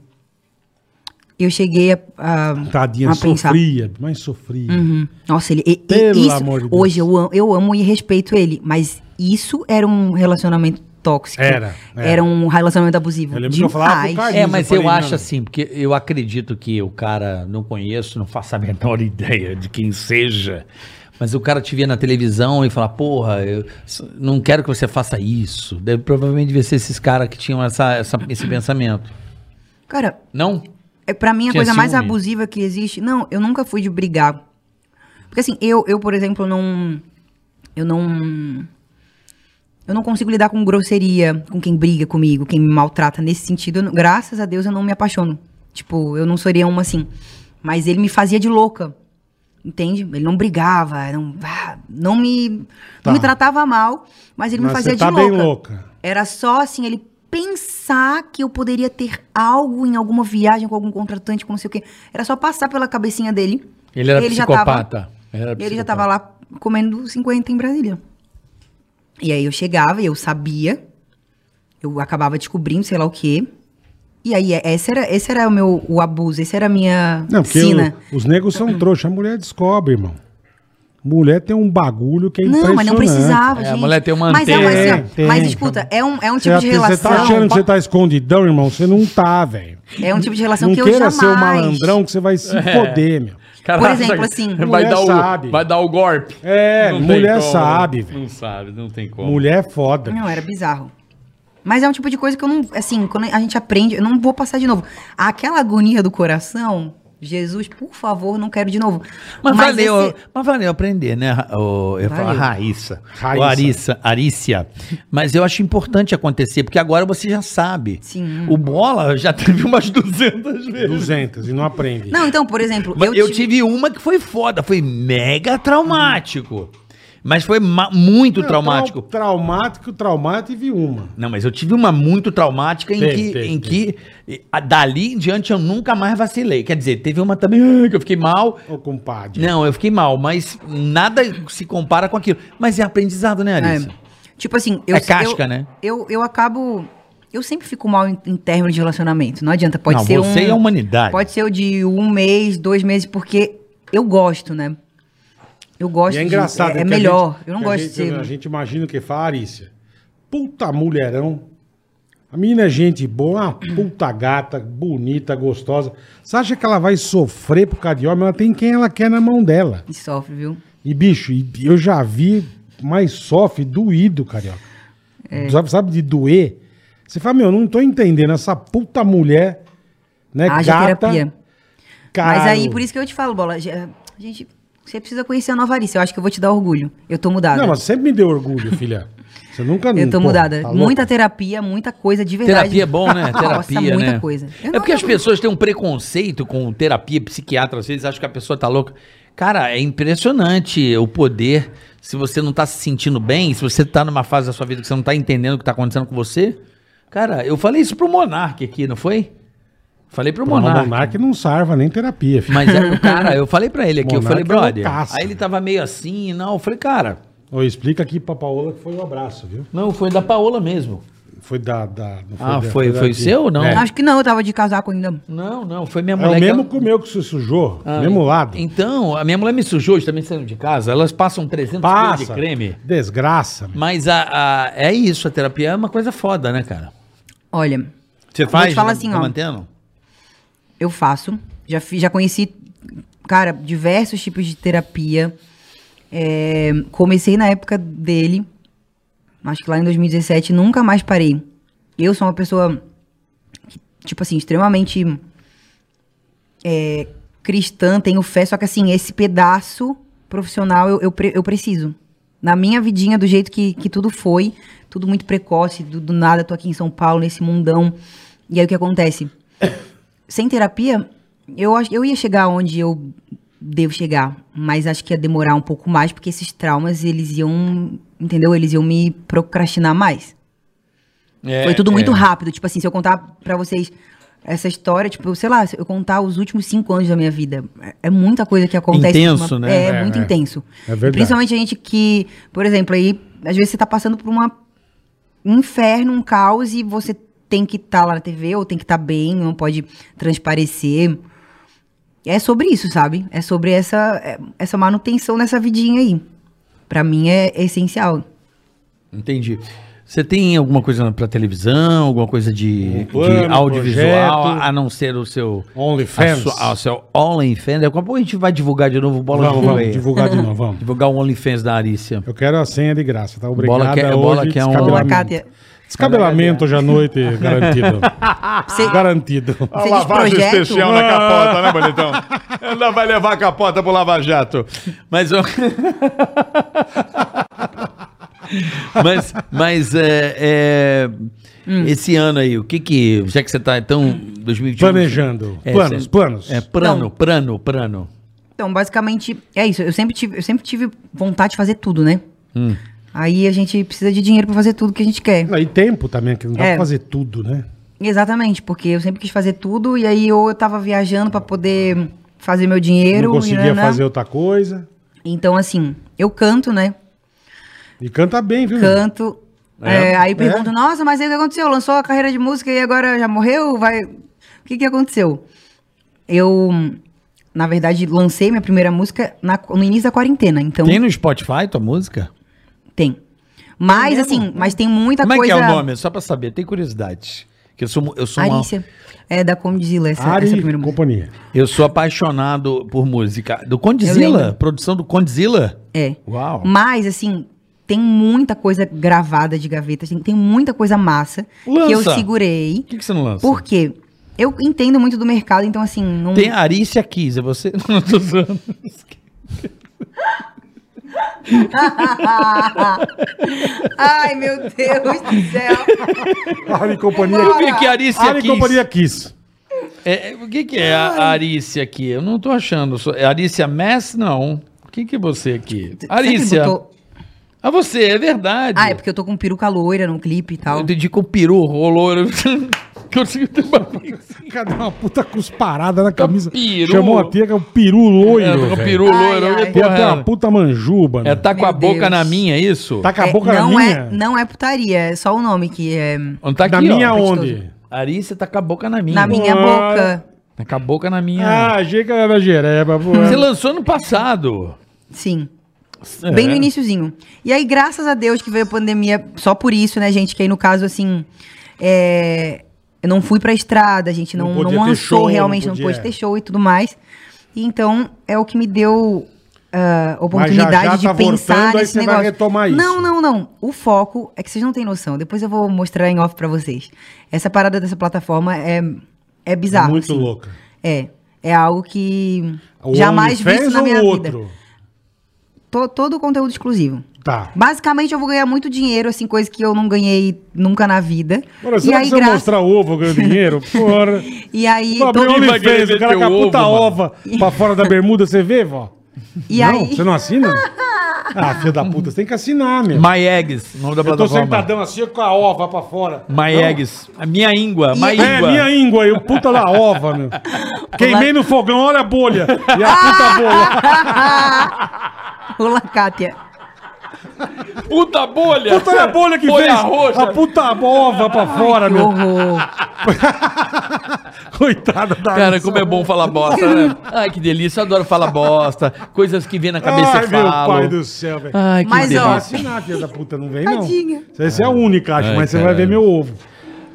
eu cheguei a, a,
Tadinha,
a pensar.
sofria, mas sofria.
Uhum. Nossa, ele. e- e-
Pelo
isso,
amor de Deus.
Hoje eu amo, eu amo e respeito ele, mas isso era um relacionamento tóxico.
Era, era.
Era, um relacionamento abusivo.
Eu lembro que eu falava pro
Demais.
Carlinhos,
É, mas eu
falei,
acho
mano,
assim, porque eu acredito que o cara, não conheço, não faço a [laughs] menor ideia de quem seja, mas o cara te vê na televisão e fala, porra, eu s- não quero que você faça isso. Deve, provavelmente devia ser esses caras que tinham essa, essa- esse pensamento.
Cara,
Não?
É, pra mim, a
Tinha
coisa mais
ciúme?
abusiva que existe. Não, eu nunca fui de brigar. Porque assim, eu, eu por exemplo, não. Eu não. Eu não consigo lidar com grosseria, com quem briga comigo, quem me maltrata nesse sentido. eu não- graças a Deus eu não me apaixono. Tipo, eu não seria uma assim. Mas ele me fazia de louca. Entende? Ele não brigava, não, ah, não me.
Tá.
Não me tratava mal, mas ele
mas
me fazia
você
de
tá
louca.
bem louca.
Era só assim, ele pensar que eu poderia ter algo em alguma viagem com algum contratante, com não sei o quê. Era só passar pela cabecinha dele.
Ele era
já tava-
psicopata. Era
ele já
psicopata.
tava lá comendo 50 em Brasília. E aí eu chegava e eu sabia. Eu acabava descobrindo, sei lá o quê. E aí, é- esse era, esse era o meu o abuso, esse era a minha
Não, porque
sina.
o- os negros são trouxa, a mulher descobre, irmão. Mulher tem um bagulho que é
Não, mas não precisava,
É, a
gente.
mulher tem uma
mas, é, uma-
antena.
assim, ó, mas
Tem,
escuta, é um, é um
Você
tipo de relação.
tá achando que você tá escondidão, irmão? Você não tá, velho.
É um tipo de relação
Não
que eu
queira
jamais...
ser o malandrão que você vai
É.
se foder, meu.
Caraca, É
exemplo, assim,
vai
mulher
dar, o,
sabe.
vai dar o golpe.
É,
Não tem
mulher
como, né?
sabe, velho.
Não sabe, não tem como.
Mulher é foda.
Não, era bizarro. Mas é um tipo de coisa que eu não. Assim, quando a gente aprende, eu não vou passar de novo. Aquela agonia do coração, Jesus, por favor, não quero de novo.
Mas, valeu,
esse-
mas valeu aprender, né? Ra- O, eu ia falar
Valeu.
Raíssa.
Raíssa.
Raíssa. Arissa, Arícia. Mas eu acho importante acontecer, porque agora você já sabe.
Sim.
O Bola já teve umas [laughs] 200 vezes.
200 e não aprende.
Não, então, por exemplo,
Mas
eu,
eu,
tive-
tive uma que foi foda, foi mega traumático. Mas foi ma- muito
Não,
traumático.
trau- Traumático, traumático e vi uma.
Não, mas eu tive uma muito traumática em
Teve,
que,
teve,
em que eh, a- dali em diante eu nunca mais vacilei. Quer dizer, teve uma também ah, que eu fiquei mal,
Ô, compadre.
Não, eu fiquei mal, mas nada se compara com aquilo. Mas é aprendizado, né, Alice?
Tipo assim, eu.
É casca,
eu-
né?
Eu, eu acabo. Eu sempre fico mal em, em termos de relacionamento. Não adianta. Pode
Não,
ser
você é
um.
e a humanidade.
Pode ser o de um mês, dois meses, porque eu gosto, né? Eu gosto.
E é
de-
engraçado.
é
que a
melhor.
gente-
eu não
que a
gosto
gente-
de ser.
A gente imagina o que fala, Arícia. Puta mulherão. A menina é gente boa, uma puta gata, bonita, gostosa. Você acha que ela vai sofrer por causa de homem? Ela tem quem ela quer na mão dela.
E sofre, viu?
E, bicho, e- eu já vi mais sofre, doído, carioca.
É.
Sabe, sabe de doer? Você fala, meu, não tô entendendo. Essa puta mulher, né,
Haja terapia.
caralho.
Mas aí, por isso que eu te falo, Bola, já- gente, você precisa conhecer a nova Alice. Eu acho que eu vou te dar orgulho. Eu tô mudada.
Não, mas sempre me deu orgulho, filha. Você nunca...
eu tô
pô,
mudada.
tá
muita
louca?
terapia, muita coisa de verdade.
Terapia é bom, né?
[laughs] Nossa,
Terapia,
muita
né?
coisa. Eu
É
não-
porque as pessoas têm um preconceito com terapia, psiquiatra, às vezes acham que a pessoa tá louca. Cara, é impressionante o poder. Se você não tá se sentindo bem, se você tá numa fase da sua vida que você não tá entendendo o que tá acontecendo com você. Cara, eu falei isso pro Monark aqui, não foi? Falei pro
Pô, mas
Monark.
Monark não sarva nem terapia, filho.
Mas é, o cara, eu falei pra ele aqui, eu
Monark
falei,
é
brother.
loucaço.
aí ele tava meio assim, não, eu falei, cara,
Ô, explica aqui pra Paola que foi o abraço, viu?
não, foi da Paola mesmo.
Foi da... da não
Ah,
da-
foi-
daqui.
foi o seu ou não?
É,
Acho que não, eu tava de casaco ainda.
Não, não, foi minha
É
mulher.
o
que
mesmo
ela-
que o meu que se sujou,
Ah,
mesmo lado.
Então, a minha mulher me sujou hoje também saindo de casa. Elas passam 300 quilos
Passa.
de creme.
Desgraça, meu.
Mas a, a- é isso, a terapia é uma coisa foda, né, cara?
Olha,
Você
te falar
né,
assim,
tá
ó.
mantendo?
eu faço. Já, fi- já conheci, cara, diversos tipos de terapia. É, comecei na época dele, acho que lá em 2017, nunca mais parei. Eu sou uma pessoa, tipo assim, extremamente é, cristã, tenho fé, só que assim, esse pedaço profissional eu, eu, pre- eu preciso. Na minha vidinha, do jeito que, que tudo foi, tudo muito precoce, do, do nada, tô aqui em São Paulo, nesse mundão. E aí o que acontece? sem terapia, eu, acho- eu ia chegar onde eu devo chegar, mas acho que ia demorar um pouco mais, porque esses traumas, eles iam, entendeu? Eles iam me procrastinar mais. Foi tudo muito rápido, tipo assim, se eu contar pra vocês essa história, tipo, sei lá, se eu contar os últimos cinco anos da minha vida, é- é muita coisa que acontece. de
Intenso, né?
É,
É,
muito
é.
intenso.
É verdade.
Principalmente a gente que, por exemplo, aí, às vezes você tá passando por uma um inferno, um caos, e você tem que estar lá na TV, ou tem que estar bem, não pode transparecer. É sobre isso, sabe? É sobre essa, é- essa manutenção nessa vidinha aí. Pra mim é, é essencial.
Entendi. Você tem alguma coisa pra televisão, alguma coisa de,
Um plano,
de audiovisual,
projeto.
a, a não ser o seu
OnlyFans.
a sua- a- o seu OnlyFans? Daqui a pouco a gente vai divulgar de novo o bola
Vamos,
de
vamos,
Fogo. [laughs]
divulgar de novo, vamos.
divulgar o OnlyFans da Arícia.
Eu quero a senha de graça, tá? Obrigado.
Bola que é-
hoje,
bola que é um-
Boa,
descabelamento.
Kátia.
Descabelamento hoje à noite,
[laughs]
garantido. Garantido.
Você diz
lavagem
projeto?
especial na
Ah.
capota, né, bonitão? Ela vai levar a capota pro Lava Jato.
Mas eu- [laughs] mas, mas é, é, esse ano aí, o que que, já que você tá então 2021,
Planejando.
É,
planos,
cê-
planos.
É plano,
Não.
plano, plano.
Então, basicamente, é isso. Eu sempre tive, eu sempre tive vontade de fazer tudo, né?
Hum.
Aí a gente precisa de dinheiro pra fazer tudo que a gente quer.
E tempo também, que não dá
É.
pra fazer tudo, né?
Exatamente, porque eu sempre quis fazer tudo e aí ou eu tava viajando pra poder fazer meu dinheiro.
não conseguia
e naná.
fazer outra coisa.
Então, assim, eu canto, né?
E canta bem, viu?
Canto.
É.
é, aí pergunto, nossa, mas aí o que aconteceu? Lançou a carreira de música e agora já morreu? Vai... O que, que aconteceu? Eu, na verdade, lancei minha primeira música na- no início da quarentena, então
Tem
tem.
no Spotify tua música?
Mas, assim, mas tem muita
Como é
coisa...
que é o nome? Só pra saber, tem curiosidade. Que eu sou mu- eu sou um uma-
Arícia. É, da Condzilla, essa,
Ari
essa
e
primeira música.
companhia.
eu sou apaixonado por música do
Eu
Condzilla,
lembro.
produção do Condzilla. Hum.
É.
Uau.
Mas, assim, tem muita coisa gravada de gaveta, assim, tem, tem muita coisa massa que eu
Lança.
segurei.
O que que você não lança?
Por quê? Eu entendo muito do mercado, então, assim, não... [laughs]
Tem a Arícia Kiss, é você? [laughs] Não tô usando.
[laughs] Ai, meu Deus do céu.
Ari e companhia.
Eu vi que a Arícia
Ari e
Kiss.
companhia quis.
É, é, o que, que é a Arícia aqui? Eu não tô achando. Só- é Arícia Mess? Não. O que, que é você aqui? Arícia.
Sempre botou-
Ah, você, é verdade.
Ah, é porque eu tô com peruca loira no clipe e tal.
Eu dedico o peru, rolou. [laughs] eu- Conseguiu ter uma coisa.
Cadê uma puta cusparada na camisa?
peru.
Chamou a tia que é o peru
É,
loiro.
com
velho.
peru
Ai,
loiro.
ai.
e
Tem
porra,
até uma puta manjuba.
É
né?
tá com a
Meu
boca
Deus.
na minha, é isso?
Tá com a
É,
boca na
não,
minha.
é, não é putaria, é só o nome que é...
Onde tá
Na
aqui,
minha
ó.
onde?
Arícia tá com a boca na minha.
Na minha
Ora.
boca.
Tá com a boca na minha.
Ah, achei que era jereba. pô.
Você lançou no passado.
Sim. É.
É.
Bem no iniciozinho. E aí, graças a Deus que veio a pandemia, só por isso, né, gente? Que aí, no caso, assim, é, eu não fui pra estrada, a gente não,
Não
não,
podia ter
lançou
show,
realmente,
não
não,
podia. é.
pôde ter show e tudo mais. E então, é o que me deu ah, oportunidade
já
de
tá
pensar
voltando, aí
nesse
você vai
negócio.
retomar isso.
Não, não, não. O foco é que vocês não têm noção. Depois eu vou mostrar em off pra vocês. Essa parada dessa plataforma é, é bizarro.
Muito
assim.
louca.
É. É algo que
O
jamais
OnlyFans
visto na
ou
minha vida.
outro?
To- todo o conteúdo exclusivo.
Tá.
Basicamente, eu vou ganhar muito dinheiro, assim, coisa que eu não ganhei nunca na vida.
Agora,
e,
será
aí,
que você
graça-
mostrar ovo [laughs] ganhando dinheiro? Porra.
e aí,
Pô,
todo-
abriu o
vai querer
OnlyFans, o cara com
meter
a
o
puta
ovo, mano?
ova pra fora da bermuda, você vê, vó?
e
não?
aí,
Você não
[laughs]
assina? Ah, filho da puta, você tem que assinar, meu.
My Eggs, o nome da
Eu tô
plataforma.
sentadão assim com a ova pra fora.
My Eggs. A minha íngua,
E-
my
É,
É,
íngua.
minha íngua aí, o puta da ova,
[laughs]
meu. Queimei no fogão, olha a bolha. E a puta
[laughs]
bolha.
Olá, Kátia.
Ah,
Puta bolha.
Puta da bolha que
Bolha
fez
roxa.
a puta ova pra fora,
que
meu.
horror.
[laughs] Coitada da
Cara, como é bom falar bosta, né? Ai, que delícia, eu adoro falar bosta. Coisas que vem na cabeça
Ai,
eu
meu
falo.
pai do céu, velho.
Ai, que
Mas, ó,
Vai
delícia.
assinar, filha da puta, não vem, não.
Tadinha.
Você é a única, acho,
Ai,
mas você vai
caralho.
ver meu ovo.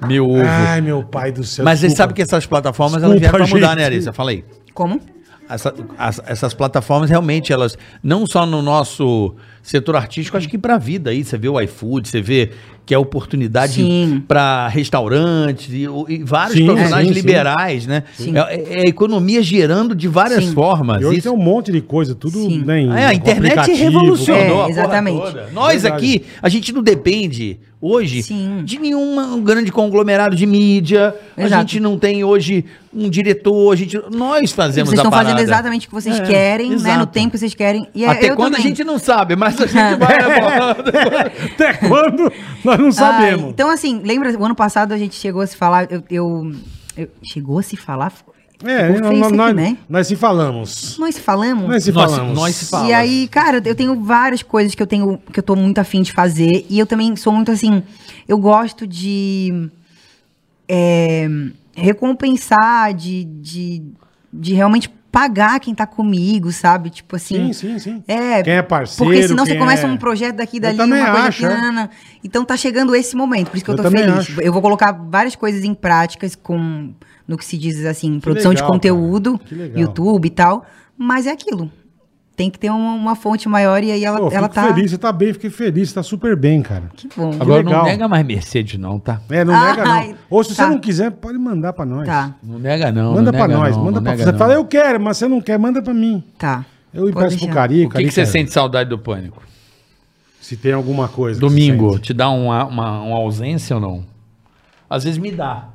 Meu ovo.
Ai, meu pai do céu.
Mas você
Ah, desculpa.
sabe que essas plataformas, elas
Desculpa,
vieram pra mudar,
gente.
né, Arisa? Fala aí.
Como?
Essa- as- essas plataformas realmente, elas, não só no nosso setor artístico, acho que pra vida aí, você vê o iFood, você vê que é oportunidade
Sim.
para restaurantes e, o- e vários
Sim,
profissionais
sim, sim.
liberais, né?
Sim.
É, é- é economia gerando de várias
Sim.
formas.
E hoje
Isso-
tem um monte de coisa, tudo
Sim.
né, em-
Ah, é, a
com
internet
aplicativo,
É,
revolucionou. a porra
exatamente.
toda. Nós
Verdade.
aqui, a gente não depende hoje
Sim.
de nenhum grande conglomerado de mídia. A
Exato.
gente não tem hoje um diretor. A gente, nós fazemos
Vocês
a
estão
parada.
fazendo exatamente o que vocês
É,
querem, né? No
exato.
tempo que vocês querem. E é-
Até
eu
quando
também.
a gente não sabe, mas a
[laughs]
gente vai evoluindo.
É.
Até quando? Nós não sabemos.
Ai, então, assim, lembra, o ano passado a gente chegou a se falar, eu... eu- eu- chegou a se falar?
É,
Ficou
nós,
feio isso aqui,
nós,
então, né?
nós se falamos.
Nós falamos?
Nós se
Nós-
falamos.
nós se
E
Fala.
aí, cara, eu tenho várias coisas que eu tenho que eu tô muito afim de fazer. E eu também sou muito assim. Eu gosto de é, recompensar, de, de, de realmente pagar quem tá comigo, sabe? Tipo assim.
Sim, sim, sim.
É,
Quem é parceiro.
porque senão você
quem
começa
é-
um projeto daqui e
Eu
dali,
também
uma coisa
acho,
aqui,
é.
nanana. Então tá chegando esse momento, por isso que eu,
Eu
tô
também
feliz.
acho.
Eu vou colocar várias coisas em práticas com no que se diz assim, produção
legal,
de conteúdo,
cara. Que legal.
YouTube e tal, mas é aquilo. Tem que ter uma, uma fonte maior e aí ela,
Pô,
ela
fico
tá
feliz, você tá bem, fiquei feliz, você tá super bem, cara.
Que bom.
Agora-
Agora
legal.
não nega mais Mercedes, não, tá?
É, não nega
Ai,
não. Ou se
tá.
você não quiser, pode mandar pra nós.
Tá,
Não nega, não.
Manda
não
pra
nega
nós,
não,
manda
não
pra...
nega
Você
não.
fala, eu quero, mas você não quer, manda pra mim.
tá.
Eu
Pode
peço pro
deixar.
Carica.
O que, que
Carica,
você sente saudade do pânico?
Se tem alguma coisa. que
Domingo,
você sente.
te dá uma, uma, uma ausência ou não? Às vezes me dá.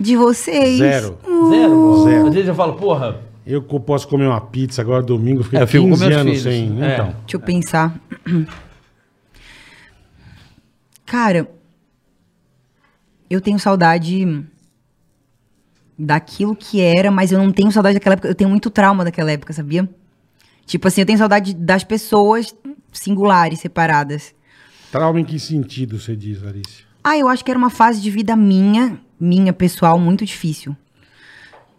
De vocês.
Zero.
Zero?
Zero.
Às vezes eu falo, porra.
Eu co- posso comer uma pizza agora domingo, eu fiquei
É, eu fico com
15
meus
anos
filhos.
sem.
É.
Então.
Deixa eu pensar. Cara, eu tenho saudade daquilo que era, mas eu não tenho saudade daquela época. Eu tenho muito trauma daquela época, sabia? Tipo assim, eu tenho saudade das pessoas singulares, separadas.
Trauma em que sentido você diz, Alice?
Ah, eu acho que era uma fase de vida minha, minha pessoal, muito difícil.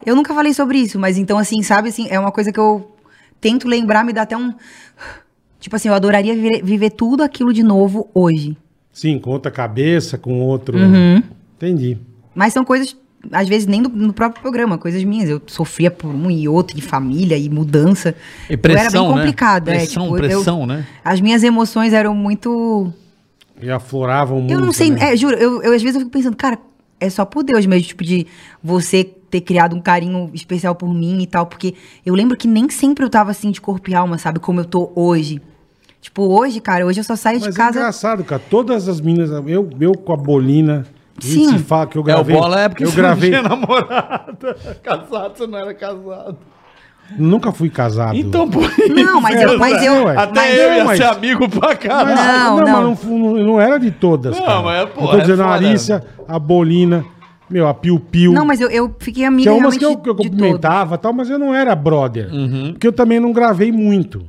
Eu nunca falei sobre isso, mas então, assim, sabe, assim, é uma coisa que eu tento lembrar, me dá até um. Tipo assim, eu adoraria viver, viver tudo aquilo de novo hoje.
Sim, com outra cabeça, com outro.
Uhum.
Entendi.
Mas são coisas, às vezes, nem do, no próprio programa, coisas minhas. Eu sofria por um e outro, e família, e mudança.
E
eu era bem
pressão, né?
complicado.
Pressão,
é, tipo, eu-
pressão, né?
as minhas emoções eram muito.
E afloravam muito.
Eu não sei,
né?
é, juro, eu, eu às vezes eu fico pensando, cara, é só por Deus mesmo, tipo, de você ter criado um carinho especial por mim e tal, porque eu lembro que nem sempre eu tava assim de corpo e alma, sabe, como eu tô hoje. Tipo, hoje, cara, hoje eu só saio
Mas
de casa.
é engraçado, cara. Todas as meninas. Eu, eu com a bolina. a gente
Sim.
Se fala que eu
É, o
gravei.
bola é porque
eu
você não
gravei.
tinha namorado.
Casado, você não era casado.
Nunca fui casado.
Então, pô.
Não, mas eu-
né?
mas eu-
Até
mas-
eu ia
Mas-
ser amigo pra caralho.
Mas,
Não,
não,
não.
mas não, não, não era de todas.
Não,
cara.
mas, pô,
Eu tô
é
dizendo a
foda.
Arícia, a Bolina, meu, a Piu Piu.
Não, mas eu, eu fiquei amiga
Tinha umas
realmente
que eu, que eu
de
cumprimentava e tal, mas eu não era brother.
Uhum.
Porque eu também não gravei muito.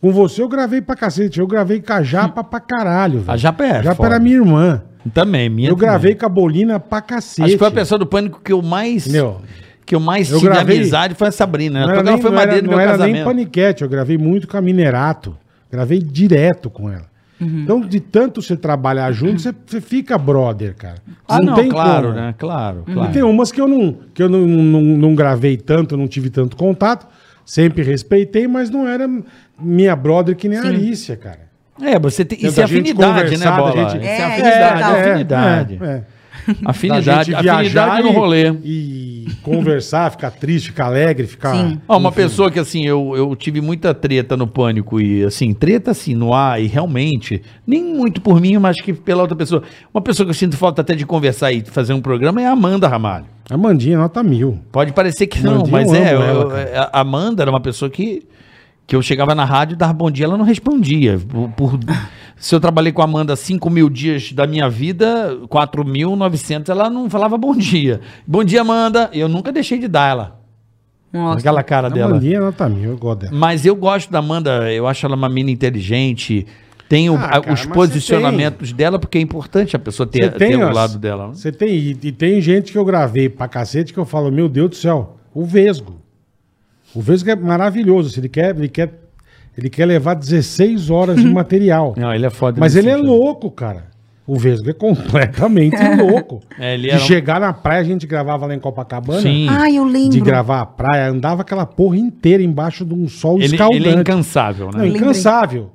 Com você eu gravei pra cacete. Eu gravei com a Japa pra caralho. velho.
A Japa é
Japa
foda.
era minha irmã.
Também, minha.
eu
também.
gravei com a Bolina pra cacete.
Acho que foi a pessoa do pânico que eu mais.
Entendeu?
Que eu mais
Eu
tive
gravei-
amizade foi a Sabrina.
Não era
né? Porque
nem,
ela foi
não
madeira
era,
do
não
meu
era nem
casamento.
paniquete. Eu gravei muito com a Minerato. Gravei direto com ela.
Uhum.
Então, de tanto você trabalhar junto, você, você fica brother, cara.
Ah, não, claro,
como.
né? Claro,
E
claro.
tem umas que eu, não, que eu não, não, não gravei tanto, não tive tanto contato. Sempre respeitei, mas não era minha brother que nem a Alicia, cara.
É, você tem. Isso
Tanto
é
a gente
afinidade, né,
conversado,
Bola?
a gente- tá
Isso é
É,
afinidade,
total.
é, afinidade.
É, é.
[laughs] Afinidade,
Da gente viajar
afinidade no
e-
rolê.
E conversar, ficar triste, ficar alegre, ficar...
Sim.
Ó, uma pessoa que assim, eu, eu tive muita treta no pânico e assim, treta assim no ar e realmente, nem muito por mim, mas que pela outra pessoa. Uma pessoa que eu sinto falta até de conversar e fazer um programa é a Amanda Ramalho.
Amandinha, nota mil.
Pode parecer que não,
Amandinha,
mas
eu
é,
amo ela,
eu-
cara.
a Amanda era uma pessoa que que eu chegava na rádio, dava bom dia, ela não respondia. Por- por- [laughs] se eu trabalhei com a Amanda 5 mil dias da minha vida, 4.900, ela não falava bom dia. Bom dia, Amanda. Eu nunca deixei de dar ela.
Nossa.
Aquela cara dela.
Amandinha, nota mil, eu gosto dela.
Mas eu gosto da Amanda, eu acho ela uma mina inteligente. Tem
Ah,
o- a-
cara,
os
mas
posicionamentos dela, porque é importante a pessoa
Você
ter, ter o
as-
lado dela. né?
Você tem, e, e tem gente que eu gravei pra cacete que eu falo, meu Deus do céu, o Vesgo. O Vesgo é maravilhoso, assim, ele quer, ele quer, ele quer levar 16 horas
[laughs]
de material.
Não, ele é foda.
Mas
nesse
ele é
sentido.
louco, cara. O Vesgo é
[laughs]
completamente louco.
É, ele
de
era um-
chegar na praia, a gente gravava lá em Copacabana.
Sim.
Ai, eu lembro.
assim, De gravar a praia, andava aquela porra inteira embaixo de um sol
Ele,
escaldante.
ele é incansável, né?
Não, incansável.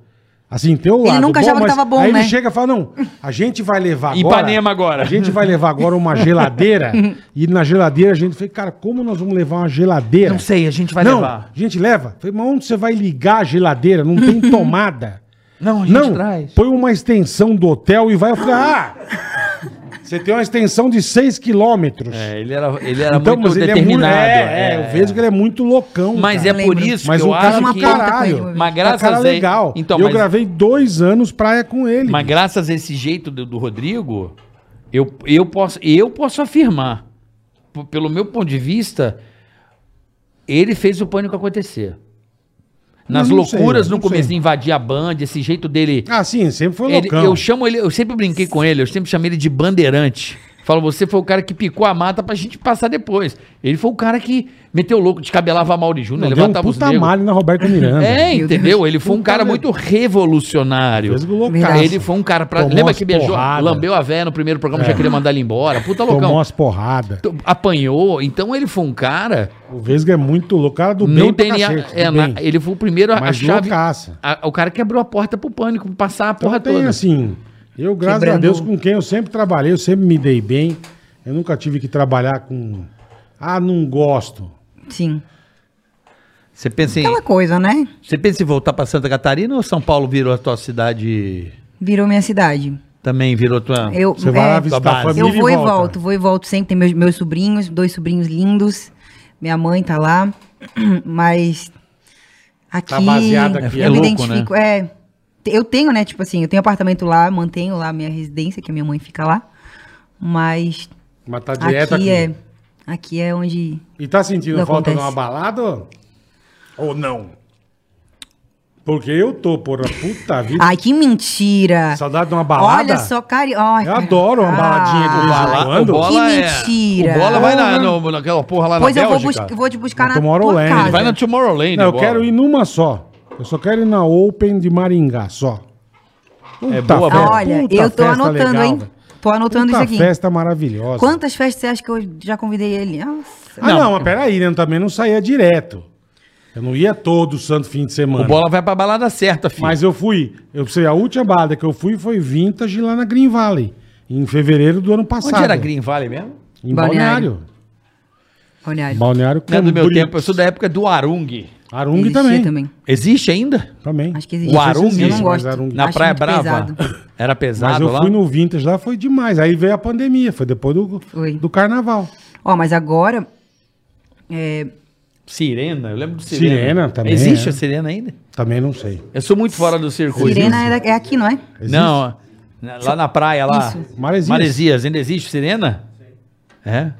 Assim, tem o
Ele
lado
nunca achava que
mas
tava bom,
aí
né?
ele chega e fala, não, a gente vai levar agora...
Ipanema agora.
A gente vai levar agora uma
[laughs]
geladeira. e na geladeira a gente fala, cara, como nós vamos levar uma geladeira?
Não sei, a gente vai
não,
levar.
a gente leva. Falei, mas onde você vai ligar a geladeira? Não
[laughs]
tem tomada.
Não, a gente
não,
traz.
põe uma extensão do hotel e vai... Eu falei, ah, você tem uma extensão de 6 quilômetros.
É, ele era, ele era
então,
muito
mas ele é muito...
determinado.
É, é, eu vejo que ele é muito loucão,
Mas
cara.
é por
Lembro.
isso
Mas
que eu
um cara
uma
acho
do
que... tá
porta pra
caralho.
ele,
Tá
uma vez.
Mas graças
cara
a-
legal.
Então,
eu
mas-
gravei dois anos praia com ele.
Mas graças a esse jeito do, do Rodrigo, eu, eu, posso, eu posso afirmar, p- pelo meu ponto de vista, ele fez o pânico acontecer. Nas
Não, não sei,
loucuras
não
no começo
sei.
de invadir a banda, esse jeito dele.
Ah, sim, sempre foi
Ele-
loucão.
eu chamo ele, eu sempre brinquei com ele, eu sempre chamei ele de bandeirante. Fala, você foi o cara que picou a mata pra gente passar depois. Ele foi o cara que meteu louco, descabelava a Mauri Júnior,
Não, deu um
levantava né? os
puta né,
negros.
malho na Roberta Miranda.
É,
Meu
entendeu? Ele foi um
Puta
cara
merda.
muito revolucionário.
Fez loucaço.
Ele foi um cara pra.
Tomou
Lembra
umas
que beijou,
porradas. É.
lambeu a véia no primeiro programa, já queria mandar ele embora. Puta
Tomou
um loucão.
umas porradas.
T- Apanhou. Então ele foi um cara.
O Vesga é muito louco. O cara do bem
No
pra
DNA.
cacete, do
é, na-
bem.
ele foi o primeiro a, a
Mas
chave.
loucaça.
a- o cara quebrou a porta pro pânico, pra passar a
Então
porra
tem
toda.
assim, eu graças a
Quebrando-
Deus com quem eu sempre trabalhei, eu sempre me dei bem. Eu nunca tive que trabalhar com ah, não gosto.
Sim.
Você pensa, em,
Aquela coisa, né?
você pensa em voltar pra Santa Catarina ou São Paulo virou a tua cidade?
Virou minha cidade.
Também virou tua.
Eu,
Você vai
é,
lá visitar a
base.
família
Eu vou e
volta.
volto, vou e volto sempre. Tem meus, meus sobrinhos, dois sobrinhos lindos. Minha mãe tá lá. [clears throat] Mas aqui
baseada Tá aqui. né?
eu
É
me
louco,
identifico. É, te- eu tenho, né? Tipo assim, eu tenho apartamento lá, mantenho lá a minha residência, que a minha mãe fica lá. Mas
Mas tá direto aqui.
aqui, é. Aqui é onde.
E tá sentindo
Não
falta de
acontece.
uma balada? ó? Ou não? Porque eu tô, porra, puta vida.
Ai, que mentira!
Saudade de uma balada?
Olha só, cara. ó,
Eu
cara. ah,
adoro uma baladinha de vez em
Bala-
quando.
o bola é-
mentira.
o bola vai na, no- naquela porra lá
Pois
na
eu vou,
Bélgica.
busca- vou te buscar
No
na tua
Tomorrowland,
casa.
ele
Vai na Tomorrowland.
Não, eu
Bola.
quero ir numa só. Eu só quero ir na Open de Maringá, só.
É
Puta
boa,
fe-
boa.
Olha,
puta
eu tô
festa
anotando,
legal,
hein?
velho.
Tô anotando
Puta
isso aqui.
festa maravilhosa.
Quantas festas você acha que eu já convidei ele? Nossa.
Ah, não, mas peraí, né? Eu também não saía direto. Eu não ia todo santo fim de
O
semana.
bola é vai pra balada certa, filho.
Mas eu fui. Eu sei, a última balada que eu fui foi Vintage lá na Green Valley. Em fevereiro do ano
Onde
passado.
era Green Valley mesmo?
Em
Balneário.
Balneário.
Balneário.
Balneário
Não é do meu
Camboriú.
tempo, eu sou da época do Arung.
Arung
Existia
também. também.
também.
Existe ainda?
Acho que existe.
O Arung, mas
eu não gosto.
Arung-
Na
Acho
Praia
muito
Brava?
pesado.
Era
Mas
pesado
eu
lá?
fui no Vintage lá, foi demais. Aí veio a pandemia, foi depois do,
Foi.
do carnaval.
Ó, mas agora. é,
Sirena, eu lembro do Sirena.
Sirena também,
Existe
é.
a Sirena ainda?
Também não sei.
Eu sou muito fora do circuito.
Sirena é, da- é aqui, não é?
Existe?
Não, lá na praia, lá.
Isso.
Maresias.
Maresias, ainda existe Sirena? É?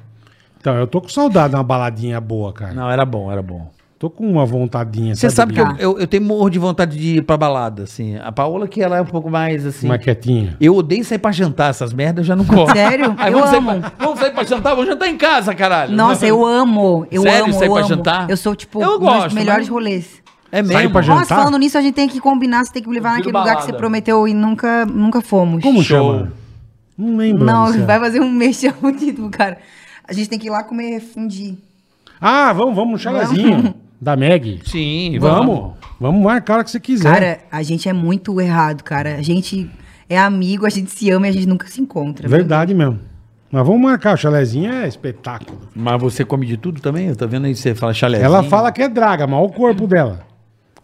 Então, eu tô com saudade de uma baladinha boa, cara.
Não, era bom, era bom.
Tô com uma vontadinha.
Você sabe que eu,
Tá.
eu, eu tenho morro de vontade de ir pra balada, assim. A Paola que ela é um pouco mais, assim...
Ah,
Uma quietinha.
Eu odeio sair pra jantar, essas merdas eu já não gosto.
Sério?
Aí
eu
vamos, sair
amo.
pra, vamos sair pra jantar? Vamos jantar em casa, caralho.
Nossa, eu amo. Eu
Sério,
amo.
sair
eu
pra
amo.
jantar?
Eu sou, tipo,
Eu
um
gosto,
dos melhores
mas-
rolês.
É
Sair
mesmo.
pra jantar?
Nossa, falando nisso, a gente tem que combinar, você tem que me levar
Eu
naquele
prefiro
lugar que
balada.
você prometeu e nunca, nunca fomos.
Como
Show.
chama? Não lembro.
Não,
Luciano.
[laughs] vai fazer um mexão título, cara. A gente tem que ir lá comer fundi.
Ah, vamos, vamos, um chalezinho [laughs] da Meg.
Sim,
Vamos. Vamos marcar a hora que você quiser.
Cara, a gente é muito errado, cara. A gente é amigo, a gente se ama e a gente nunca se encontra. viu?
Verdade mesmo. Mas vamos marcar, o chalezinho é espetáculo.
Mas você come de tudo também? Eu tô vendo aí você fala chalezinho.
Ela fala que é draga, mas olha o corpo dela.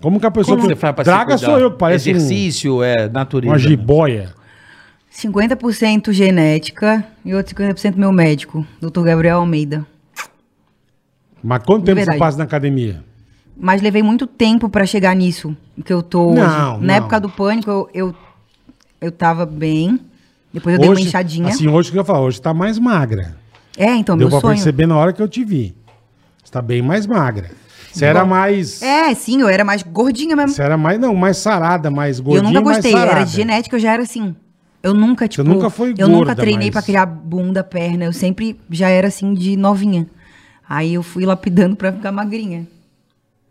Como que a pessoa.
Como
que-
você faz pra se
draga
cuidar?
sou eu que parece um-
Exercício, é natureza.
uma jiboia.
50% genética e outro 50% meu médico, Dr. Gabriel Almeida.
Mas quanto tempo você
Verdade.
passa na academia?
Mas levei muito tempo pra chegar nisso que eu tô hoje.
Não,
Na
não.
época do pânico, eu, eu, eu tava bem. Depois eu dei uma inchadinha.
Assim, hoje que eu falo, hoje tá mais magra.
é, então,
Deu
meu
pra
sonho.
perceber na hora que eu te vi. Você tá bem mais magra. Você era mais.
É, sim, eu era mais gordinha mesmo.
Você era mais, não, mais sarada, mais
E eu
gordinha.
nunca
mais
gostei,
sarada.
era de genética, eu já era assim. Eu nunca, tipo.
nunca foi
Eu
gorda,
nunca treinei
mas-
pra criar bunda, perna. Eu sempre já era assim de novinha. Aí eu fui lapidando pra ficar magrinha.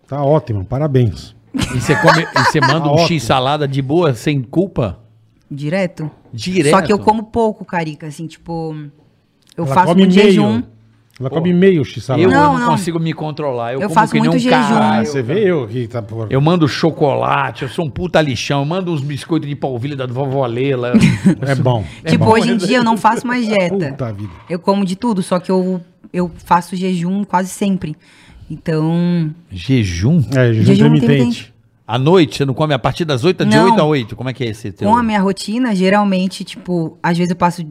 Tá ótimo, parabéns.
E você, come, e
[laughs]
você manda um
Ótimo.
X salada de boa, sem culpa?
Direto.
Direto.
Só que eu como pouco, carica, assim, tipo. Eu
Ela
faço
come
muito
meio.
jejum.
Ela come meio x-salada.
Tá Eu
Não,
não,
não.
consigo me controlar. Eu,
Eu
como
faço
que nem
muito
um
jejum.
caralho.
Ah, você vê eu que tá por...
Eu mando chocolate, eu sou um puta lixão. Eu mando uns biscoitos de polvilha da vovó
[laughs]
Leila.
É bom. é
tipo,
bom.
hoje em dia eu não faço
[laughs]
mais dieta.
Puta vida.
Eu como de tudo, só que eu, eu faço jejum quase sempre. Então.
Jejum?
É, jejum,
Jejum
intermitente.
intermitente.
À noite, você não come a partir das 8 de
Não.
8 a 8. Como é que é esse teu?
Com a minha rotina, geralmente, tipo, às vezes eu passo.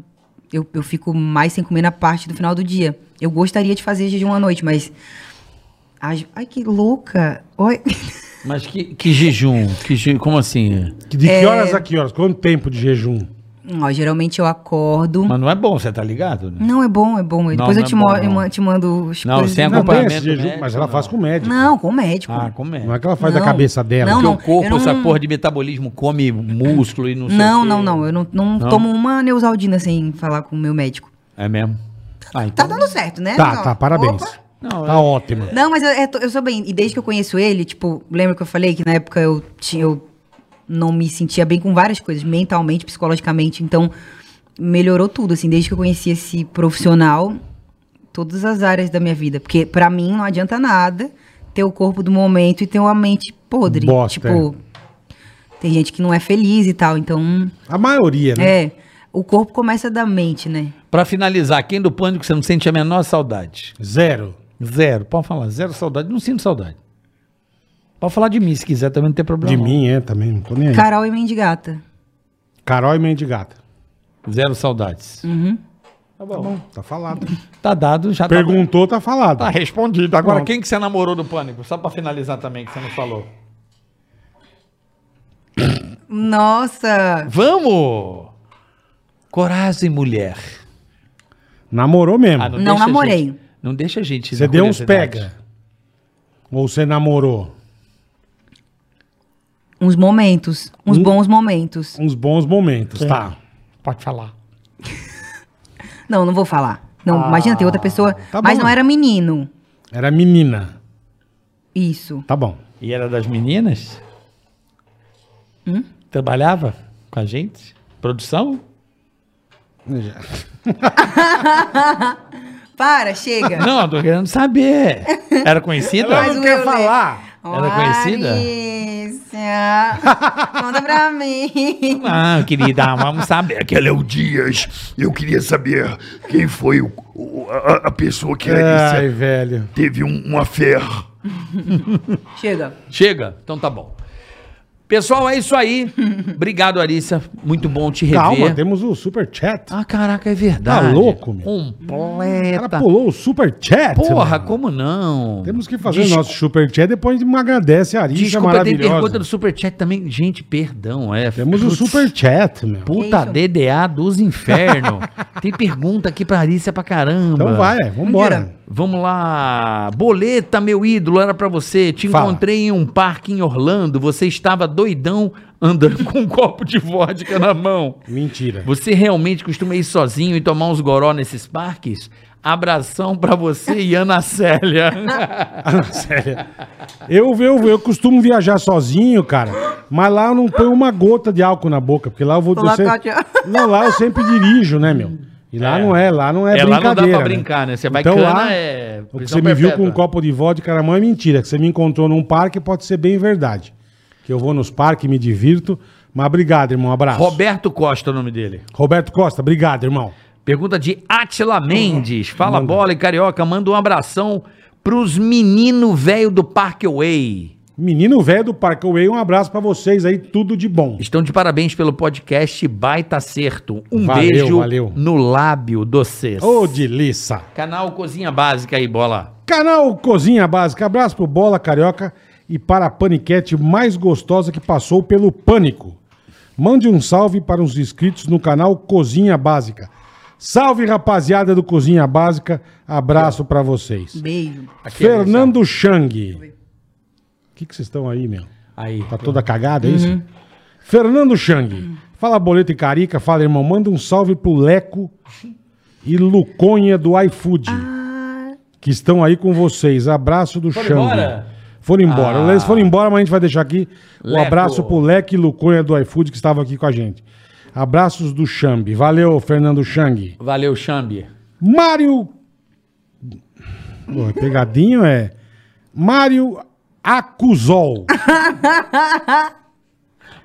Eu, eu fico mais sem comer na parte do final do dia. Eu gostaria de fazer jejum à noite, mas. às- Ai, que louca! Oi. [laughs]
Mas que, que jejum? Que je- Como assim?
Que- De que
É.
horas a que horas? Quanto tempo de jejum?
Ó, geralmente eu acordo.
Mas não é bom, você tá ligado? né?
Não, é bom, é bom. Depois
não
eu te,
é bom, não.
mo- eu ma- te mando os
Não, sem
Não tem
acompanhamento né?
esse jejum,
médico,
mas ela
não.
faz com o médico.
Não, com o médico.
Ah, como é?
Não é que ela faz da
Não.
cabeça dela.
Não,
Porque
não.
o corpo,
eu não-
essa porra de metabolismo, come músculo e não sei o
Não,
quê.
não, não. Eu não, não tomo uma Neusaldina sem falar com o meu médico.
É mesmo? Ah,
Tá dando certo, né?
Tá,
Ó,
tá, parabéns.
opa.
tá ótimo.
Não, mas eu, é to- eu sou bem. E desde que eu conheço ele, tipo, lembra que eu falei que na época eu tinha. Eu não me sentia bem com várias coisas, mentalmente, psicologicamente. Então, melhorou tudo, assim, desde que eu conheci esse profissional, todas as áreas da minha vida. Porque pra mim não adianta nada ter o corpo do momento e ter uma mente podre.
Bosta,
tipo, tem gente que não é feliz e tal. Então,
A maioria, né?
é. O corpo começa da mente, né?
Pra finalizar, quem do pânico você não sente a menor saudade?
É.
Zero.
Zero. Pode falar, zero saudade. Não sinto saudade. Pode falar de mim se quiser, também não tem problema.
De mim, é, também. Não tô nem aí.
Carol e Mendigata.
Carol e Mendigata.
Zero saudades.
Hum.
Tá bom. Tá, falado.
Tá dado, já tá-
Perguntou, tá falado.
tá respondido. Agora,
Pronto.
quem que você namorou do pânico? Só pra finalizar também, que você não falou.
Nossa!
Vamos! Coragem, mulher.
Namorou mesmo.
Ah,
Não
deixa a
namorei.
gente- não deixa a gente.
Você
na
deu uns
curiosidade.
pega. Ou você namorou?
Uns momentos. Uns
Hum?
bons momentos.
Uns bons momentos, tá.
Pode falar.
Não, não vou falar. Não, imagina, tem outra pessoa.
Ah, tá bom.
mas não era menino.
Era menina.
Isso.
Tá bom.
E era das meninas?
Hum?
Trabalhava com a gente? Produção?
Para,
[laughs]
chega.
Não, tô querendo saber. Era conhecida?
Mas o eu, né?
Era conhecida?
Larissa, Conta
[laughs]
pra mim.
Ah, querida, vamos saber.
Aquele é o Dias. Eu queria saber quem foi o, o- a, a pessoa que a
Ai,
Alicia
velho.
teve um, uma fé.
Chega.
Chega? Então tá bom. Pessoal, é isso aí. Obrigado, Alissa. Muito bom te rever.
Calma, temos o super chat.
Ah, caraca, é verdade.
Tá louco, meu?
Ah,
o cara
Completa.
pulou o super chat.
Porra,
mano.
como não?
Temos que fazer
Desculpa.
o nosso é super chat, depois me agradece a Arisha
Desculpa, tem pergunta do
maravilhosa.
Superchat também. Gente, perdão, é.
Temos o
Putz,
super chat, meu.
Puta
Que isso?
DDA dos infernos.
[laughs]
tem pergunta aqui pra Arícia pra caramba.
Então vai, vambora.
Vamos lá. Boleta, meu ídolo, era pra você. Te
Fala.
encontrei em um parque em Orlando. Você estava doidão andando [laughs] com um copo de vodka na mão.
Mentira. [laughs]
Você realmente costuma ir sozinho e tomar uns goró nesses parques? Abração pra você e Ana [laughs] Célia.
Sério. Eu, eu, eu costumo viajar sozinho, cara. Mas lá eu não ponho uma gota de álcool na boca, porque lá eu vou. eu
Lá
sei-
pode-
[laughs] não, lá eu sempre dirijo, né, meu? E lá não é, lá não é,
É, lá
brincadeira.
não dá pra
né?
brincar, né? Você vai
então,
cana,
lá,
é
O que
prisão
você me viu com
perpétua.
um copo de vodka na mão é mentira. Que você me encontrou num parque pode ser bem verdade. Que eu vou nos parques, me divirto. Mas obrigado, irmão. Um abraço.
Roberto Costa é o nome dele.
Roberto Costa, obrigado, irmão.
Pergunta de Atila Mendes.
Hum,
Fala bola e carioca, manda um abração pros menino velho do Parkway.
Menino velho do Parkway, um abraço pra vocês aí, tudo de bom.
Estão de parabéns pelo podcast Baita Acerto. Um
Valeu,
beijo
valeu.
no lábio do Cês.
Ô, delícia.
Canal Cozinha Básica aí, bola.
Canal Cozinha Básica, abraço pro Bola Carioca e para a paniquete mais gostosa que passou pelo pânico. Mande um salve para os inscritos no canal Cozinha Básica. Salve, rapaziada do Cozinha Básica. Abraço pra vocês.
Beijo.
é
Fernando Chang. O que que vocês estão aí, meu?
Aí.
Tá toda cagada, é
Uhum.
isso? Fernando Chang. Fala, Boleto e Carica. Fala, irmão. Manda um salve pro Leco e Luconha do iFood. Que estão aí com vocês. Abraço do
Foram
Chang.
embora?
Foram embora.
Ah.
Eles foram embora, mas a gente vai deixar aqui um
Leco.
abraço pro Leco e Luconha do iFood que estavam aqui com a gente. Abraços do Chambi. Valeu, Fernando Chang.
Valeu, Xambi.
Mário. Pô, é pegadinho é. Mário Acusol.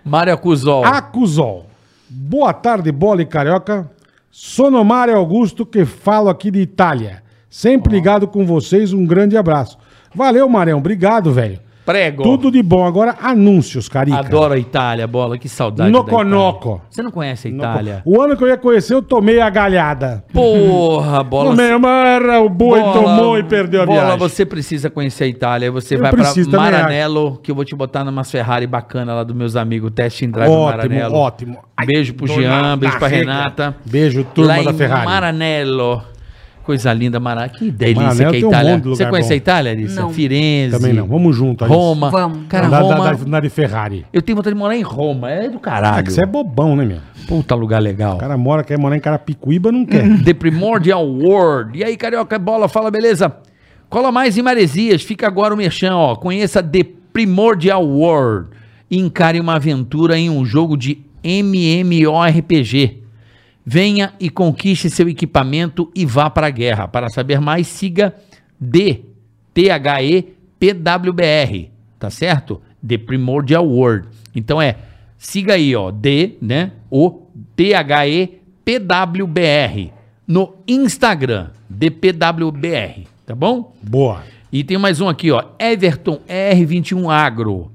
Mário Acusol.
Ah, Acusol. Boa tarde, bola e carioca. Sono Mário Augusto, que falo aqui de Itália. Sempre ligado com vocês, um grande abraço. Valeu, Marião. Obrigado, velho.
Prego.
Tudo de bom. Agora, anúncios, Carica.
Adoro a Itália, bola. Que saudade. da
Noconoco.
Itália. Você não conhece a Itália?
O ano que eu ia conhecer, eu tomei a galhada. [laughs]
Porra, bola.
Tomei uma era, o boi
Bola,
tomou e perdeu a
Bola,
viagem.
você precisa conhecer a Itália. Aí Você
Eu
vai
preciso,
pra
também
Maranello, que eu vou te botar numa Ferrari bacana lá dos meus amigos. Test and drive no
Ótimo,
Maranello.
ótimo. Ai,
Beijo pro
dona
Jean, beijo pra
Tarreca.
Renata.
Beijo, turma
lá
da
em
Ferrari.
Maranello. Coisa linda, Maraná. Que delícia
Maranello
que é
tem um
Itália.
monte de lugar
Você conhece
bom.
a Itália, Alissa?
Não.
Firenze.
Também não. Vamos junto, Alissa.
Roma.
Vamos.
Cara,
na,
Roma.
na- na- na de Ferrari.
Eu tenho vontade de morar em Roma. É
Ah,
do caralho.
que você é bobão, né, meu?
Puta lugar legal.
O cara mora, quer morar em Carapicuíba, não quer.
The Primordial World. E aí, Carioca é Bola, fala, beleza? Cola mais em Maresias, fica agora o merchan, ó. Conheça The Primordial World. Encare uma aventura em um jogo de MMORPG. Venha e conquiste seu equipamento e vá para a guerra. Para saber mais, siga D T H E P W B R, tá certo? The Primordial World. Então é, siga aí, ó, D, né? O T H E P W B R no Instagram, DPWBR, tá bom?
Boa.
E tem mais um aqui, ó. Everton R21 Agro.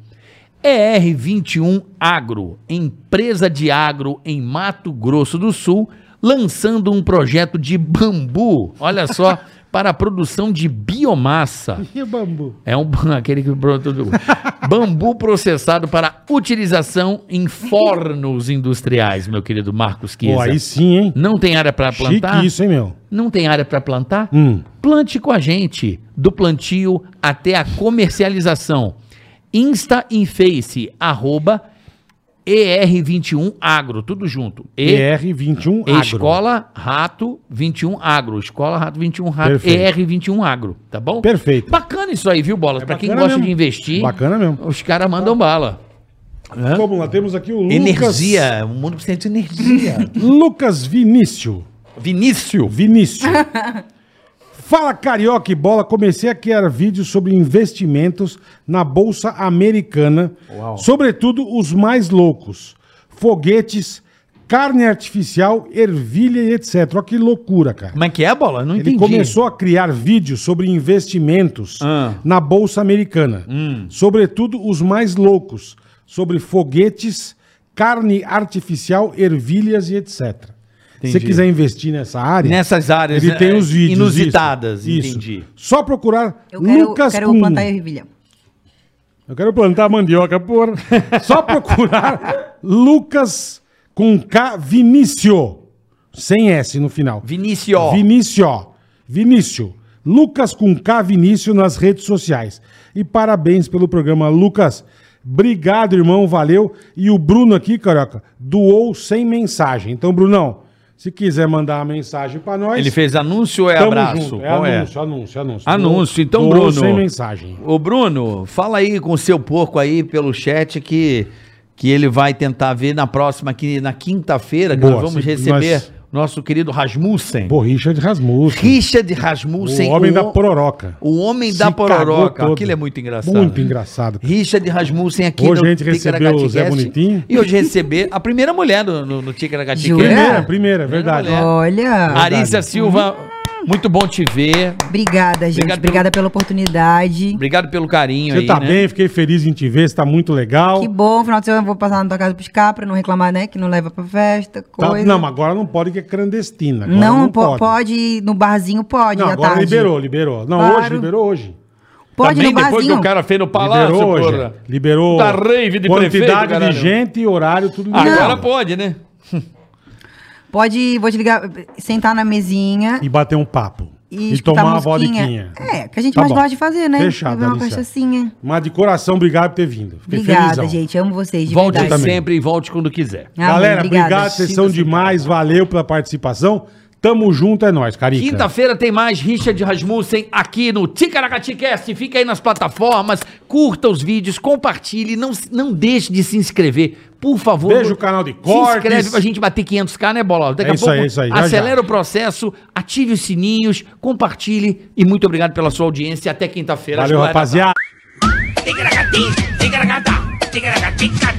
ER21 Agro, empresa de agro em Mato Grosso do Sul, lançando um projeto de bambu, olha só, [laughs] para a produção de biomassa.
[laughs] E o bambu?
É um [laughs] aquele que pronto do bambu processado para utilização em fornos industriais, meu querido Marcos Kiesa.
Pô, aí sim, hein?
Não tem área para plantar?
Chique isso, hein, meu?
Não tem área para plantar?
Hum.
Plante com a gente, do plantio até a comercialização. Insta e Face, arroba ER21 Agro, tudo junto. E,
ER21
e Escola Rato 21 Agro. Escola Rato 21 Rato,
Perfeito.
ER21 Agro, tá bom?
Perfeito. É
Bacana isso aí, viu, Bolas? pra quem
bacana
gosta
mesmo.
de investir,
Bacana mesmo.
os caras mandam bala.
Vamos lá, temos aqui o Lucas...
Energia, o mundo precisa de energia.
Lucas Vinícius. [laughs]
Vinícius.
Vinícius. [laughs] Fala carioca e bola, comecei a criar vídeos sobre investimentos na bolsa americana, sobretudo os mais loucos: foguetes, carne artificial, ervilha e etc. Olha que loucura, cara.
Como é que é, Bola? Não
Ele
entendi.
começou a criar vídeos sobre investimentos
Ah.
na bolsa americana,
Hum.
sobretudo os mais loucos, sobre foguetes, carne artificial, ervilhas e etc. Se você quiser investir nessa área,
Nessas áreas,
ele tem
eh,
os vídeos
inusitadas,
isso, isso.
entendi.
Só procurar
Eu quero,
Lucas
quero
Kuhn.
plantar ervilha.
Eu quero plantar mandioca, porra. [laughs] Só procurar Lucas com K Vinício. Sem S no final.
Vinício.
Vinício. Vinício. Lucas com K Vinício nas redes sociais. E parabéns pelo programa, Lucas. Obrigado, irmão. Valeu. E o Bruno aqui, caraca, doou sem mensagem. Então, Brunão, se quiser mandar uma mensagem pra nós.
Ele fez anúncio ou é
tamo
abraço?
junto. É
Qual é?
anúncio, anúncio, anúncio.
Anúncio, então,
Doou
Bruno.
sem mensagem.
Ô, Bruno, fala aí com o seu porco aí pelo chat que, que ele vai tentar ver na próxima, que na quinta-feira, que
Boa,
nós vamos
se-
receber
nós-
nosso querido Rasmussen.
Pô, Richard Rasmussen.
Richard Rasmussen.
o homem da
ho-
pororoca.
O homem
Se
da
cagou
pororoca.
todo.
Aquilo é muito engraçado.
Muito engraçado.
Richard Rasmussen aqui
Hoje a gente
Ticaracati
recebeu o Zé
Cast.
Bonitinho.
E hoje receber a primeira mulher no, no, no Ticaracati
Jura?
Cast.
Primeira, primeira, verdade.
É.
Olha.
Arícia Silva,
Hum.
muito bom te ver.
Obrigada,
Obrigado
gente.
pelo-
Obrigada pela oportunidade.
Obrigado pelo carinho
Você
aí,
tá
né?
bem, fiquei feliz em te ver, você tá muito legal.
Que bom, final de semana eu vou passar na tua casa buscar pra não reclamar, né? Que não leva pra festa,
Tá-
coisa.
não, mas agora não pode que é clandestina. Agora
Não, po- pode. ir no barzinho, pode,
Não,
à
agora
tarde.
liberou, Tá liberou. Não,
Claro.
hoje, liberou hoje.
Tá
Pode ir
Também
no
depois que
barzinho.
o cara fez no palácio,
liberou hoje.
porra.
Liberou
Tá rave de prefeito,
quantidade
caralho.
de gente, horário, tudo
Agora
Não.
pode, né?
Pode ir, vou te ligar, sentar na mesinha
E bater um papo.
e, tá
E, tomar uma
musiquinha.
vodquinha.
É, que a gente
Tá
mais
bom.
gosta de fazer, né?
Fechado,
Beber uma
Alicia.
cachaçinha.
Mas de coração, obrigado por ter vindo. Fiquei
Obrigada,
felizão.
gente. Amo vocês, de
Volte
verdade.
também.
sempre e volte quando quiser.
Amém,
Galera,
obrigada. tá
obrigado, vocês são demais. Valeu pela participação. Tamo junto, é nóis, Carica.
Quinta-feira tem mais Richard Rasmussen aqui no Ticaracati Cast. Fica aí nas plataformas, curta os vídeos, compartilhe, não, se- não deixe de se inscrever. Por favor.
Veja o canal de cortes.
Se inscreve pra gente bater 500k, né, Bola?
É
Daqui a
isso
pouco,
aí, é isso aí, já,
acelera
já.
o processo, ative os sininhos, compartilhe e muito obrigado pela sua audiência. Até quinta-feira.
Valeu,
Acho que vai dar-
rapaziada.
Ticaracati, ticaracata, ticaracati,